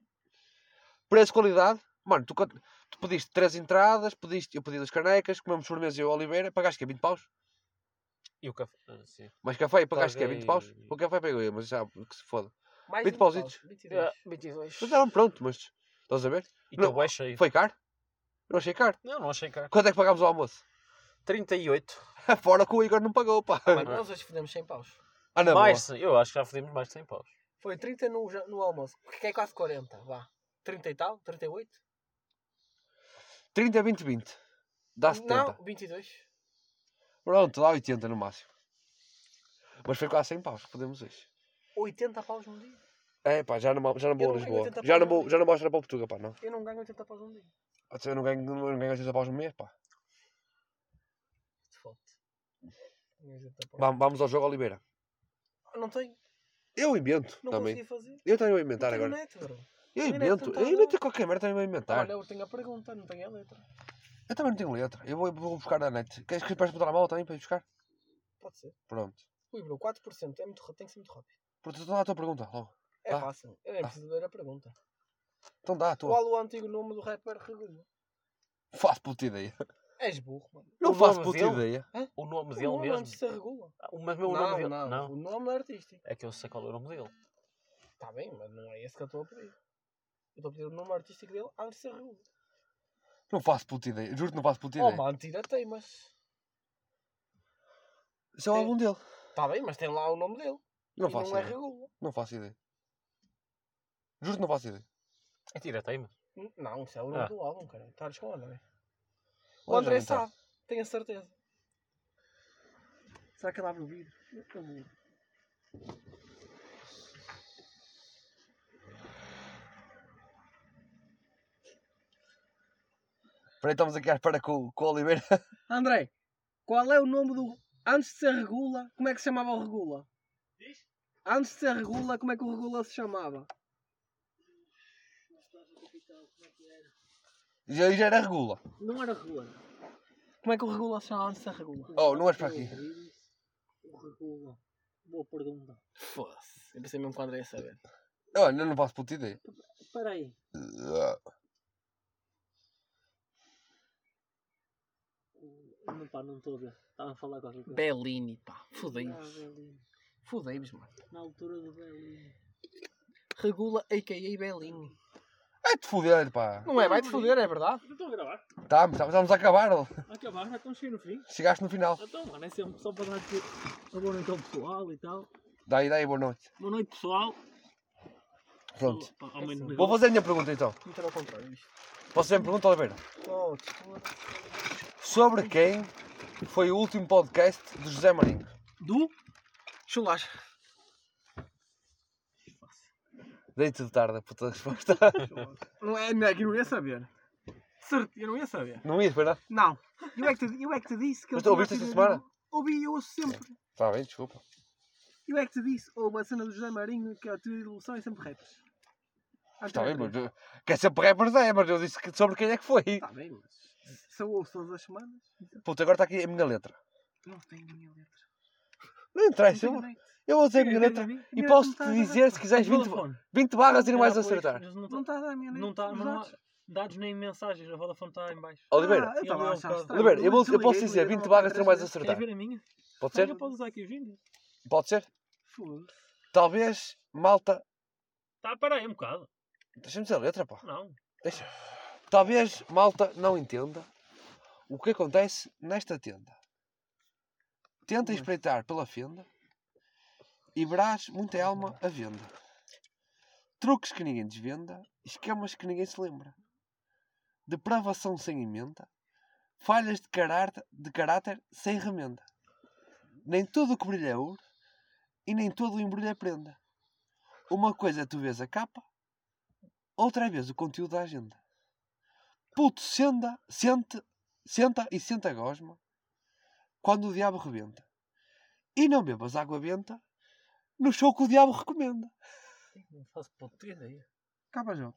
[SPEAKER 2] Preço, qualidade. Mano, tu, cont- tu pediste três entradas, pediste, eu pedi duas canecas, comemos sobremesa e eu Oliveira, pagaste que é 20 paus.
[SPEAKER 4] E o café. ah, sim.
[SPEAKER 2] Mais café e pagaste que é 20 paus.
[SPEAKER 4] Paguei-
[SPEAKER 2] O café pegou eu, mas já, que se foda.
[SPEAKER 3] Mais
[SPEAKER 2] 20 pausitos.
[SPEAKER 4] Ah,
[SPEAKER 3] 22. 22.
[SPEAKER 2] Mas estavam pronto, mas estás a ver?
[SPEAKER 4] E
[SPEAKER 2] Não,
[SPEAKER 4] tu é cheio.
[SPEAKER 2] Foi caro? Não achei caro.
[SPEAKER 4] Não, não achei caro.
[SPEAKER 2] Quanto é que pagámos o almoço?
[SPEAKER 4] 38.
[SPEAKER 2] Fora que o Igor não pagou, pá.
[SPEAKER 4] É.
[SPEAKER 6] Mano, nós hoje fizemos 100 paus.
[SPEAKER 2] Ah, não,
[SPEAKER 4] mais, de- eu acho que já fizemos mais de 100 paus.
[SPEAKER 6] Foi 30 no, ja- no almoço, que é quase 40, vá. 30 e tal, 38?
[SPEAKER 2] 30, 20, 20. Dá 70.
[SPEAKER 6] Não, 22.
[SPEAKER 2] Pronto, dá 80 no máximo. Mas foi quase 100 paus que podemos hoje.
[SPEAKER 6] 80 paus num dia.
[SPEAKER 2] É pá, já não, ma- já não vou
[SPEAKER 6] Eu
[SPEAKER 2] a
[SPEAKER 6] não ganho
[SPEAKER 2] Lisboa.
[SPEAKER 6] 80
[SPEAKER 2] Já não
[SPEAKER 6] paus
[SPEAKER 2] vou,
[SPEAKER 6] no
[SPEAKER 2] já não vou para Portugal, pá, não.
[SPEAKER 6] Eu não ganho 80 paus num dia.
[SPEAKER 2] Pode ser, Eu não ganho, não ganho 80 paus no mês, pá.
[SPEAKER 6] De foto. Ganho 80 paus.
[SPEAKER 2] Va- Vamos ao jogo Oliveira.
[SPEAKER 6] Não tenho,
[SPEAKER 2] Eu invento
[SPEAKER 6] não
[SPEAKER 2] também.
[SPEAKER 6] consegui fazer.
[SPEAKER 2] Eu também vou
[SPEAKER 6] Não
[SPEAKER 2] inventar
[SPEAKER 6] tenho
[SPEAKER 2] agora.
[SPEAKER 6] neto, bro.
[SPEAKER 2] Eu
[SPEAKER 6] nem neto
[SPEAKER 2] invento.
[SPEAKER 6] tentar,
[SPEAKER 2] Eu invento
[SPEAKER 6] não.
[SPEAKER 2] qualquer merda, também vou inventar.
[SPEAKER 6] Olha, eu tenho a pergunta, não tenho a letra.
[SPEAKER 2] Eu também não tenho letra. Eu vou, vou buscar na net. Queres que peças botar a mão também para ir buscar?
[SPEAKER 6] Pode ser.
[SPEAKER 2] Pronto.
[SPEAKER 6] Ui, bro, 4% é muito, ra- tem que ser muito rápido.
[SPEAKER 2] Portanto, dá a tua pergunta, logo.
[SPEAKER 6] É
[SPEAKER 2] Ah.
[SPEAKER 6] fácil, eu nem
[SPEAKER 2] Ah.
[SPEAKER 6] preciso ler a pergunta.
[SPEAKER 2] Então dá a tua.
[SPEAKER 6] Qual o antigo nome do rapper Regula?
[SPEAKER 2] Faço puta ideia.
[SPEAKER 6] És burro, mano.
[SPEAKER 2] Não
[SPEAKER 4] O
[SPEAKER 2] faço
[SPEAKER 4] nome
[SPEAKER 2] puta
[SPEAKER 4] dele?
[SPEAKER 2] ideia.
[SPEAKER 4] O nome
[SPEAKER 6] O
[SPEAKER 4] dele
[SPEAKER 6] nome
[SPEAKER 4] mesmo.
[SPEAKER 6] antes de ser Regula?
[SPEAKER 4] Ah, Mas mesmo
[SPEAKER 6] Não,
[SPEAKER 4] o nome dele.
[SPEAKER 6] não,
[SPEAKER 4] Não.
[SPEAKER 6] o nome é artístico.
[SPEAKER 4] É que eu sei qual é o nome dele.
[SPEAKER 6] Está bem, mas não é esse que eu estou a pedir. Eu estou a pedir o nome artístico dele antes de ser Regula.
[SPEAKER 2] Não faço puta ideia. Juro que não faço puta
[SPEAKER 6] Oh,
[SPEAKER 2] ideia.
[SPEAKER 6] mano, tira mas
[SPEAKER 2] Esse é o
[SPEAKER 6] tem-
[SPEAKER 2] álbum dele.
[SPEAKER 6] Está Tá bem, mas tem lá o nome dele.
[SPEAKER 2] Não
[SPEAKER 6] e
[SPEAKER 2] faço
[SPEAKER 6] não é
[SPEAKER 2] ideia.
[SPEAKER 6] Regula.
[SPEAKER 2] Não faço ideia. Juro que não faço ideia.
[SPEAKER 4] É tira teima.
[SPEAKER 6] N- Não, isso é o nome
[SPEAKER 4] Ah.
[SPEAKER 6] do álbum, cara. né? Estás com o André. O
[SPEAKER 2] Vamos
[SPEAKER 6] André
[SPEAKER 2] inventar.
[SPEAKER 6] sabe, tenho a certeza.
[SPEAKER 3] Será que ele abre o vidro? Eu vou.
[SPEAKER 2] Peraí, estamos aqui à espera com, com o Oliveira.
[SPEAKER 3] André, qual é o nome do. Antes de ser Regula, como é que se chamava o Regula? Antes de ser Regula, como é que o Regula se chamava?
[SPEAKER 2] Já, já era regula.
[SPEAKER 3] Não era Regula. Como é que o Regula se chamava antes de ser Regula?
[SPEAKER 2] Oh, não és para aqui.
[SPEAKER 3] O Regula. Boa pergunta.
[SPEAKER 6] Foda-se. Eu pensei mesmo que o André ia saber.
[SPEAKER 2] Olha, não faço puta ideia. Ah.
[SPEAKER 3] Espera aí. Não, pá, não estou a ver. Estava a falar qualquer coisa.
[SPEAKER 6] Bellini, pá. Fudei-vos.
[SPEAKER 3] Belém.
[SPEAKER 6] Fudei-vos, mano.
[SPEAKER 3] Ah, Na altura do Belém.
[SPEAKER 6] Regula, a.k.a. Bellini.
[SPEAKER 2] Ai, te fuder, pá. Tá,
[SPEAKER 6] Não é? Vai-te foder, é verdade?
[SPEAKER 3] Não estou a gravar.
[SPEAKER 2] Estamos, estamos, estamos a acabar. ó.
[SPEAKER 3] Acabar, já estamos cheios um no fim.
[SPEAKER 2] Chegaste no final.
[SPEAKER 3] Então, mano, é sempre só para dar aqui uma boa noite ao pessoal e tal.
[SPEAKER 2] Daí, daí, boa noite.
[SPEAKER 3] Boa noite, pessoal.
[SPEAKER 2] Pronto.
[SPEAKER 3] Ao- ao menos-
[SPEAKER 2] Vou fazer a minha pergunta então.
[SPEAKER 6] Muito ao contrário. isto.
[SPEAKER 2] Posso fazer a pergunta, Oliveira?
[SPEAKER 6] Oh, desculpa.
[SPEAKER 2] Sobre quem foi o último podcast do José Marinho?
[SPEAKER 3] Do?
[SPEAKER 6] Chulacha.
[SPEAKER 2] Deito de tarde, puta resposta.
[SPEAKER 3] Não é, não é que eu não ia saber. De Certeza, eu não ia saber.
[SPEAKER 2] Não ia esperar.
[SPEAKER 3] Não. Eu é que te, eu é que te disse que
[SPEAKER 2] Mas
[SPEAKER 3] tinha
[SPEAKER 2] ouviste esta
[SPEAKER 3] sido-
[SPEAKER 2] semana?
[SPEAKER 3] Ouvi eu ouço sempre.
[SPEAKER 2] Está Tá bem, desculpa.
[SPEAKER 3] Eu é que te disse, ou uma cena do José Marinho, que a tua evolução é sempre raps. Acho
[SPEAKER 2] Está
[SPEAKER 3] que é
[SPEAKER 2] Tá bem,
[SPEAKER 3] por
[SPEAKER 2] mas.
[SPEAKER 3] aí.
[SPEAKER 2] Quer ser rappers é, mas eu disse que- sobre quem é que foi.
[SPEAKER 3] Está Tá bem, mas. Se eu ouço todas as semanas,
[SPEAKER 2] Puta, agora está aqui a minha letra.
[SPEAKER 3] não tenho a minha letra.
[SPEAKER 2] Não interessa, eu,
[SPEAKER 3] Não tenho nem-
[SPEAKER 2] eu vou dizer a minha
[SPEAKER 3] Eu
[SPEAKER 2] letra
[SPEAKER 3] tenho a minha-
[SPEAKER 2] e
[SPEAKER 3] minha-
[SPEAKER 2] posso
[SPEAKER 3] não
[SPEAKER 2] te
[SPEAKER 3] tá a dar.
[SPEAKER 2] dizer, se quiseres, 20, ba-
[SPEAKER 7] Vodafone.
[SPEAKER 2] 20 barras e não
[SPEAKER 7] Ah,
[SPEAKER 2] vais
[SPEAKER 7] pois,
[SPEAKER 2] acertar.
[SPEAKER 7] mas Não
[SPEAKER 3] Não
[SPEAKER 7] tá-
[SPEAKER 3] está a dar a minha letra.
[SPEAKER 7] não tá-
[SPEAKER 3] os
[SPEAKER 7] mas não
[SPEAKER 3] dados.
[SPEAKER 7] há dados nem mensagens. A Vodafone está em baixo.
[SPEAKER 2] Oliveira,
[SPEAKER 3] Ah,
[SPEAKER 7] é
[SPEAKER 3] eu estava a achar
[SPEAKER 7] Oliveira,
[SPEAKER 3] estranho.
[SPEAKER 2] Oliveira, eu, vou-
[SPEAKER 3] Tu
[SPEAKER 2] eu posso
[SPEAKER 3] liguei,
[SPEAKER 2] dizer
[SPEAKER 3] liguei
[SPEAKER 2] 20
[SPEAKER 3] uma
[SPEAKER 2] barras e não vais
[SPEAKER 3] três
[SPEAKER 7] Quer
[SPEAKER 2] acertar.
[SPEAKER 7] ver a minha?
[SPEAKER 2] Pode
[SPEAKER 7] Mas
[SPEAKER 2] ser?
[SPEAKER 7] eu posso usar aqui hoje em dia.
[SPEAKER 2] Pode ser?
[SPEAKER 3] vezes. Foda-se.
[SPEAKER 2] Talvez, malta.
[SPEAKER 7] Tá, para aí um bocado.
[SPEAKER 2] Deixa-me dizer a letra, pá.
[SPEAKER 7] Não.
[SPEAKER 2] Deixa. Talvez, malta, não entenda o que acontece nesta tenda. Tenta espreitar pela fenda e verás muita alma à venda. Truques que ninguém desvenda, esquemas que ninguém se lembra. Depravação sem emenda, falhas de caráter, de caráter sem remenda. Nem tudo o que brilha é ouro e nem todo o embrulho é prenda. Uma coisa é tu vês a capa, outra vez o conteúdo da agenda. Puto, senda, sente, senta e senta a gosma quando o diabo rebenta. E não bebas água benta no show que o diabo recomenda.
[SPEAKER 7] Não faço puta ideia.
[SPEAKER 3] KJ.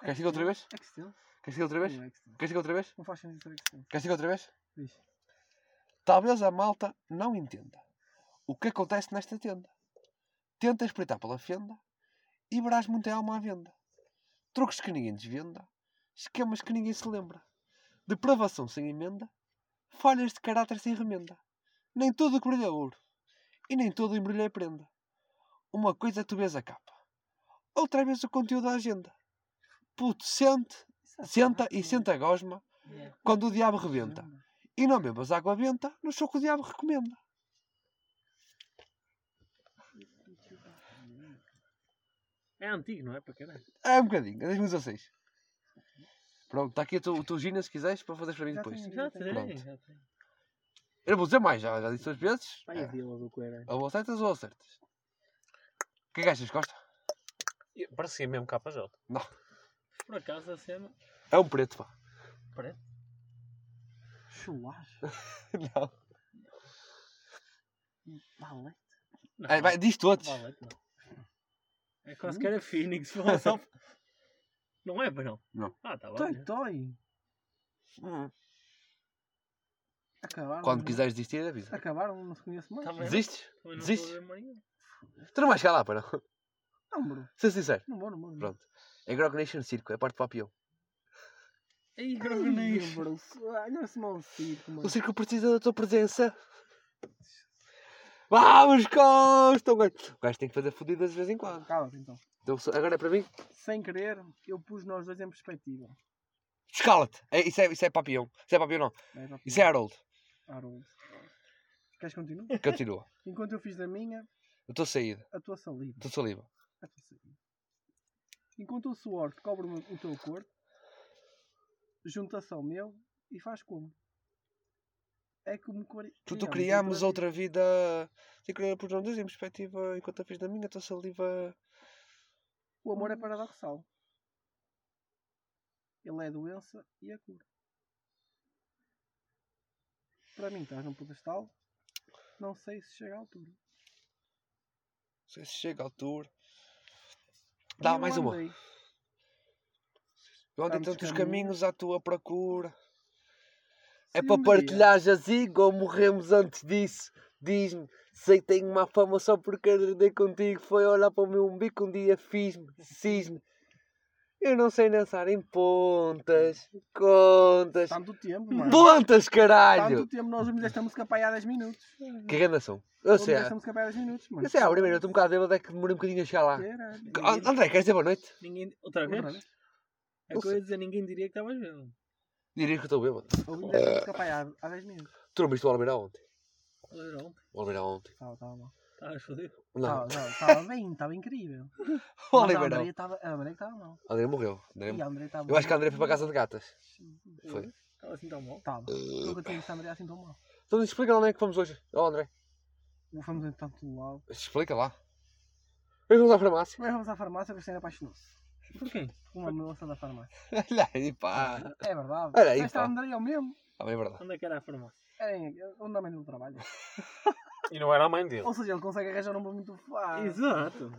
[SPEAKER 2] Queres que diga outra vez?
[SPEAKER 3] Excel.
[SPEAKER 2] Queres que diga outra vez?
[SPEAKER 3] Não é Excel.
[SPEAKER 2] Queres que diga outra vez?
[SPEAKER 3] Não faz sentido ser Excel.
[SPEAKER 2] Queres que diga outra vez?
[SPEAKER 3] Diz.
[SPEAKER 2] Talvez a malta não entenda o que acontece nesta tenda. Tenta espreitar pela fenda e verás muita alma à venda. Truques que ninguém desvenda, esquemas que ninguém se lembra. Depravação sem emenda, falhas de caráter sem remenda. Nem tudo o que brilha é ouro, e nem todo o embrulho é prenda. Uma coisa é tu vês a capa, outra vez o conteúdo da agenda. Puto, sente, senta e senta a gosma quando o diabo rebenta. E não bebas água benta no show que o diabo recomenda.
[SPEAKER 7] É antigo, não é? Para caralho.
[SPEAKER 2] É um bocadinho, é 2016. Pronto, está aqui o teu, o teu gina se quiseres para fazeres para mim
[SPEAKER 3] Já
[SPEAKER 2] depois.
[SPEAKER 3] tenho.
[SPEAKER 7] Já tem,
[SPEAKER 2] Pronto.
[SPEAKER 7] já tem.
[SPEAKER 2] Eu não vou dizer mais, já, já disse duas vezes. É.
[SPEAKER 3] Ai, a vila é do coelho.
[SPEAKER 2] Ou acertas ou acertas. O que é que achas, Costa?
[SPEAKER 4] E Parecia mesmo KJ.
[SPEAKER 7] Por acaso a cena.
[SPEAKER 2] É um preto, pá.
[SPEAKER 3] Chulacho.
[SPEAKER 2] Não.
[SPEAKER 3] Vale.
[SPEAKER 7] Não,
[SPEAKER 2] É, vai, diz todos.
[SPEAKER 7] Vale, não. É quase que era Phoenix. falou só- Não é, Barão?
[SPEAKER 2] Não.
[SPEAKER 7] Ah, tá bom.
[SPEAKER 3] Dói, dói.
[SPEAKER 2] Hum.
[SPEAKER 3] Acabaram.
[SPEAKER 2] Quando quiseres desistir, avisa.
[SPEAKER 3] Acabaram, não se conheço mais.
[SPEAKER 7] Também
[SPEAKER 2] Desistes?
[SPEAKER 7] Também não
[SPEAKER 2] Desiste?
[SPEAKER 7] estou a ver mais nenhum.
[SPEAKER 2] Tu não vais chegar lá, pá, não.
[SPEAKER 3] Não, bro.
[SPEAKER 2] Ser sincero.
[SPEAKER 3] Não vou, não vou. não vou.
[SPEAKER 2] Pronto. É Grog Nation Circo, é parte do papião.
[SPEAKER 7] Ei,
[SPEAKER 3] Ai,
[SPEAKER 7] Granation.
[SPEAKER 3] bro. Olha-se mal o Ah, circo, mano.
[SPEAKER 2] O circo precisa da tua presença. Vamos, Costa! Então, O gajo, o gajo tem que fazer fodidas de vez em quando.
[SPEAKER 3] Cala-te então.
[SPEAKER 2] Então, se- agora é para mim?
[SPEAKER 3] Sem querer, eu pus nós dois em perspectiva.
[SPEAKER 2] Escala-te! É, isso, é, isso é papião. Isso é papião, não.
[SPEAKER 3] Vai, vai,
[SPEAKER 2] Isso é Harold.
[SPEAKER 3] Harold. Queres continuar?
[SPEAKER 2] Continua.
[SPEAKER 3] Enquanto eu fiz da minha,
[SPEAKER 2] Eu estou saída.
[SPEAKER 3] a tua saliva.
[SPEAKER 2] Estou saliva.
[SPEAKER 3] A tua saliva. Enquanto o suor te cobre o meu- o teu corpo, junta-se ao meu e faz como? É como cri-
[SPEAKER 2] Tu, tu
[SPEAKER 3] então,
[SPEAKER 2] criámos outra vida. Sem querer por não dizer, em perspectiva, enquanto eu fiz da minha, a tua saliva.
[SPEAKER 3] O amor é paradoxal. Ele é a doença e a cura. Para mim, estás num pedestal. Não sei se chega à altura.
[SPEAKER 2] Não sei se chega à altura. Dá
[SPEAKER 3] Eu
[SPEAKER 2] mais uma.
[SPEAKER 3] andei. um
[SPEAKER 2] Eu andei
[SPEAKER 3] Tantos
[SPEAKER 2] tantos
[SPEAKER 3] caminhos.
[SPEAKER 2] caminhos à tua procura. É
[SPEAKER 3] Se
[SPEAKER 2] para
[SPEAKER 3] um dia-
[SPEAKER 2] partilhar jazigo ou morremos antes disso? Diz-me, sei que tenho má fama só porque andei contigo. Foi olhar para o meu umbigo, um dia fiz-me, cisme. Eu não sei dançar em pontas, contas,
[SPEAKER 3] Tanto tempo, Tá, mano. Tá
[SPEAKER 2] pontas, caralho!
[SPEAKER 3] Tanto tempo nós ouvimos esta música para aí há 10 minutos.
[SPEAKER 2] Que grande ação. Eu
[SPEAKER 3] Ouvimos
[SPEAKER 2] sei,
[SPEAKER 3] esta música para aí há 10 minutos, mano.
[SPEAKER 2] eu sei, ah, primeiro, eu estou um bocado bêbado, é que demorei um bocadinho a chegar lá.
[SPEAKER 3] Caralho.
[SPEAKER 2] Ah, André, queres dizer boa noite?
[SPEAKER 7] Ninguém... Outra vez?
[SPEAKER 3] Outra vez?
[SPEAKER 7] É
[SPEAKER 2] Não
[SPEAKER 7] que eu ia dizer, ninguém diria que estavas vendo.
[SPEAKER 2] Diria que eu estou bêbado.
[SPEAKER 3] Ouvimos esta
[SPEAKER 2] É.
[SPEAKER 3] música para aí há- há 10 minutos.
[SPEAKER 2] Tu não viste o Almeida ontem?
[SPEAKER 7] Olha, ontem.
[SPEAKER 2] O Almeida ontem.
[SPEAKER 3] Estava, estava mal.
[SPEAKER 7] Estavas fodido.
[SPEAKER 2] Não,
[SPEAKER 3] Estava bem, estava incrível.
[SPEAKER 2] o
[SPEAKER 3] Mas a
[SPEAKER 2] Almeida
[SPEAKER 3] André
[SPEAKER 2] não.
[SPEAKER 3] estava. A André estava mal.
[SPEAKER 2] André morreu. André
[SPEAKER 3] E a André estava.
[SPEAKER 2] Eu acho que a André foi para a casa de gatas. Foi.
[SPEAKER 7] Estava assim tão mal.
[SPEAKER 3] Estava. Nunca tinha visto a André assim tão mal.
[SPEAKER 2] Então explica lá onde é que fomos hoje. Ó André,
[SPEAKER 3] Fomos em tanto lado.
[SPEAKER 2] explica lá. Vamos à farmácia.
[SPEAKER 3] Primeiro fomos à farmácia, a Cristina apaixonou-se.
[SPEAKER 7] Porquê?
[SPEAKER 3] com Uma moça da farmácia.
[SPEAKER 2] Olha aí, pá.
[SPEAKER 3] É verdade.
[SPEAKER 2] Olha aí,
[SPEAKER 3] Mas está a
[SPEAKER 2] pá.
[SPEAKER 3] André ao mesmo.
[SPEAKER 2] Ah, bem verdade.
[SPEAKER 7] Onde é que era a farmácia?
[SPEAKER 3] É, onde a mãe dele trabalha.
[SPEAKER 4] E não era a mãe dele.
[SPEAKER 3] Ou seja, ele consegue arranjar um muito fácil.
[SPEAKER 7] Exato.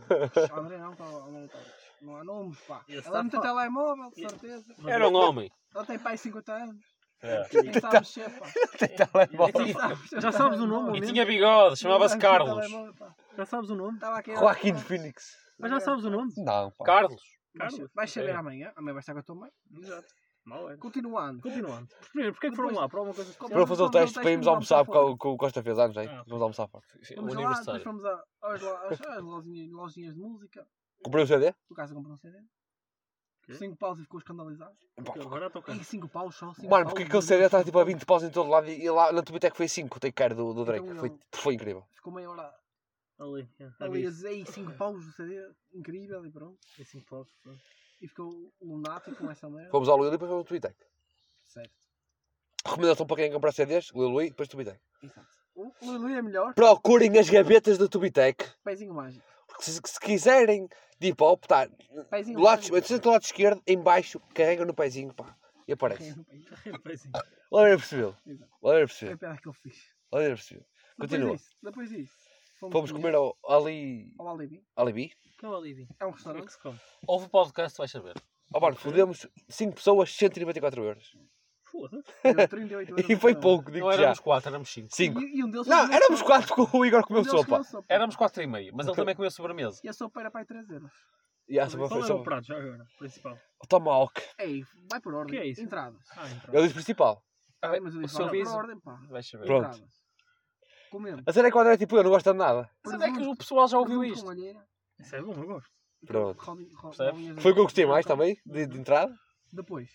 [SPEAKER 3] O André não, tá, o André tá lixo. Não há nome, pá.
[SPEAKER 7] Esse
[SPEAKER 3] Ela
[SPEAKER 7] tá
[SPEAKER 3] não tem
[SPEAKER 7] fo-
[SPEAKER 3] telemóvel, de certeza.
[SPEAKER 4] Era um homem.
[SPEAKER 3] Ela tem pai de 50 anos.
[SPEAKER 4] É.
[SPEAKER 3] Nem sabe
[SPEAKER 2] Então-
[SPEAKER 3] mexer, pá. Nem
[SPEAKER 2] Telemóvel.
[SPEAKER 3] sabe mexer
[SPEAKER 7] Já
[SPEAKER 3] no
[SPEAKER 7] sabes o
[SPEAKER 3] telemóvel.
[SPEAKER 7] nome,
[SPEAKER 4] E
[SPEAKER 7] Mesmo?
[SPEAKER 4] tinha bigode, chamava-se
[SPEAKER 3] Não sabe mexer no é
[SPEAKER 4] Carlos.
[SPEAKER 3] telemóvel, pá.
[SPEAKER 7] Já sabes o nome?
[SPEAKER 3] Estava aqui a-
[SPEAKER 2] Joaquim de Phoenix.
[SPEAKER 7] Mas já sabes o nome?
[SPEAKER 2] Não, pá.
[SPEAKER 4] Carlos.
[SPEAKER 3] Vai sa- Vai saber amanhã. Amanhã vai estar com a tua mãe.
[SPEAKER 7] Exato. Mal era.
[SPEAKER 3] Continuando.
[SPEAKER 7] Continuando. Primeiro, porquê que foram lá? Para alguma coisa especial?
[SPEAKER 2] Para fazer o teste, para irmos almoçar, porque
[SPEAKER 3] fora.
[SPEAKER 2] o- que o Costa fez anos, hein?
[SPEAKER 7] Ah, ok.
[SPEAKER 2] Vamos almoçar fora.
[SPEAKER 4] O
[SPEAKER 3] Vamos lá, depois
[SPEAKER 4] aniversário.
[SPEAKER 3] fomos a- aos lo- às às lojinhas lojinhas de música.
[SPEAKER 2] Comprei o CD?
[SPEAKER 3] Tu casa comprou um CD.
[SPEAKER 7] Ok.
[SPEAKER 3] 5 paus e ficou escandalizado.
[SPEAKER 2] Pá.
[SPEAKER 7] Agora estou cá.
[SPEAKER 3] E 5 paus só. cinco
[SPEAKER 2] Mano,
[SPEAKER 3] paus,
[SPEAKER 2] porque
[SPEAKER 3] meu
[SPEAKER 2] aquele CD
[SPEAKER 3] Deus.
[SPEAKER 2] está tipo a 20 paus em todo lado e e lá na Tubitec foi 5, o take care do, do Drake.
[SPEAKER 4] Então,
[SPEAKER 2] Foi, foi incrível.
[SPEAKER 3] Ficou meia hora
[SPEAKER 7] Ali. é,
[SPEAKER 3] ali a
[SPEAKER 7] Ali.
[SPEAKER 3] dizer 5 paus do CD. é Incrível e pronto.
[SPEAKER 7] Assim, pode.
[SPEAKER 3] E ficou lunático com essa merda.
[SPEAKER 2] Fomos ao Lilo e depois fomos ao Tubitec.
[SPEAKER 3] Certo.
[SPEAKER 2] Recomendação para quem comprar CDs, Lilo e depois Tubitec.
[SPEAKER 3] Exato. O o Lulu é melhor.
[SPEAKER 2] Procurem as gavetas da Tubitec.
[SPEAKER 3] Pezinho mágico.
[SPEAKER 2] Se, se quiserem de hip hop, tá.
[SPEAKER 3] Pezinho
[SPEAKER 2] Do lado,
[SPEAKER 3] mágico.
[SPEAKER 2] do lado esquerdo, em baixo, carrega no pezinho, pá. E
[SPEAKER 3] É,
[SPEAKER 2] aparece.
[SPEAKER 7] Assim.
[SPEAKER 2] Olha, era possível.
[SPEAKER 3] Exato.
[SPEAKER 2] Olha, era
[SPEAKER 3] Foi um É a
[SPEAKER 2] possível.
[SPEAKER 4] É.
[SPEAKER 3] piada que eu fiz.
[SPEAKER 2] Olha, era possível.
[SPEAKER 4] Então,
[SPEAKER 2] Continua.
[SPEAKER 3] Depois disso. Depois disso.
[SPEAKER 2] Fomos comer ao Ali.
[SPEAKER 3] Ao Alibi.
[SPEAKER 2] Alibi.
[SPEAKER 7] Que é o Alibi?
[SPEAKER 3] É um
[SPEAKER 7] Como é que
[SPEAKER 3] restaurante.
[SPEAKER 7] se come?
[SPEAKER 4] Houve o podcast, vais saber.
[SPEAKER 2] Ó, mano, fodemos 5 pessoas, 194 euros.
[SPEAKER 7] Foda-se.
[SPEAKER 3] Deu 38 euros
[SPEAKER 2] E foi
[SPEAKER 3] cada um.
[SPEAKER 2] pouco, digo
[SPEAKER 4] Não
[SPEAKER 2] já.
[SPEAKER 4] éramos quatro, éramos cinco.
[SPEAKER 2] Cinco.
[SPEAKER 3] E, e um deles só
[SPEAKER 2] Não,
[SPEAKER 3] comeu
[SPEAKER 2] éramos
[SPEAKER 3] sopa.
[SPEAKER 2] quatro com o Igor
[SPEAKER 3] Um
[SPEAKER 2] comeu
[SPEAKER 3] deles
[SPEAKER 2] sopa.
[SPEAKER 3] comeu sopa.
[SPEAKER 4] Éramos quatro e meio, mas ele também comeu sobremesa.
[SPEAKER 3] E a sopa era para aí 3 euros.
[SPEAKER 2] E a sopa
[SPEAKER 7] Qual
[SPEAKER 2] foi
[SPEAKER 7] era o
[SPEAKER 2] sopa.
[SPEAKER 7] prato já agora? Principal.
[SPEAKER 2] Tomahawk.
[SPEAKER 3] Ei, vai por ordem.
[SPEAKER 7] Que é isso?
[SPEAKER 3] Entradas.
[SPEAKER 7] Ah, então.
[SPEAKER 2] Ele disse principal.
[SPEAKER 4] Ah,
[SPEAKER 3] Ei, mas eu
[SPEAKER 4] o
[SPEAKER 3] disse,
[SPEAKER 4] seu
[SPEAKER 3] vai
[SPEAKER 4] viso.
[SPEAKER 3] por ordem, pá.
[SPEAKER 4] Vai saber.
[SPEAKER 2] Pronto.
[SPEAKER 3] Entradas.
[SPEAKER 7] Então,
[SPEAKER 3] Comendo.
[SPEAKER 2] A cena é que o André é tipo eu, não gosta de nada.
[SPEAKER 4] Mas é que o pessoal já ouviu
[SPEAKER 3] Presunto
[SPEAKER 4] isto.
[SPEAKER 3] com alheira.
[SPEAKER 7] Isso é bom, eu gosto.
[SPEAKER 2] Pronto.
[SPEAKER 3] Rolinho- ro-
[SPEAKER 4] Percebes?
[SPEAKER 3] rolinhas de
[SPEAKER 2] Foi o que eu gostei
[SPEAKER 3] bacon.
[SPEAKER 2] mais também, de, de entrada.
[SPEAKER 3] Depois.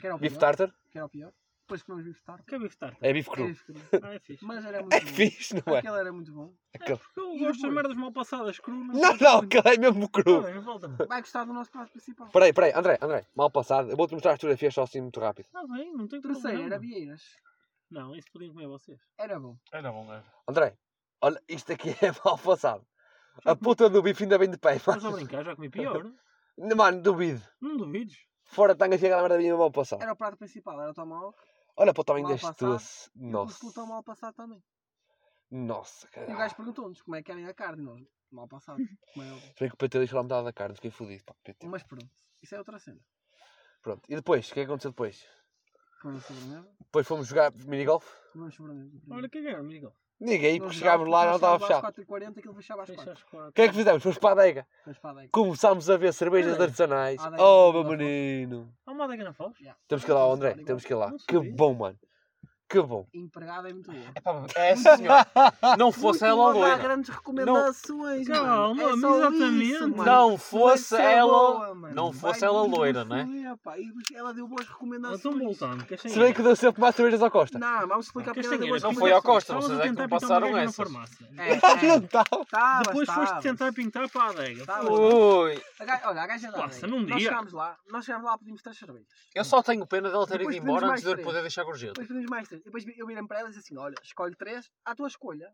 [SPEAKER 3] Que era o
[SPEAKER 2] Beef
[SPEAKER 3] pior.
[SPEAKER 2] tartar.
[SPEAKER 3] Que era o pior. Depois comemos beef tartar.
[SPEAKER 7] O que é bife tartar?
[SPEAKER 2] É bife
[SPEAKER 3] Era
[SPEAKER 2] cru.
[SPEAKER 3] escuro.
[SPEAKER 7] Ah, é fixe.
[SPEAKER 3] Mas era muito
[SPEAKER 2] É
[SPEAKER 3] bom.
[SPEAKER 2] fixe, não é?
[SPEAKER 3] Aquele era muito bom.
[SPEAKER 2] Aquele-
[SPEAKER 7] Porque eu
[SPEAKER 3] E
[SPEAKER 7] gosto das
[SPEAKER 3] depois?
[SPEAKER 7] merdas mal passadas, cru.
[SPEAKER 2] Não, não, aquele é mesmo
[SPEAKER 7] Não,
[SPEAKER 2] cru.
[SPEAKER 7] não volta-me.
[SPEAKER 3] Vai gostar do nosso prato principal.
[SPEAKER 2] Peraí, peraí, André, André, mal passado. Eu vou-te mostrar as fotografias só assim muito rápido.
[SPEAKER 7] Está bem, não tem
[SPEAKER 3] Terceiro
[SPEAKER 7] problema.
[SPEAKER 3] era vieiras.
[SPEAKER 7] Não, isso podiam comer vocês.
[SPEAKER 3] Era bom.
[SPEAKER 4] Era bom, né? era.
[SPEAKER 2] André, olha, isto aqui é mal passado. A puta do bife ainda bem de pé,
[SPEAKER 7] Estás a
[SPEAKER 2] mano.
[SPEAKER 7] brincar, já comi pior. não?
[SPEAKER 2] Mano, duvido.
[SPEAKER 7] Não duvides.
[SPEAKER 2] Fora de tanga chega aquela merda vinha mal passado.
[SPEAKER 3] Era o prato principal. Era o tomahawk.
[SPEAKER 2] Olha para o tamanho
[SPEAKER 3] Mal
[SPEAKER 2] deste
[SPEAKER 3] passado.
[SPEAKER 2] doce.
[SPEAKER 3] E o cuscuz
[SPEAKER 2] Nossa.
[SPEAKER 3] tão mal passado também.
[SPEAKER 2] Nossa,
[SPEAKER 3] E o
[SPEAKER 2] cara.
[SPEAKER 3] gajo perguntou-nos como é que querem a carne. e Nós, mal passado. Como é óbvio.
[SPEAKER 2] Se bem que o PT deixou lá metade da carne, fiquei fodido. pá, PT.
[SPEAKER 3] Mas pronto. Isso é outra cena.
[SPEAKER 2] Pronto. E depois, o que é que aconteceu depois?
[SPEAKER 3] Comemos sobremesa.
[SPEAKER 2] Depois fomos jogar minigolf.
[SPEAKER 3] Comemos sobremesa.
[SPEAKER 7] Olha que era, Miguel.
[SPEAKER 2] Ninguém,
[SPEAKER 3] Nós
[SPEAKER 2] porque chegámos lá e não estava fechado.
[SPEAKER 3] Às 4h40 aquilo fechava às
[SPEAKER 7] Deixa
[SPEAKER 3] 4
[SPEAKER 7] as quatro.
[SPEAKER 2] O que é que fizemos? Fomos para a adega.
[SPEAKER 3] Mas para a adega.
[SPEAKER 2] Começámos a ver cervejas
[SPEAKER 7] Olha.
[SPEAKER 2] artesanais.
[SPEAKER 3] Ah, daí
[SPEAKER 2] Oh,
[SPEAKER 3] não
[SPEAKER 2] meu
[SPEAKER 3] dá
[SPEAKER 2] menino.
[SPEAKER 7] Há uma adega na Foz?
[SPEAKER 2] Temos que ir lá, André. Temos que ir lá.
[SPEAKER 7] Não
[SPEAKER 2] Que
[SPEAKER 7] sabia.
[SPEAKER 2] bom, mano. Que bom.
[SPEAKER 3] Empregada é muito boa.
[SPEAKER 4] Essa senhora. assim, Não
[SPEAKER 3] Muito
[SPEAKER 4] fosse ela
[SPEAKER 3] boa, dá
[SPEAKER 4] loira.
[SPEAKER 3] grandes recomendações, mano.
[SPEAKER 7] Calma,
[SPEAKER 3] É só
[SPEAKER 7] exatamente.
[SPEAKER 3] isso, mano.
[SPEAKER 4] Não
[SPEAKER 3] Vai
[SPEAKER 4] fosse
[SPEAKER 3] ser
[SPEAKER 4] ela.
[SPEAKER 3] boa, mano.
[SPEAKER 4] Não fosse
[SPEAKER 3] Vai
[SPEAKER 4] ela
[SPEAKER 3] muito
[SPEAKER 4] loira,
[SPEAKER 3] bem
[SPEAKER 4] não é? Então,
[SPEAKER 3] foder, pá. E Ela deu boas recomendações.
[SPEAKER 7] Estão voltando. que é sem
[SPEAKER 2] Se bem
[SPEAKER 7] era.
[SPEAKER 2] que deu sempre mais cervejas à costa.
[SPEAKER 3] Não, vamos explicar É,
[SPEAKER 7] Que é
[SPEAKER 3] porque
[SPEAKER 7] sem
[SPEAKER 3] ela deu
[SPEAKER 7] era.
[SPEAKER 3] boas
[SPEAKER 4] Não
[SPEAKER 7] Tu
[SPEAKER 4] foi ao
[SPEAKER 7] estavas-
[SPEAKER 4] Costa,
[SPEAKER 7] estavas
[SPEAKER 4] vocês
[SPEAKER 7] a
[SPEAKER 4] é que não
[SPEAKER 7] tentar pintar
[SPEAKER 4] passaram
[SPEAKER 7] um gajo na
[SPEAKER 4] essas.
[SPEAKER 7] farmácia.
[SPEAKER 2] Não
[SPEAKER 3] recomendações.
[SPEAKER 2] estava.
[SPEAKER 7] Depois foste tentar pintar para a adega.
[SPEAKER 3] Tá,
[SPEAKER 7] Foda-se.
[SPEAKER 4] Ui,
[SPEAKER 3] Olha, a gaja da
[SPEAKER 7] Passa
[SPEAKER 3] areia.
[SPEAKER 7] num
[SPEAKER 3] Nós
[SPEAKER 7] dia.
[SPEAKER 3] chegámos lá, nós chegámos lá, pedimos três cervejas.
[SPEAKER 4] eu só tenho pena dela ter ido
[SPEAKER 3] Depois
[SPEAKER 4] embora
[SPEAKER 3] pedimos
[SPEAKER 4] antes de eu
[SPEAKER 3] mais
[SPEAKER 4] poder deixar gorjeta.
[SPEAKER 3] Depois pedimos mais três. Depois eu virei para ela e disse assim, olha, escolhe três, à tua escolha.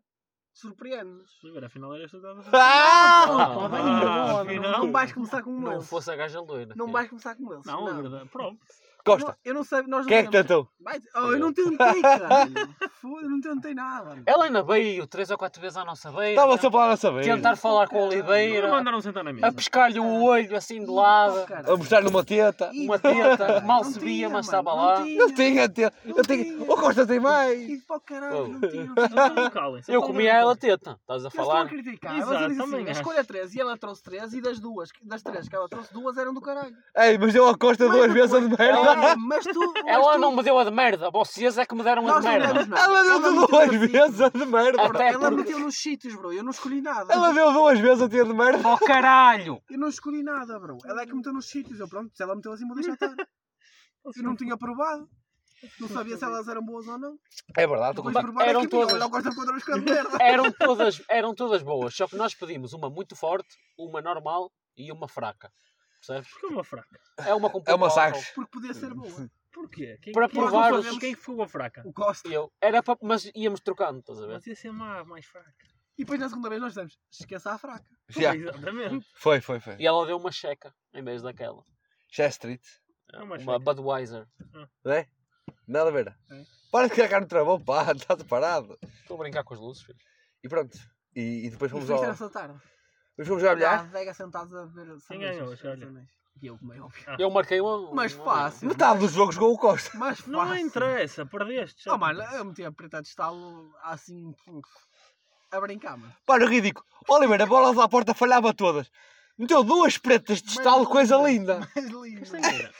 [SPEAKER 3] Surpreende-nos.
[SPEAKER 7] Agora, afinal, era esta da
[SPEAKER 2] Ah!
[SPEAKER 4] Ah,
[SPEAKER 3] vai
[SPEAKER 7] ah,
[SPEAKER 3] embora,
[SPEAKER 7] afinal.
[SPEAKER 3] não vais começar com um
[SPEAKER 4] Não
[SPEAKER 3] eles.
[SPEAKER 4] fosse assim. a gaja loira.
[SPEAKER 3] Não
[SPEAKER 4] filho.
[SPEAKER 3] vais começar com eles.
[SPEAKER 7] Não, é verdade. Pronto.
[SPEAKER 2] Costa.
[SPEAKER 3] Não, Eu não sei, nós não
[SPEAKER 2] Quem é que
[SPEAKER 3] sabemos.
[SPEAKER 2] tentou?
[SPEAKER 3] Vai- Oh, eu não tentei, caralho. Foda, eu não tentei nada. mano.
[SPEAKER 4] Ela ainda veio três ou quatro vezes à nossa beira.
[SPEAKER 2] Estava sempre lá a saber.
[SPEAKER 4] Tentar falar com a
[SPEAKER 7] Não
[SPEAKER 4] Oliveira.
[SPEAKER 7] mandaram sentar na mesa.
[SPEAKER 4] A pescar-lhe o olho assim de lado.
[SPEAKER 3] Caralho.
[SPEAKER 2] A mostrar numa teta.
[SPEAKER 3] E-
[SPEAKER 4] Uma teta. Mal
[SPEAKER 3] Não
[SPEAKER 4] se
[SPEAKER 3] tinha,
[SPEAKER 4] via, mas
[SPEAKER 3] mano,
[SPEAKER 4] estava
[SPEAKER 3] não
[SPEAKER 4] lá.
[SPEAKER 3] tinha.
[SPEAKER 2] Eu tinha teta.
[SPEAKER 3] Não
[SPEAKER 2] Eu tinha.
[SPEAKER 3] tinha.
[SPEAKER 2] O Costa tem mais.
[SPEAKER 3] E para o caralho, não
[SPEAKER 4] Oh.
[SPEAKER 3] tinha. não tinha.
[SPEAKER 7] Então, calem-se.
[SPEAKER 4] Eu
[SPEAKER 7] Então,
[SPEAKER 4] comia
[SPEAKER 7] não-
[SPEAKER 4] ela teta. Estás a
[SPEAKER 3] Eles estão a
[SPEAKER 4] falar?
[SPEAKER 3] criticar.
[SPEAKER 7] Exato,
[SPEAKER 3] Exato,
[SPEAKER 7] também
[SPEAKER 3] assim, a
[SPEAKER 7] acho.
[SPEAKER 3] escolha 13 e ela trouxe 13 e das duas, que- das três que ela trouxe, duas eram do caralho.
[SPEAKER 2] Ei, mas deu ao Costa
[SPEAKER 3] Mas
[SPEAKER 2] duas
[SPEAKER 3] depois-
[SPEAKER 2] vezes a de merda.
[SPEAKER 3] É, mas tu. mas
[SPEAKER 4] Ela
[SPEAKER 3] tu-
[SPEAKER 4] não me deu a de merda. Vocês é que me deram a
[SPEAKER 3] Nós
[SPEAKER 4] de
[SPEAKER 3] não
[SPEAKER 4] merda.
[SPEAKER 3] demos nada.
[SPEAKER 2] Ela deu-te
[SPEAKER 3] meteu
[SPEAKER 2] duas
[SPEAKER 3] assim.
[SPEAKER 2] vezes a de merda.
[SPEAKER 4] Até
[SPEAKER 3] Ela
[SPEAKER 4] porque-
[SPEAKER 3] meteu nos sítios, bro. Eu não escolhi nada.
[SPEAKER 2] Ela deu duas vezes a tia de merda.
[SPEAKER 4] Oh caralho!
[SPEAKER 3] Eu não escolhi nada, bro. Ela é que meteu nos sítios. Eu, pronto, se ela meteu assim, vou deixar estar. Eu não tinha provado. Não sabia se elas eram boas ou não.
[SPEAKER 2] É verdade,
[SPEAKER 3] Depois
[SPEAKER 4] Mas
[SPEAKER 3] provar
[SPEAKER 4] eram
[SPEAKER 3] é que
[SPEAKER 4] todas.
[SPEAKER 3] Ela gosta de encontrar os cantos de merda.
[SPEAKER 4] Eram todas, eram todas boas, só que nós pedimos uma muito forte, uma normal e uma fraca. Percebes?
[SPEAKER 7] Porquê uma fraca?
[SPEAKER 4] É uma com
[SPEAKER 2] É uma
[SPEAKER 4] pouco
[SPEAKER 2] Sagres.
[SPEAKER 4] álcool.
[SPEAKER 3] Porque podia ser boa.
[SPEAKER 7] Porquê? Quem,
[SPEAKER 4] Para
[SPEAKER 7] quem é que
[SPEAKER 4] provar
[SPEAKER 7] foi-
[SPEAKER 4] os-
[SPEAKER 7] Quem é que foi a fraca?
[SPEAKER 3] O Costa.
[SPEAKER 4] Eu. Era para. Mas íamos trocando, estás a ver?
[SPEAKER 7] Mas ia ser má, mais fraca.
[SPEAKER 3] E depois na segunda vez nós dizemos, esqueça a fraca.
[SPEAKER 2] Já.
[SPEAKER 7] Exatamente.
[SPEAKER 2] Foi, foi, foi.
[SPEAKER 4] E ela deu uma checa em vez daquela.
[SPEAKER 2] Já é street.
[SPEAKER 7] É uma
[SPEAKER 4] Uma
[SPEAKER 7] fraca.
[SPEAKER 4] Budweiser.
[SPEAKER 2] Não é? Nada a ver.
[SPEAKER 3] É.
[SPEAKER 2] Para de carregar no travão, pá. Estás parado.
[SPEAKER 4] Estou a brincar com as luzes, filho.
[SPEAKER 2] E pronto. E, e depois
[SPEAKER 3] E
[SPEAKER 2] fomos
[SPEAKER 3] depois
[SPEAKER 2] ao...
[SPEAKER 3] era essa tarde.
[SPEAKER 2] Depois fomos jogar
[SPEAKER 3] À
[SPEAKER 2] bilhar.
[SPEAKER 3] adega sentados a ver cervejas,
[SPEAKER 7] ganhou, já olha.
[SPEAKER 3] cervejas. E eu, como é óbvio.
[SPEAKER 4] Eu marquei uma.
[SPEAKER 3] Mas
[SPEAKER 4] uma-
[SPEAKER 3] fácil.
[SPEAKER 2] Metade dos jogos com o Costa.
[SPEAKER 3] Mas fácil.
[SPEAKER 7] Não interessa, perdeste.
[SPEAKER 3] Oh, mano, eu meti a preta de estalo assim, a brincar, mano.
[SPEAKER 2] Mano, ridículo. Oliveira, a bola lá à porta falhava todas. Meteu duas pretas de estalo, coisa linda.
[SPEAKER 3] Mas lindo.
[SPEAKER 7] Castanheira.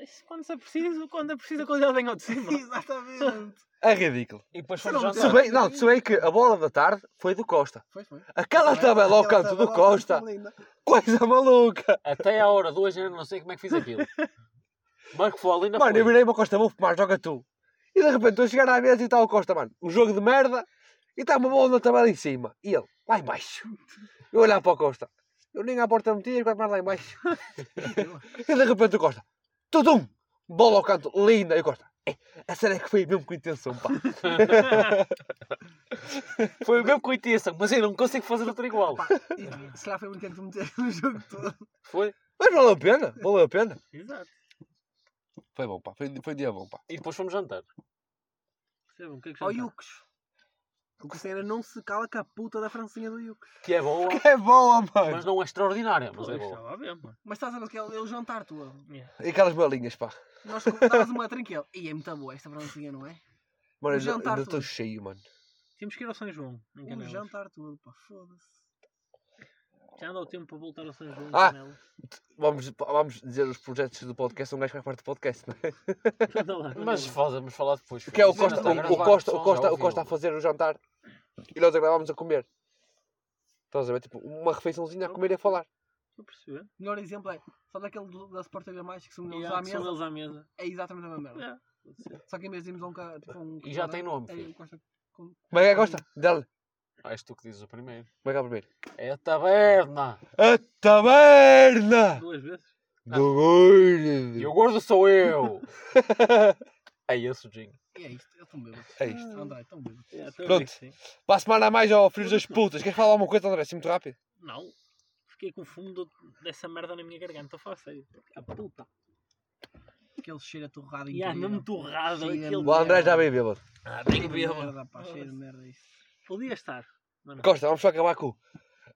[SPEAKER 7] Isso Quando é preciso, quando é preciso, a qualidade vem ao de cima.
[SPEAKER 3] Exatamente.
[SPEAKER 2] É ridículo.
[SPEAKER 4] E depois
[SPEAKER 3] Você
[SPEAKER 4] fomos
[SPEAKER 3] não
[SPEAKER 4] jantar.
[SPEAKER 2] Se bem, não, se bem que a bola da tarde foi do Costa.
[SPEAKER 3] Foi, foi.
[SPEAKER 2] é? Aquela tabela ao tá canto do Costa, coisa maluca.
[SPEAKER 4] Até à hora duas ainda não sei como é que fiz aquilo. Marco Fole ainda
[SPEAKER 2] Mano, eu
[SPEAKER 4] foi.
[SPEAKER 2] virei para o Costa, vou fumar, joga tu. E de repente eu chegar à mesa e está o Costa, mano, um jogo de merda, e está uma bola na tabela em cima. E ele, lá em baixo. Eu olhar para o Costa, eu nem à porta metia, quanto mais lá em baixo. e de repente o Costa, tudum, bola ao canto, linda. E o Costa, "É, a cena é que foi mesmo com intenção, pá.
[SPEAKER 4] Foi o mesmo com intenção, mas eu não consigo fazer outra igual.
[SPEAKER 3] Se lá foi o único que tu meteste no jogo todo.
[SPEAKER 4] Foi.
[SPEAKER 2] Mas valeu a pena, valeu a pena.
[SPEAKER 7] Exato.
[SPEAKER 2] Foi bom, pá, foi, foi um dia bom, pá.
[SPEAKER 4] E depois fomos jantar.
[SPEAKER 7] Percebam o que é que
[SPEAKER 3] Ao
[SPEAKER 7] jantar?
[SPEAKER 3] Yucos. O Cristiano não se cala com a puta da francinha do Yuki.
[SPEAKER 4] Que é boa,
[SPEAKER 2] É boa, mano.
[SPEAKER 4] mas não é extraordinária, mas é
[SPEAKER 7] Pois,
[SPEAKER 4] boa.
[SPEAKER 7] estava a ver, mano.
[SPEAKER 3] Mas estás a ver que ele, ele jantar tua.
[SPEAKER 2] E aquelas bolinhas, pá.
[SPEAKER 3] Nós comprávamos uma trinca e ele. E é muito boa esta francinha, não é?
[SPEAKER 2] Mano,
[SPEAKER 3] Um
[SPEAKER 2] eu
[SPEAKER 3] jantar
[SPEAKER 2] ainda estou
[SPEAKER 3] todo.
[SPEAKER 2] cheio, mano.
[SPEAKER 7] Temos que ir ao São João. Em
[SPEAKER 3] Um
[SPEAKER 7] Canelas.
[SPEAKER 3] jantar todo, pá, foda-se.
[SPEAKER 7] Já anda o tempo para voltar ao São João. em
[SPEAKER 2] Ah!
[SPEAKER 7] Canelas.
[SPEAKER 2] Vamos, vamos dizer os projetos do podcast. Um gajo faz parte do podcast, não é?
[SPEAKER 7] Anda lá, anda
[SPEAKER 4] Mas
[SPEAKER 7] lá.
[SPEAKER 4] foda, vamos falar depois.
[SPEAKER 2] Que é o
[SPEAKER 4] foda-se.
[SPEAKER 2] Costa,
[SPEAKER 4] Ainda está
[SPEAKER 2] o, o
[SPEAKER 4] gravado,
[SPEAKER 2] Costa,
[SPEAKER 4] pessoal,
[SPEAKER 2] o
[SPEAKER 4] já
[SPEAKER 2] Costa, o
[SPEAKER 4] ouviu.
[SPEAKER 2] Costa a fazer o jantar. E nós gravámos a comer. Estás a ver? Tipo, uma refeiçãozinha a comer e a falar.
[SPEAKER 7] Estou a perceber.
[SPEAKER 3] O melhor exemplo é. Sabe aquele do- da Sport TV mais que são
[SPEAKER 7] E
[SPEAKER 3] eles
[SPEAKER 7] há
[SPEAKER 3] à
[SPEAKER 7] que são
[SPEAKER 3] mesa?
[SPEAKER 7] eles à mesa.
[SPEAKER 3] É exatamente a mesma merda.
[SPEAKER 7] É, pode ser.
[SPEAKER 3] Só que em vez de irmos a um. ca- Tipo, a um
[SPEAKER 4] E já tem nome,
[SPEAKER 3] é,
[SPEAKER 4] filho.
[SPEAKER 3] um costa-
[SPEAKER 2] Como é que é, Costa? Dá-lhe.
[SPEAKER 4] Ah, és tu que dizes o primeiro.
[SPEAKER 2] Como é que é o primeiro?
[SPEAKER 4] É a taberna.
[SPEAKER 2] A taberna
[SPEAKER 7] Duas vezes.
[SPEAKER 2] do gordo.
[SPEAKER 4] E o gordo sou eu. é esse o jingle.
[SPEAKER 3] E é isto, eu estou bêbado.
[SPEAKER 2] É isto.
[SPEAKER 3] André, tão bêbado.
[SPEAKER 7] É, estou a
[SPEAKER 2] Pronto.
[SPEAKER 7] ver que sim.
[SPEAKER 2] Para a semana a mais, ó, filhos das putas. Queres falar alguma coisa, André? Assim, muito rápido.
[SPEAKER 7] Não. Fiquei com o fumo do- dessa merda na minha garganta. Estou a falar sério. A puta.
[SPEAKER 3] Aquele cheiro a torrado
[SPEAKER 7] E há mesmo torrado
[SPEAKER 3] Cheira
[SPEAKER 7] aquilo.
[SPEAKER 2] O André já veio bêbado.
[SPEAKER 7] Ah, bem
[SPEAKER 3] Cheiro de
[SPEAKER 7] bêbado.
[SPEAKER 3] merda, pá, cheiro de merda isso.
[SPEAKER 7] Podia estar. mas não.
[SPEAKER 2] Costa, vamos só acabar com o-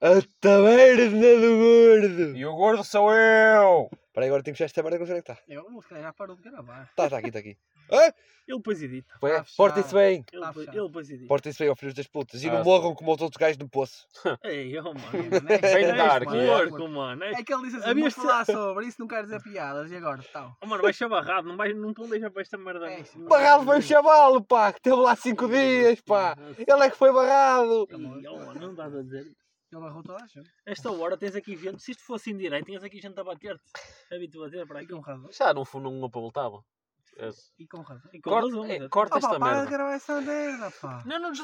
[SPEAKER 2] a taberna do gordo.
[SPEAKER 4] E o gordo sou eu.
[SPEAKER 2] Espera aí, agora tenho que fechar esta merda que eu não sei onde é que está.
[SPEAKER 3] Eu, o cara já parou de gravar.
[SPEAKER 2] Está, está aqui, está aqui. Ah,
[SPEAKER 7] Ele depois edita.
[SPEAKER 2] vai,
[SPEAKER 3] Tá fechado.
[SPEAKER 2] Portem-se bem.
[SPEAKER 7] Ele
[SPEAKER 3] Tá
[SPEAKER 7] depois-
[SPEAKER 3] fechado.
[SPEAKER 7] ele depois edita.
[SPEAKER 2] Portem-se bem, ó, filhos das putas. E
[SPEAKER 4] Ah,
[SPEAKER 2] não
[SPEAKER 4] tá.
[SPEAKER 2] morram como os outros gajos no poço.
[SPEAKER 7] Ei, oh,
[SPEAKER 3] É,
[SPEAKER 7] mano.
[SPEAKER 3] mano, é isso,
[SPEAKER 4] Bem
[SPEAKER 3] é isso,
[SPEAKER 4] dark,
[SPEAKER 3] mano, é
[SPEAKER 4] é.
[SPEAKER 3] isso,
[SPEAKER 7] Porco,
[SPEAKER 3] mano.
[SPEAKER 7] mano. É-
[SPEAKER 3] É que ele disse assim,
[SPEAKER 7] Havia
[SPEAKER 3] vamos
[SPEAKER 7] este-
[SPEAKER 3] falar sobre isso, não quero dizer piadas, e agora, tal.
[SPEAKER 7] Oh, mano, vai ser barrado. Não, vai, não estão a deixar para esta merda.
[SPEAKER 3] É isso.
[SPEAKER 2] Barrado foi o chavalo, pá, que teve lá 5 dias, pá. Ele é que foi barrado.
[SPEAKER 7] Ih, oh, mano, não estás a dizer.
[SPEAKER 3] Ele barrou toda a gente.
[SPEAKER 7] Esta hora tens aqui gente, se isto fosse em direito, tinhas aqui gente a bater-te. Habitua a bater para
[SPEAKER 3] E
[SPEAKER 7] aqui. um
[SPEAKER 3] com razão.
[SPEAKER 4] Já não foi num apontável.
[SPEAKER 3] E com razão.
[SPEAKER 7] E com
[SPEAKER 4] Corta,
[SPEAKER 7] razão,
[SPEAKER 4] é,
[SPEAKER 7] mas-
[SPEAKER 4] corta
[SPEAKER 3] Oh, pá,
[SPEAKER 4] esta
[SPEAKER 3] para
[SPEAKER 4] merda.
[SPEAKER 3] de gravar essa merda, pá.
[SPEAKER 7] né? Não, não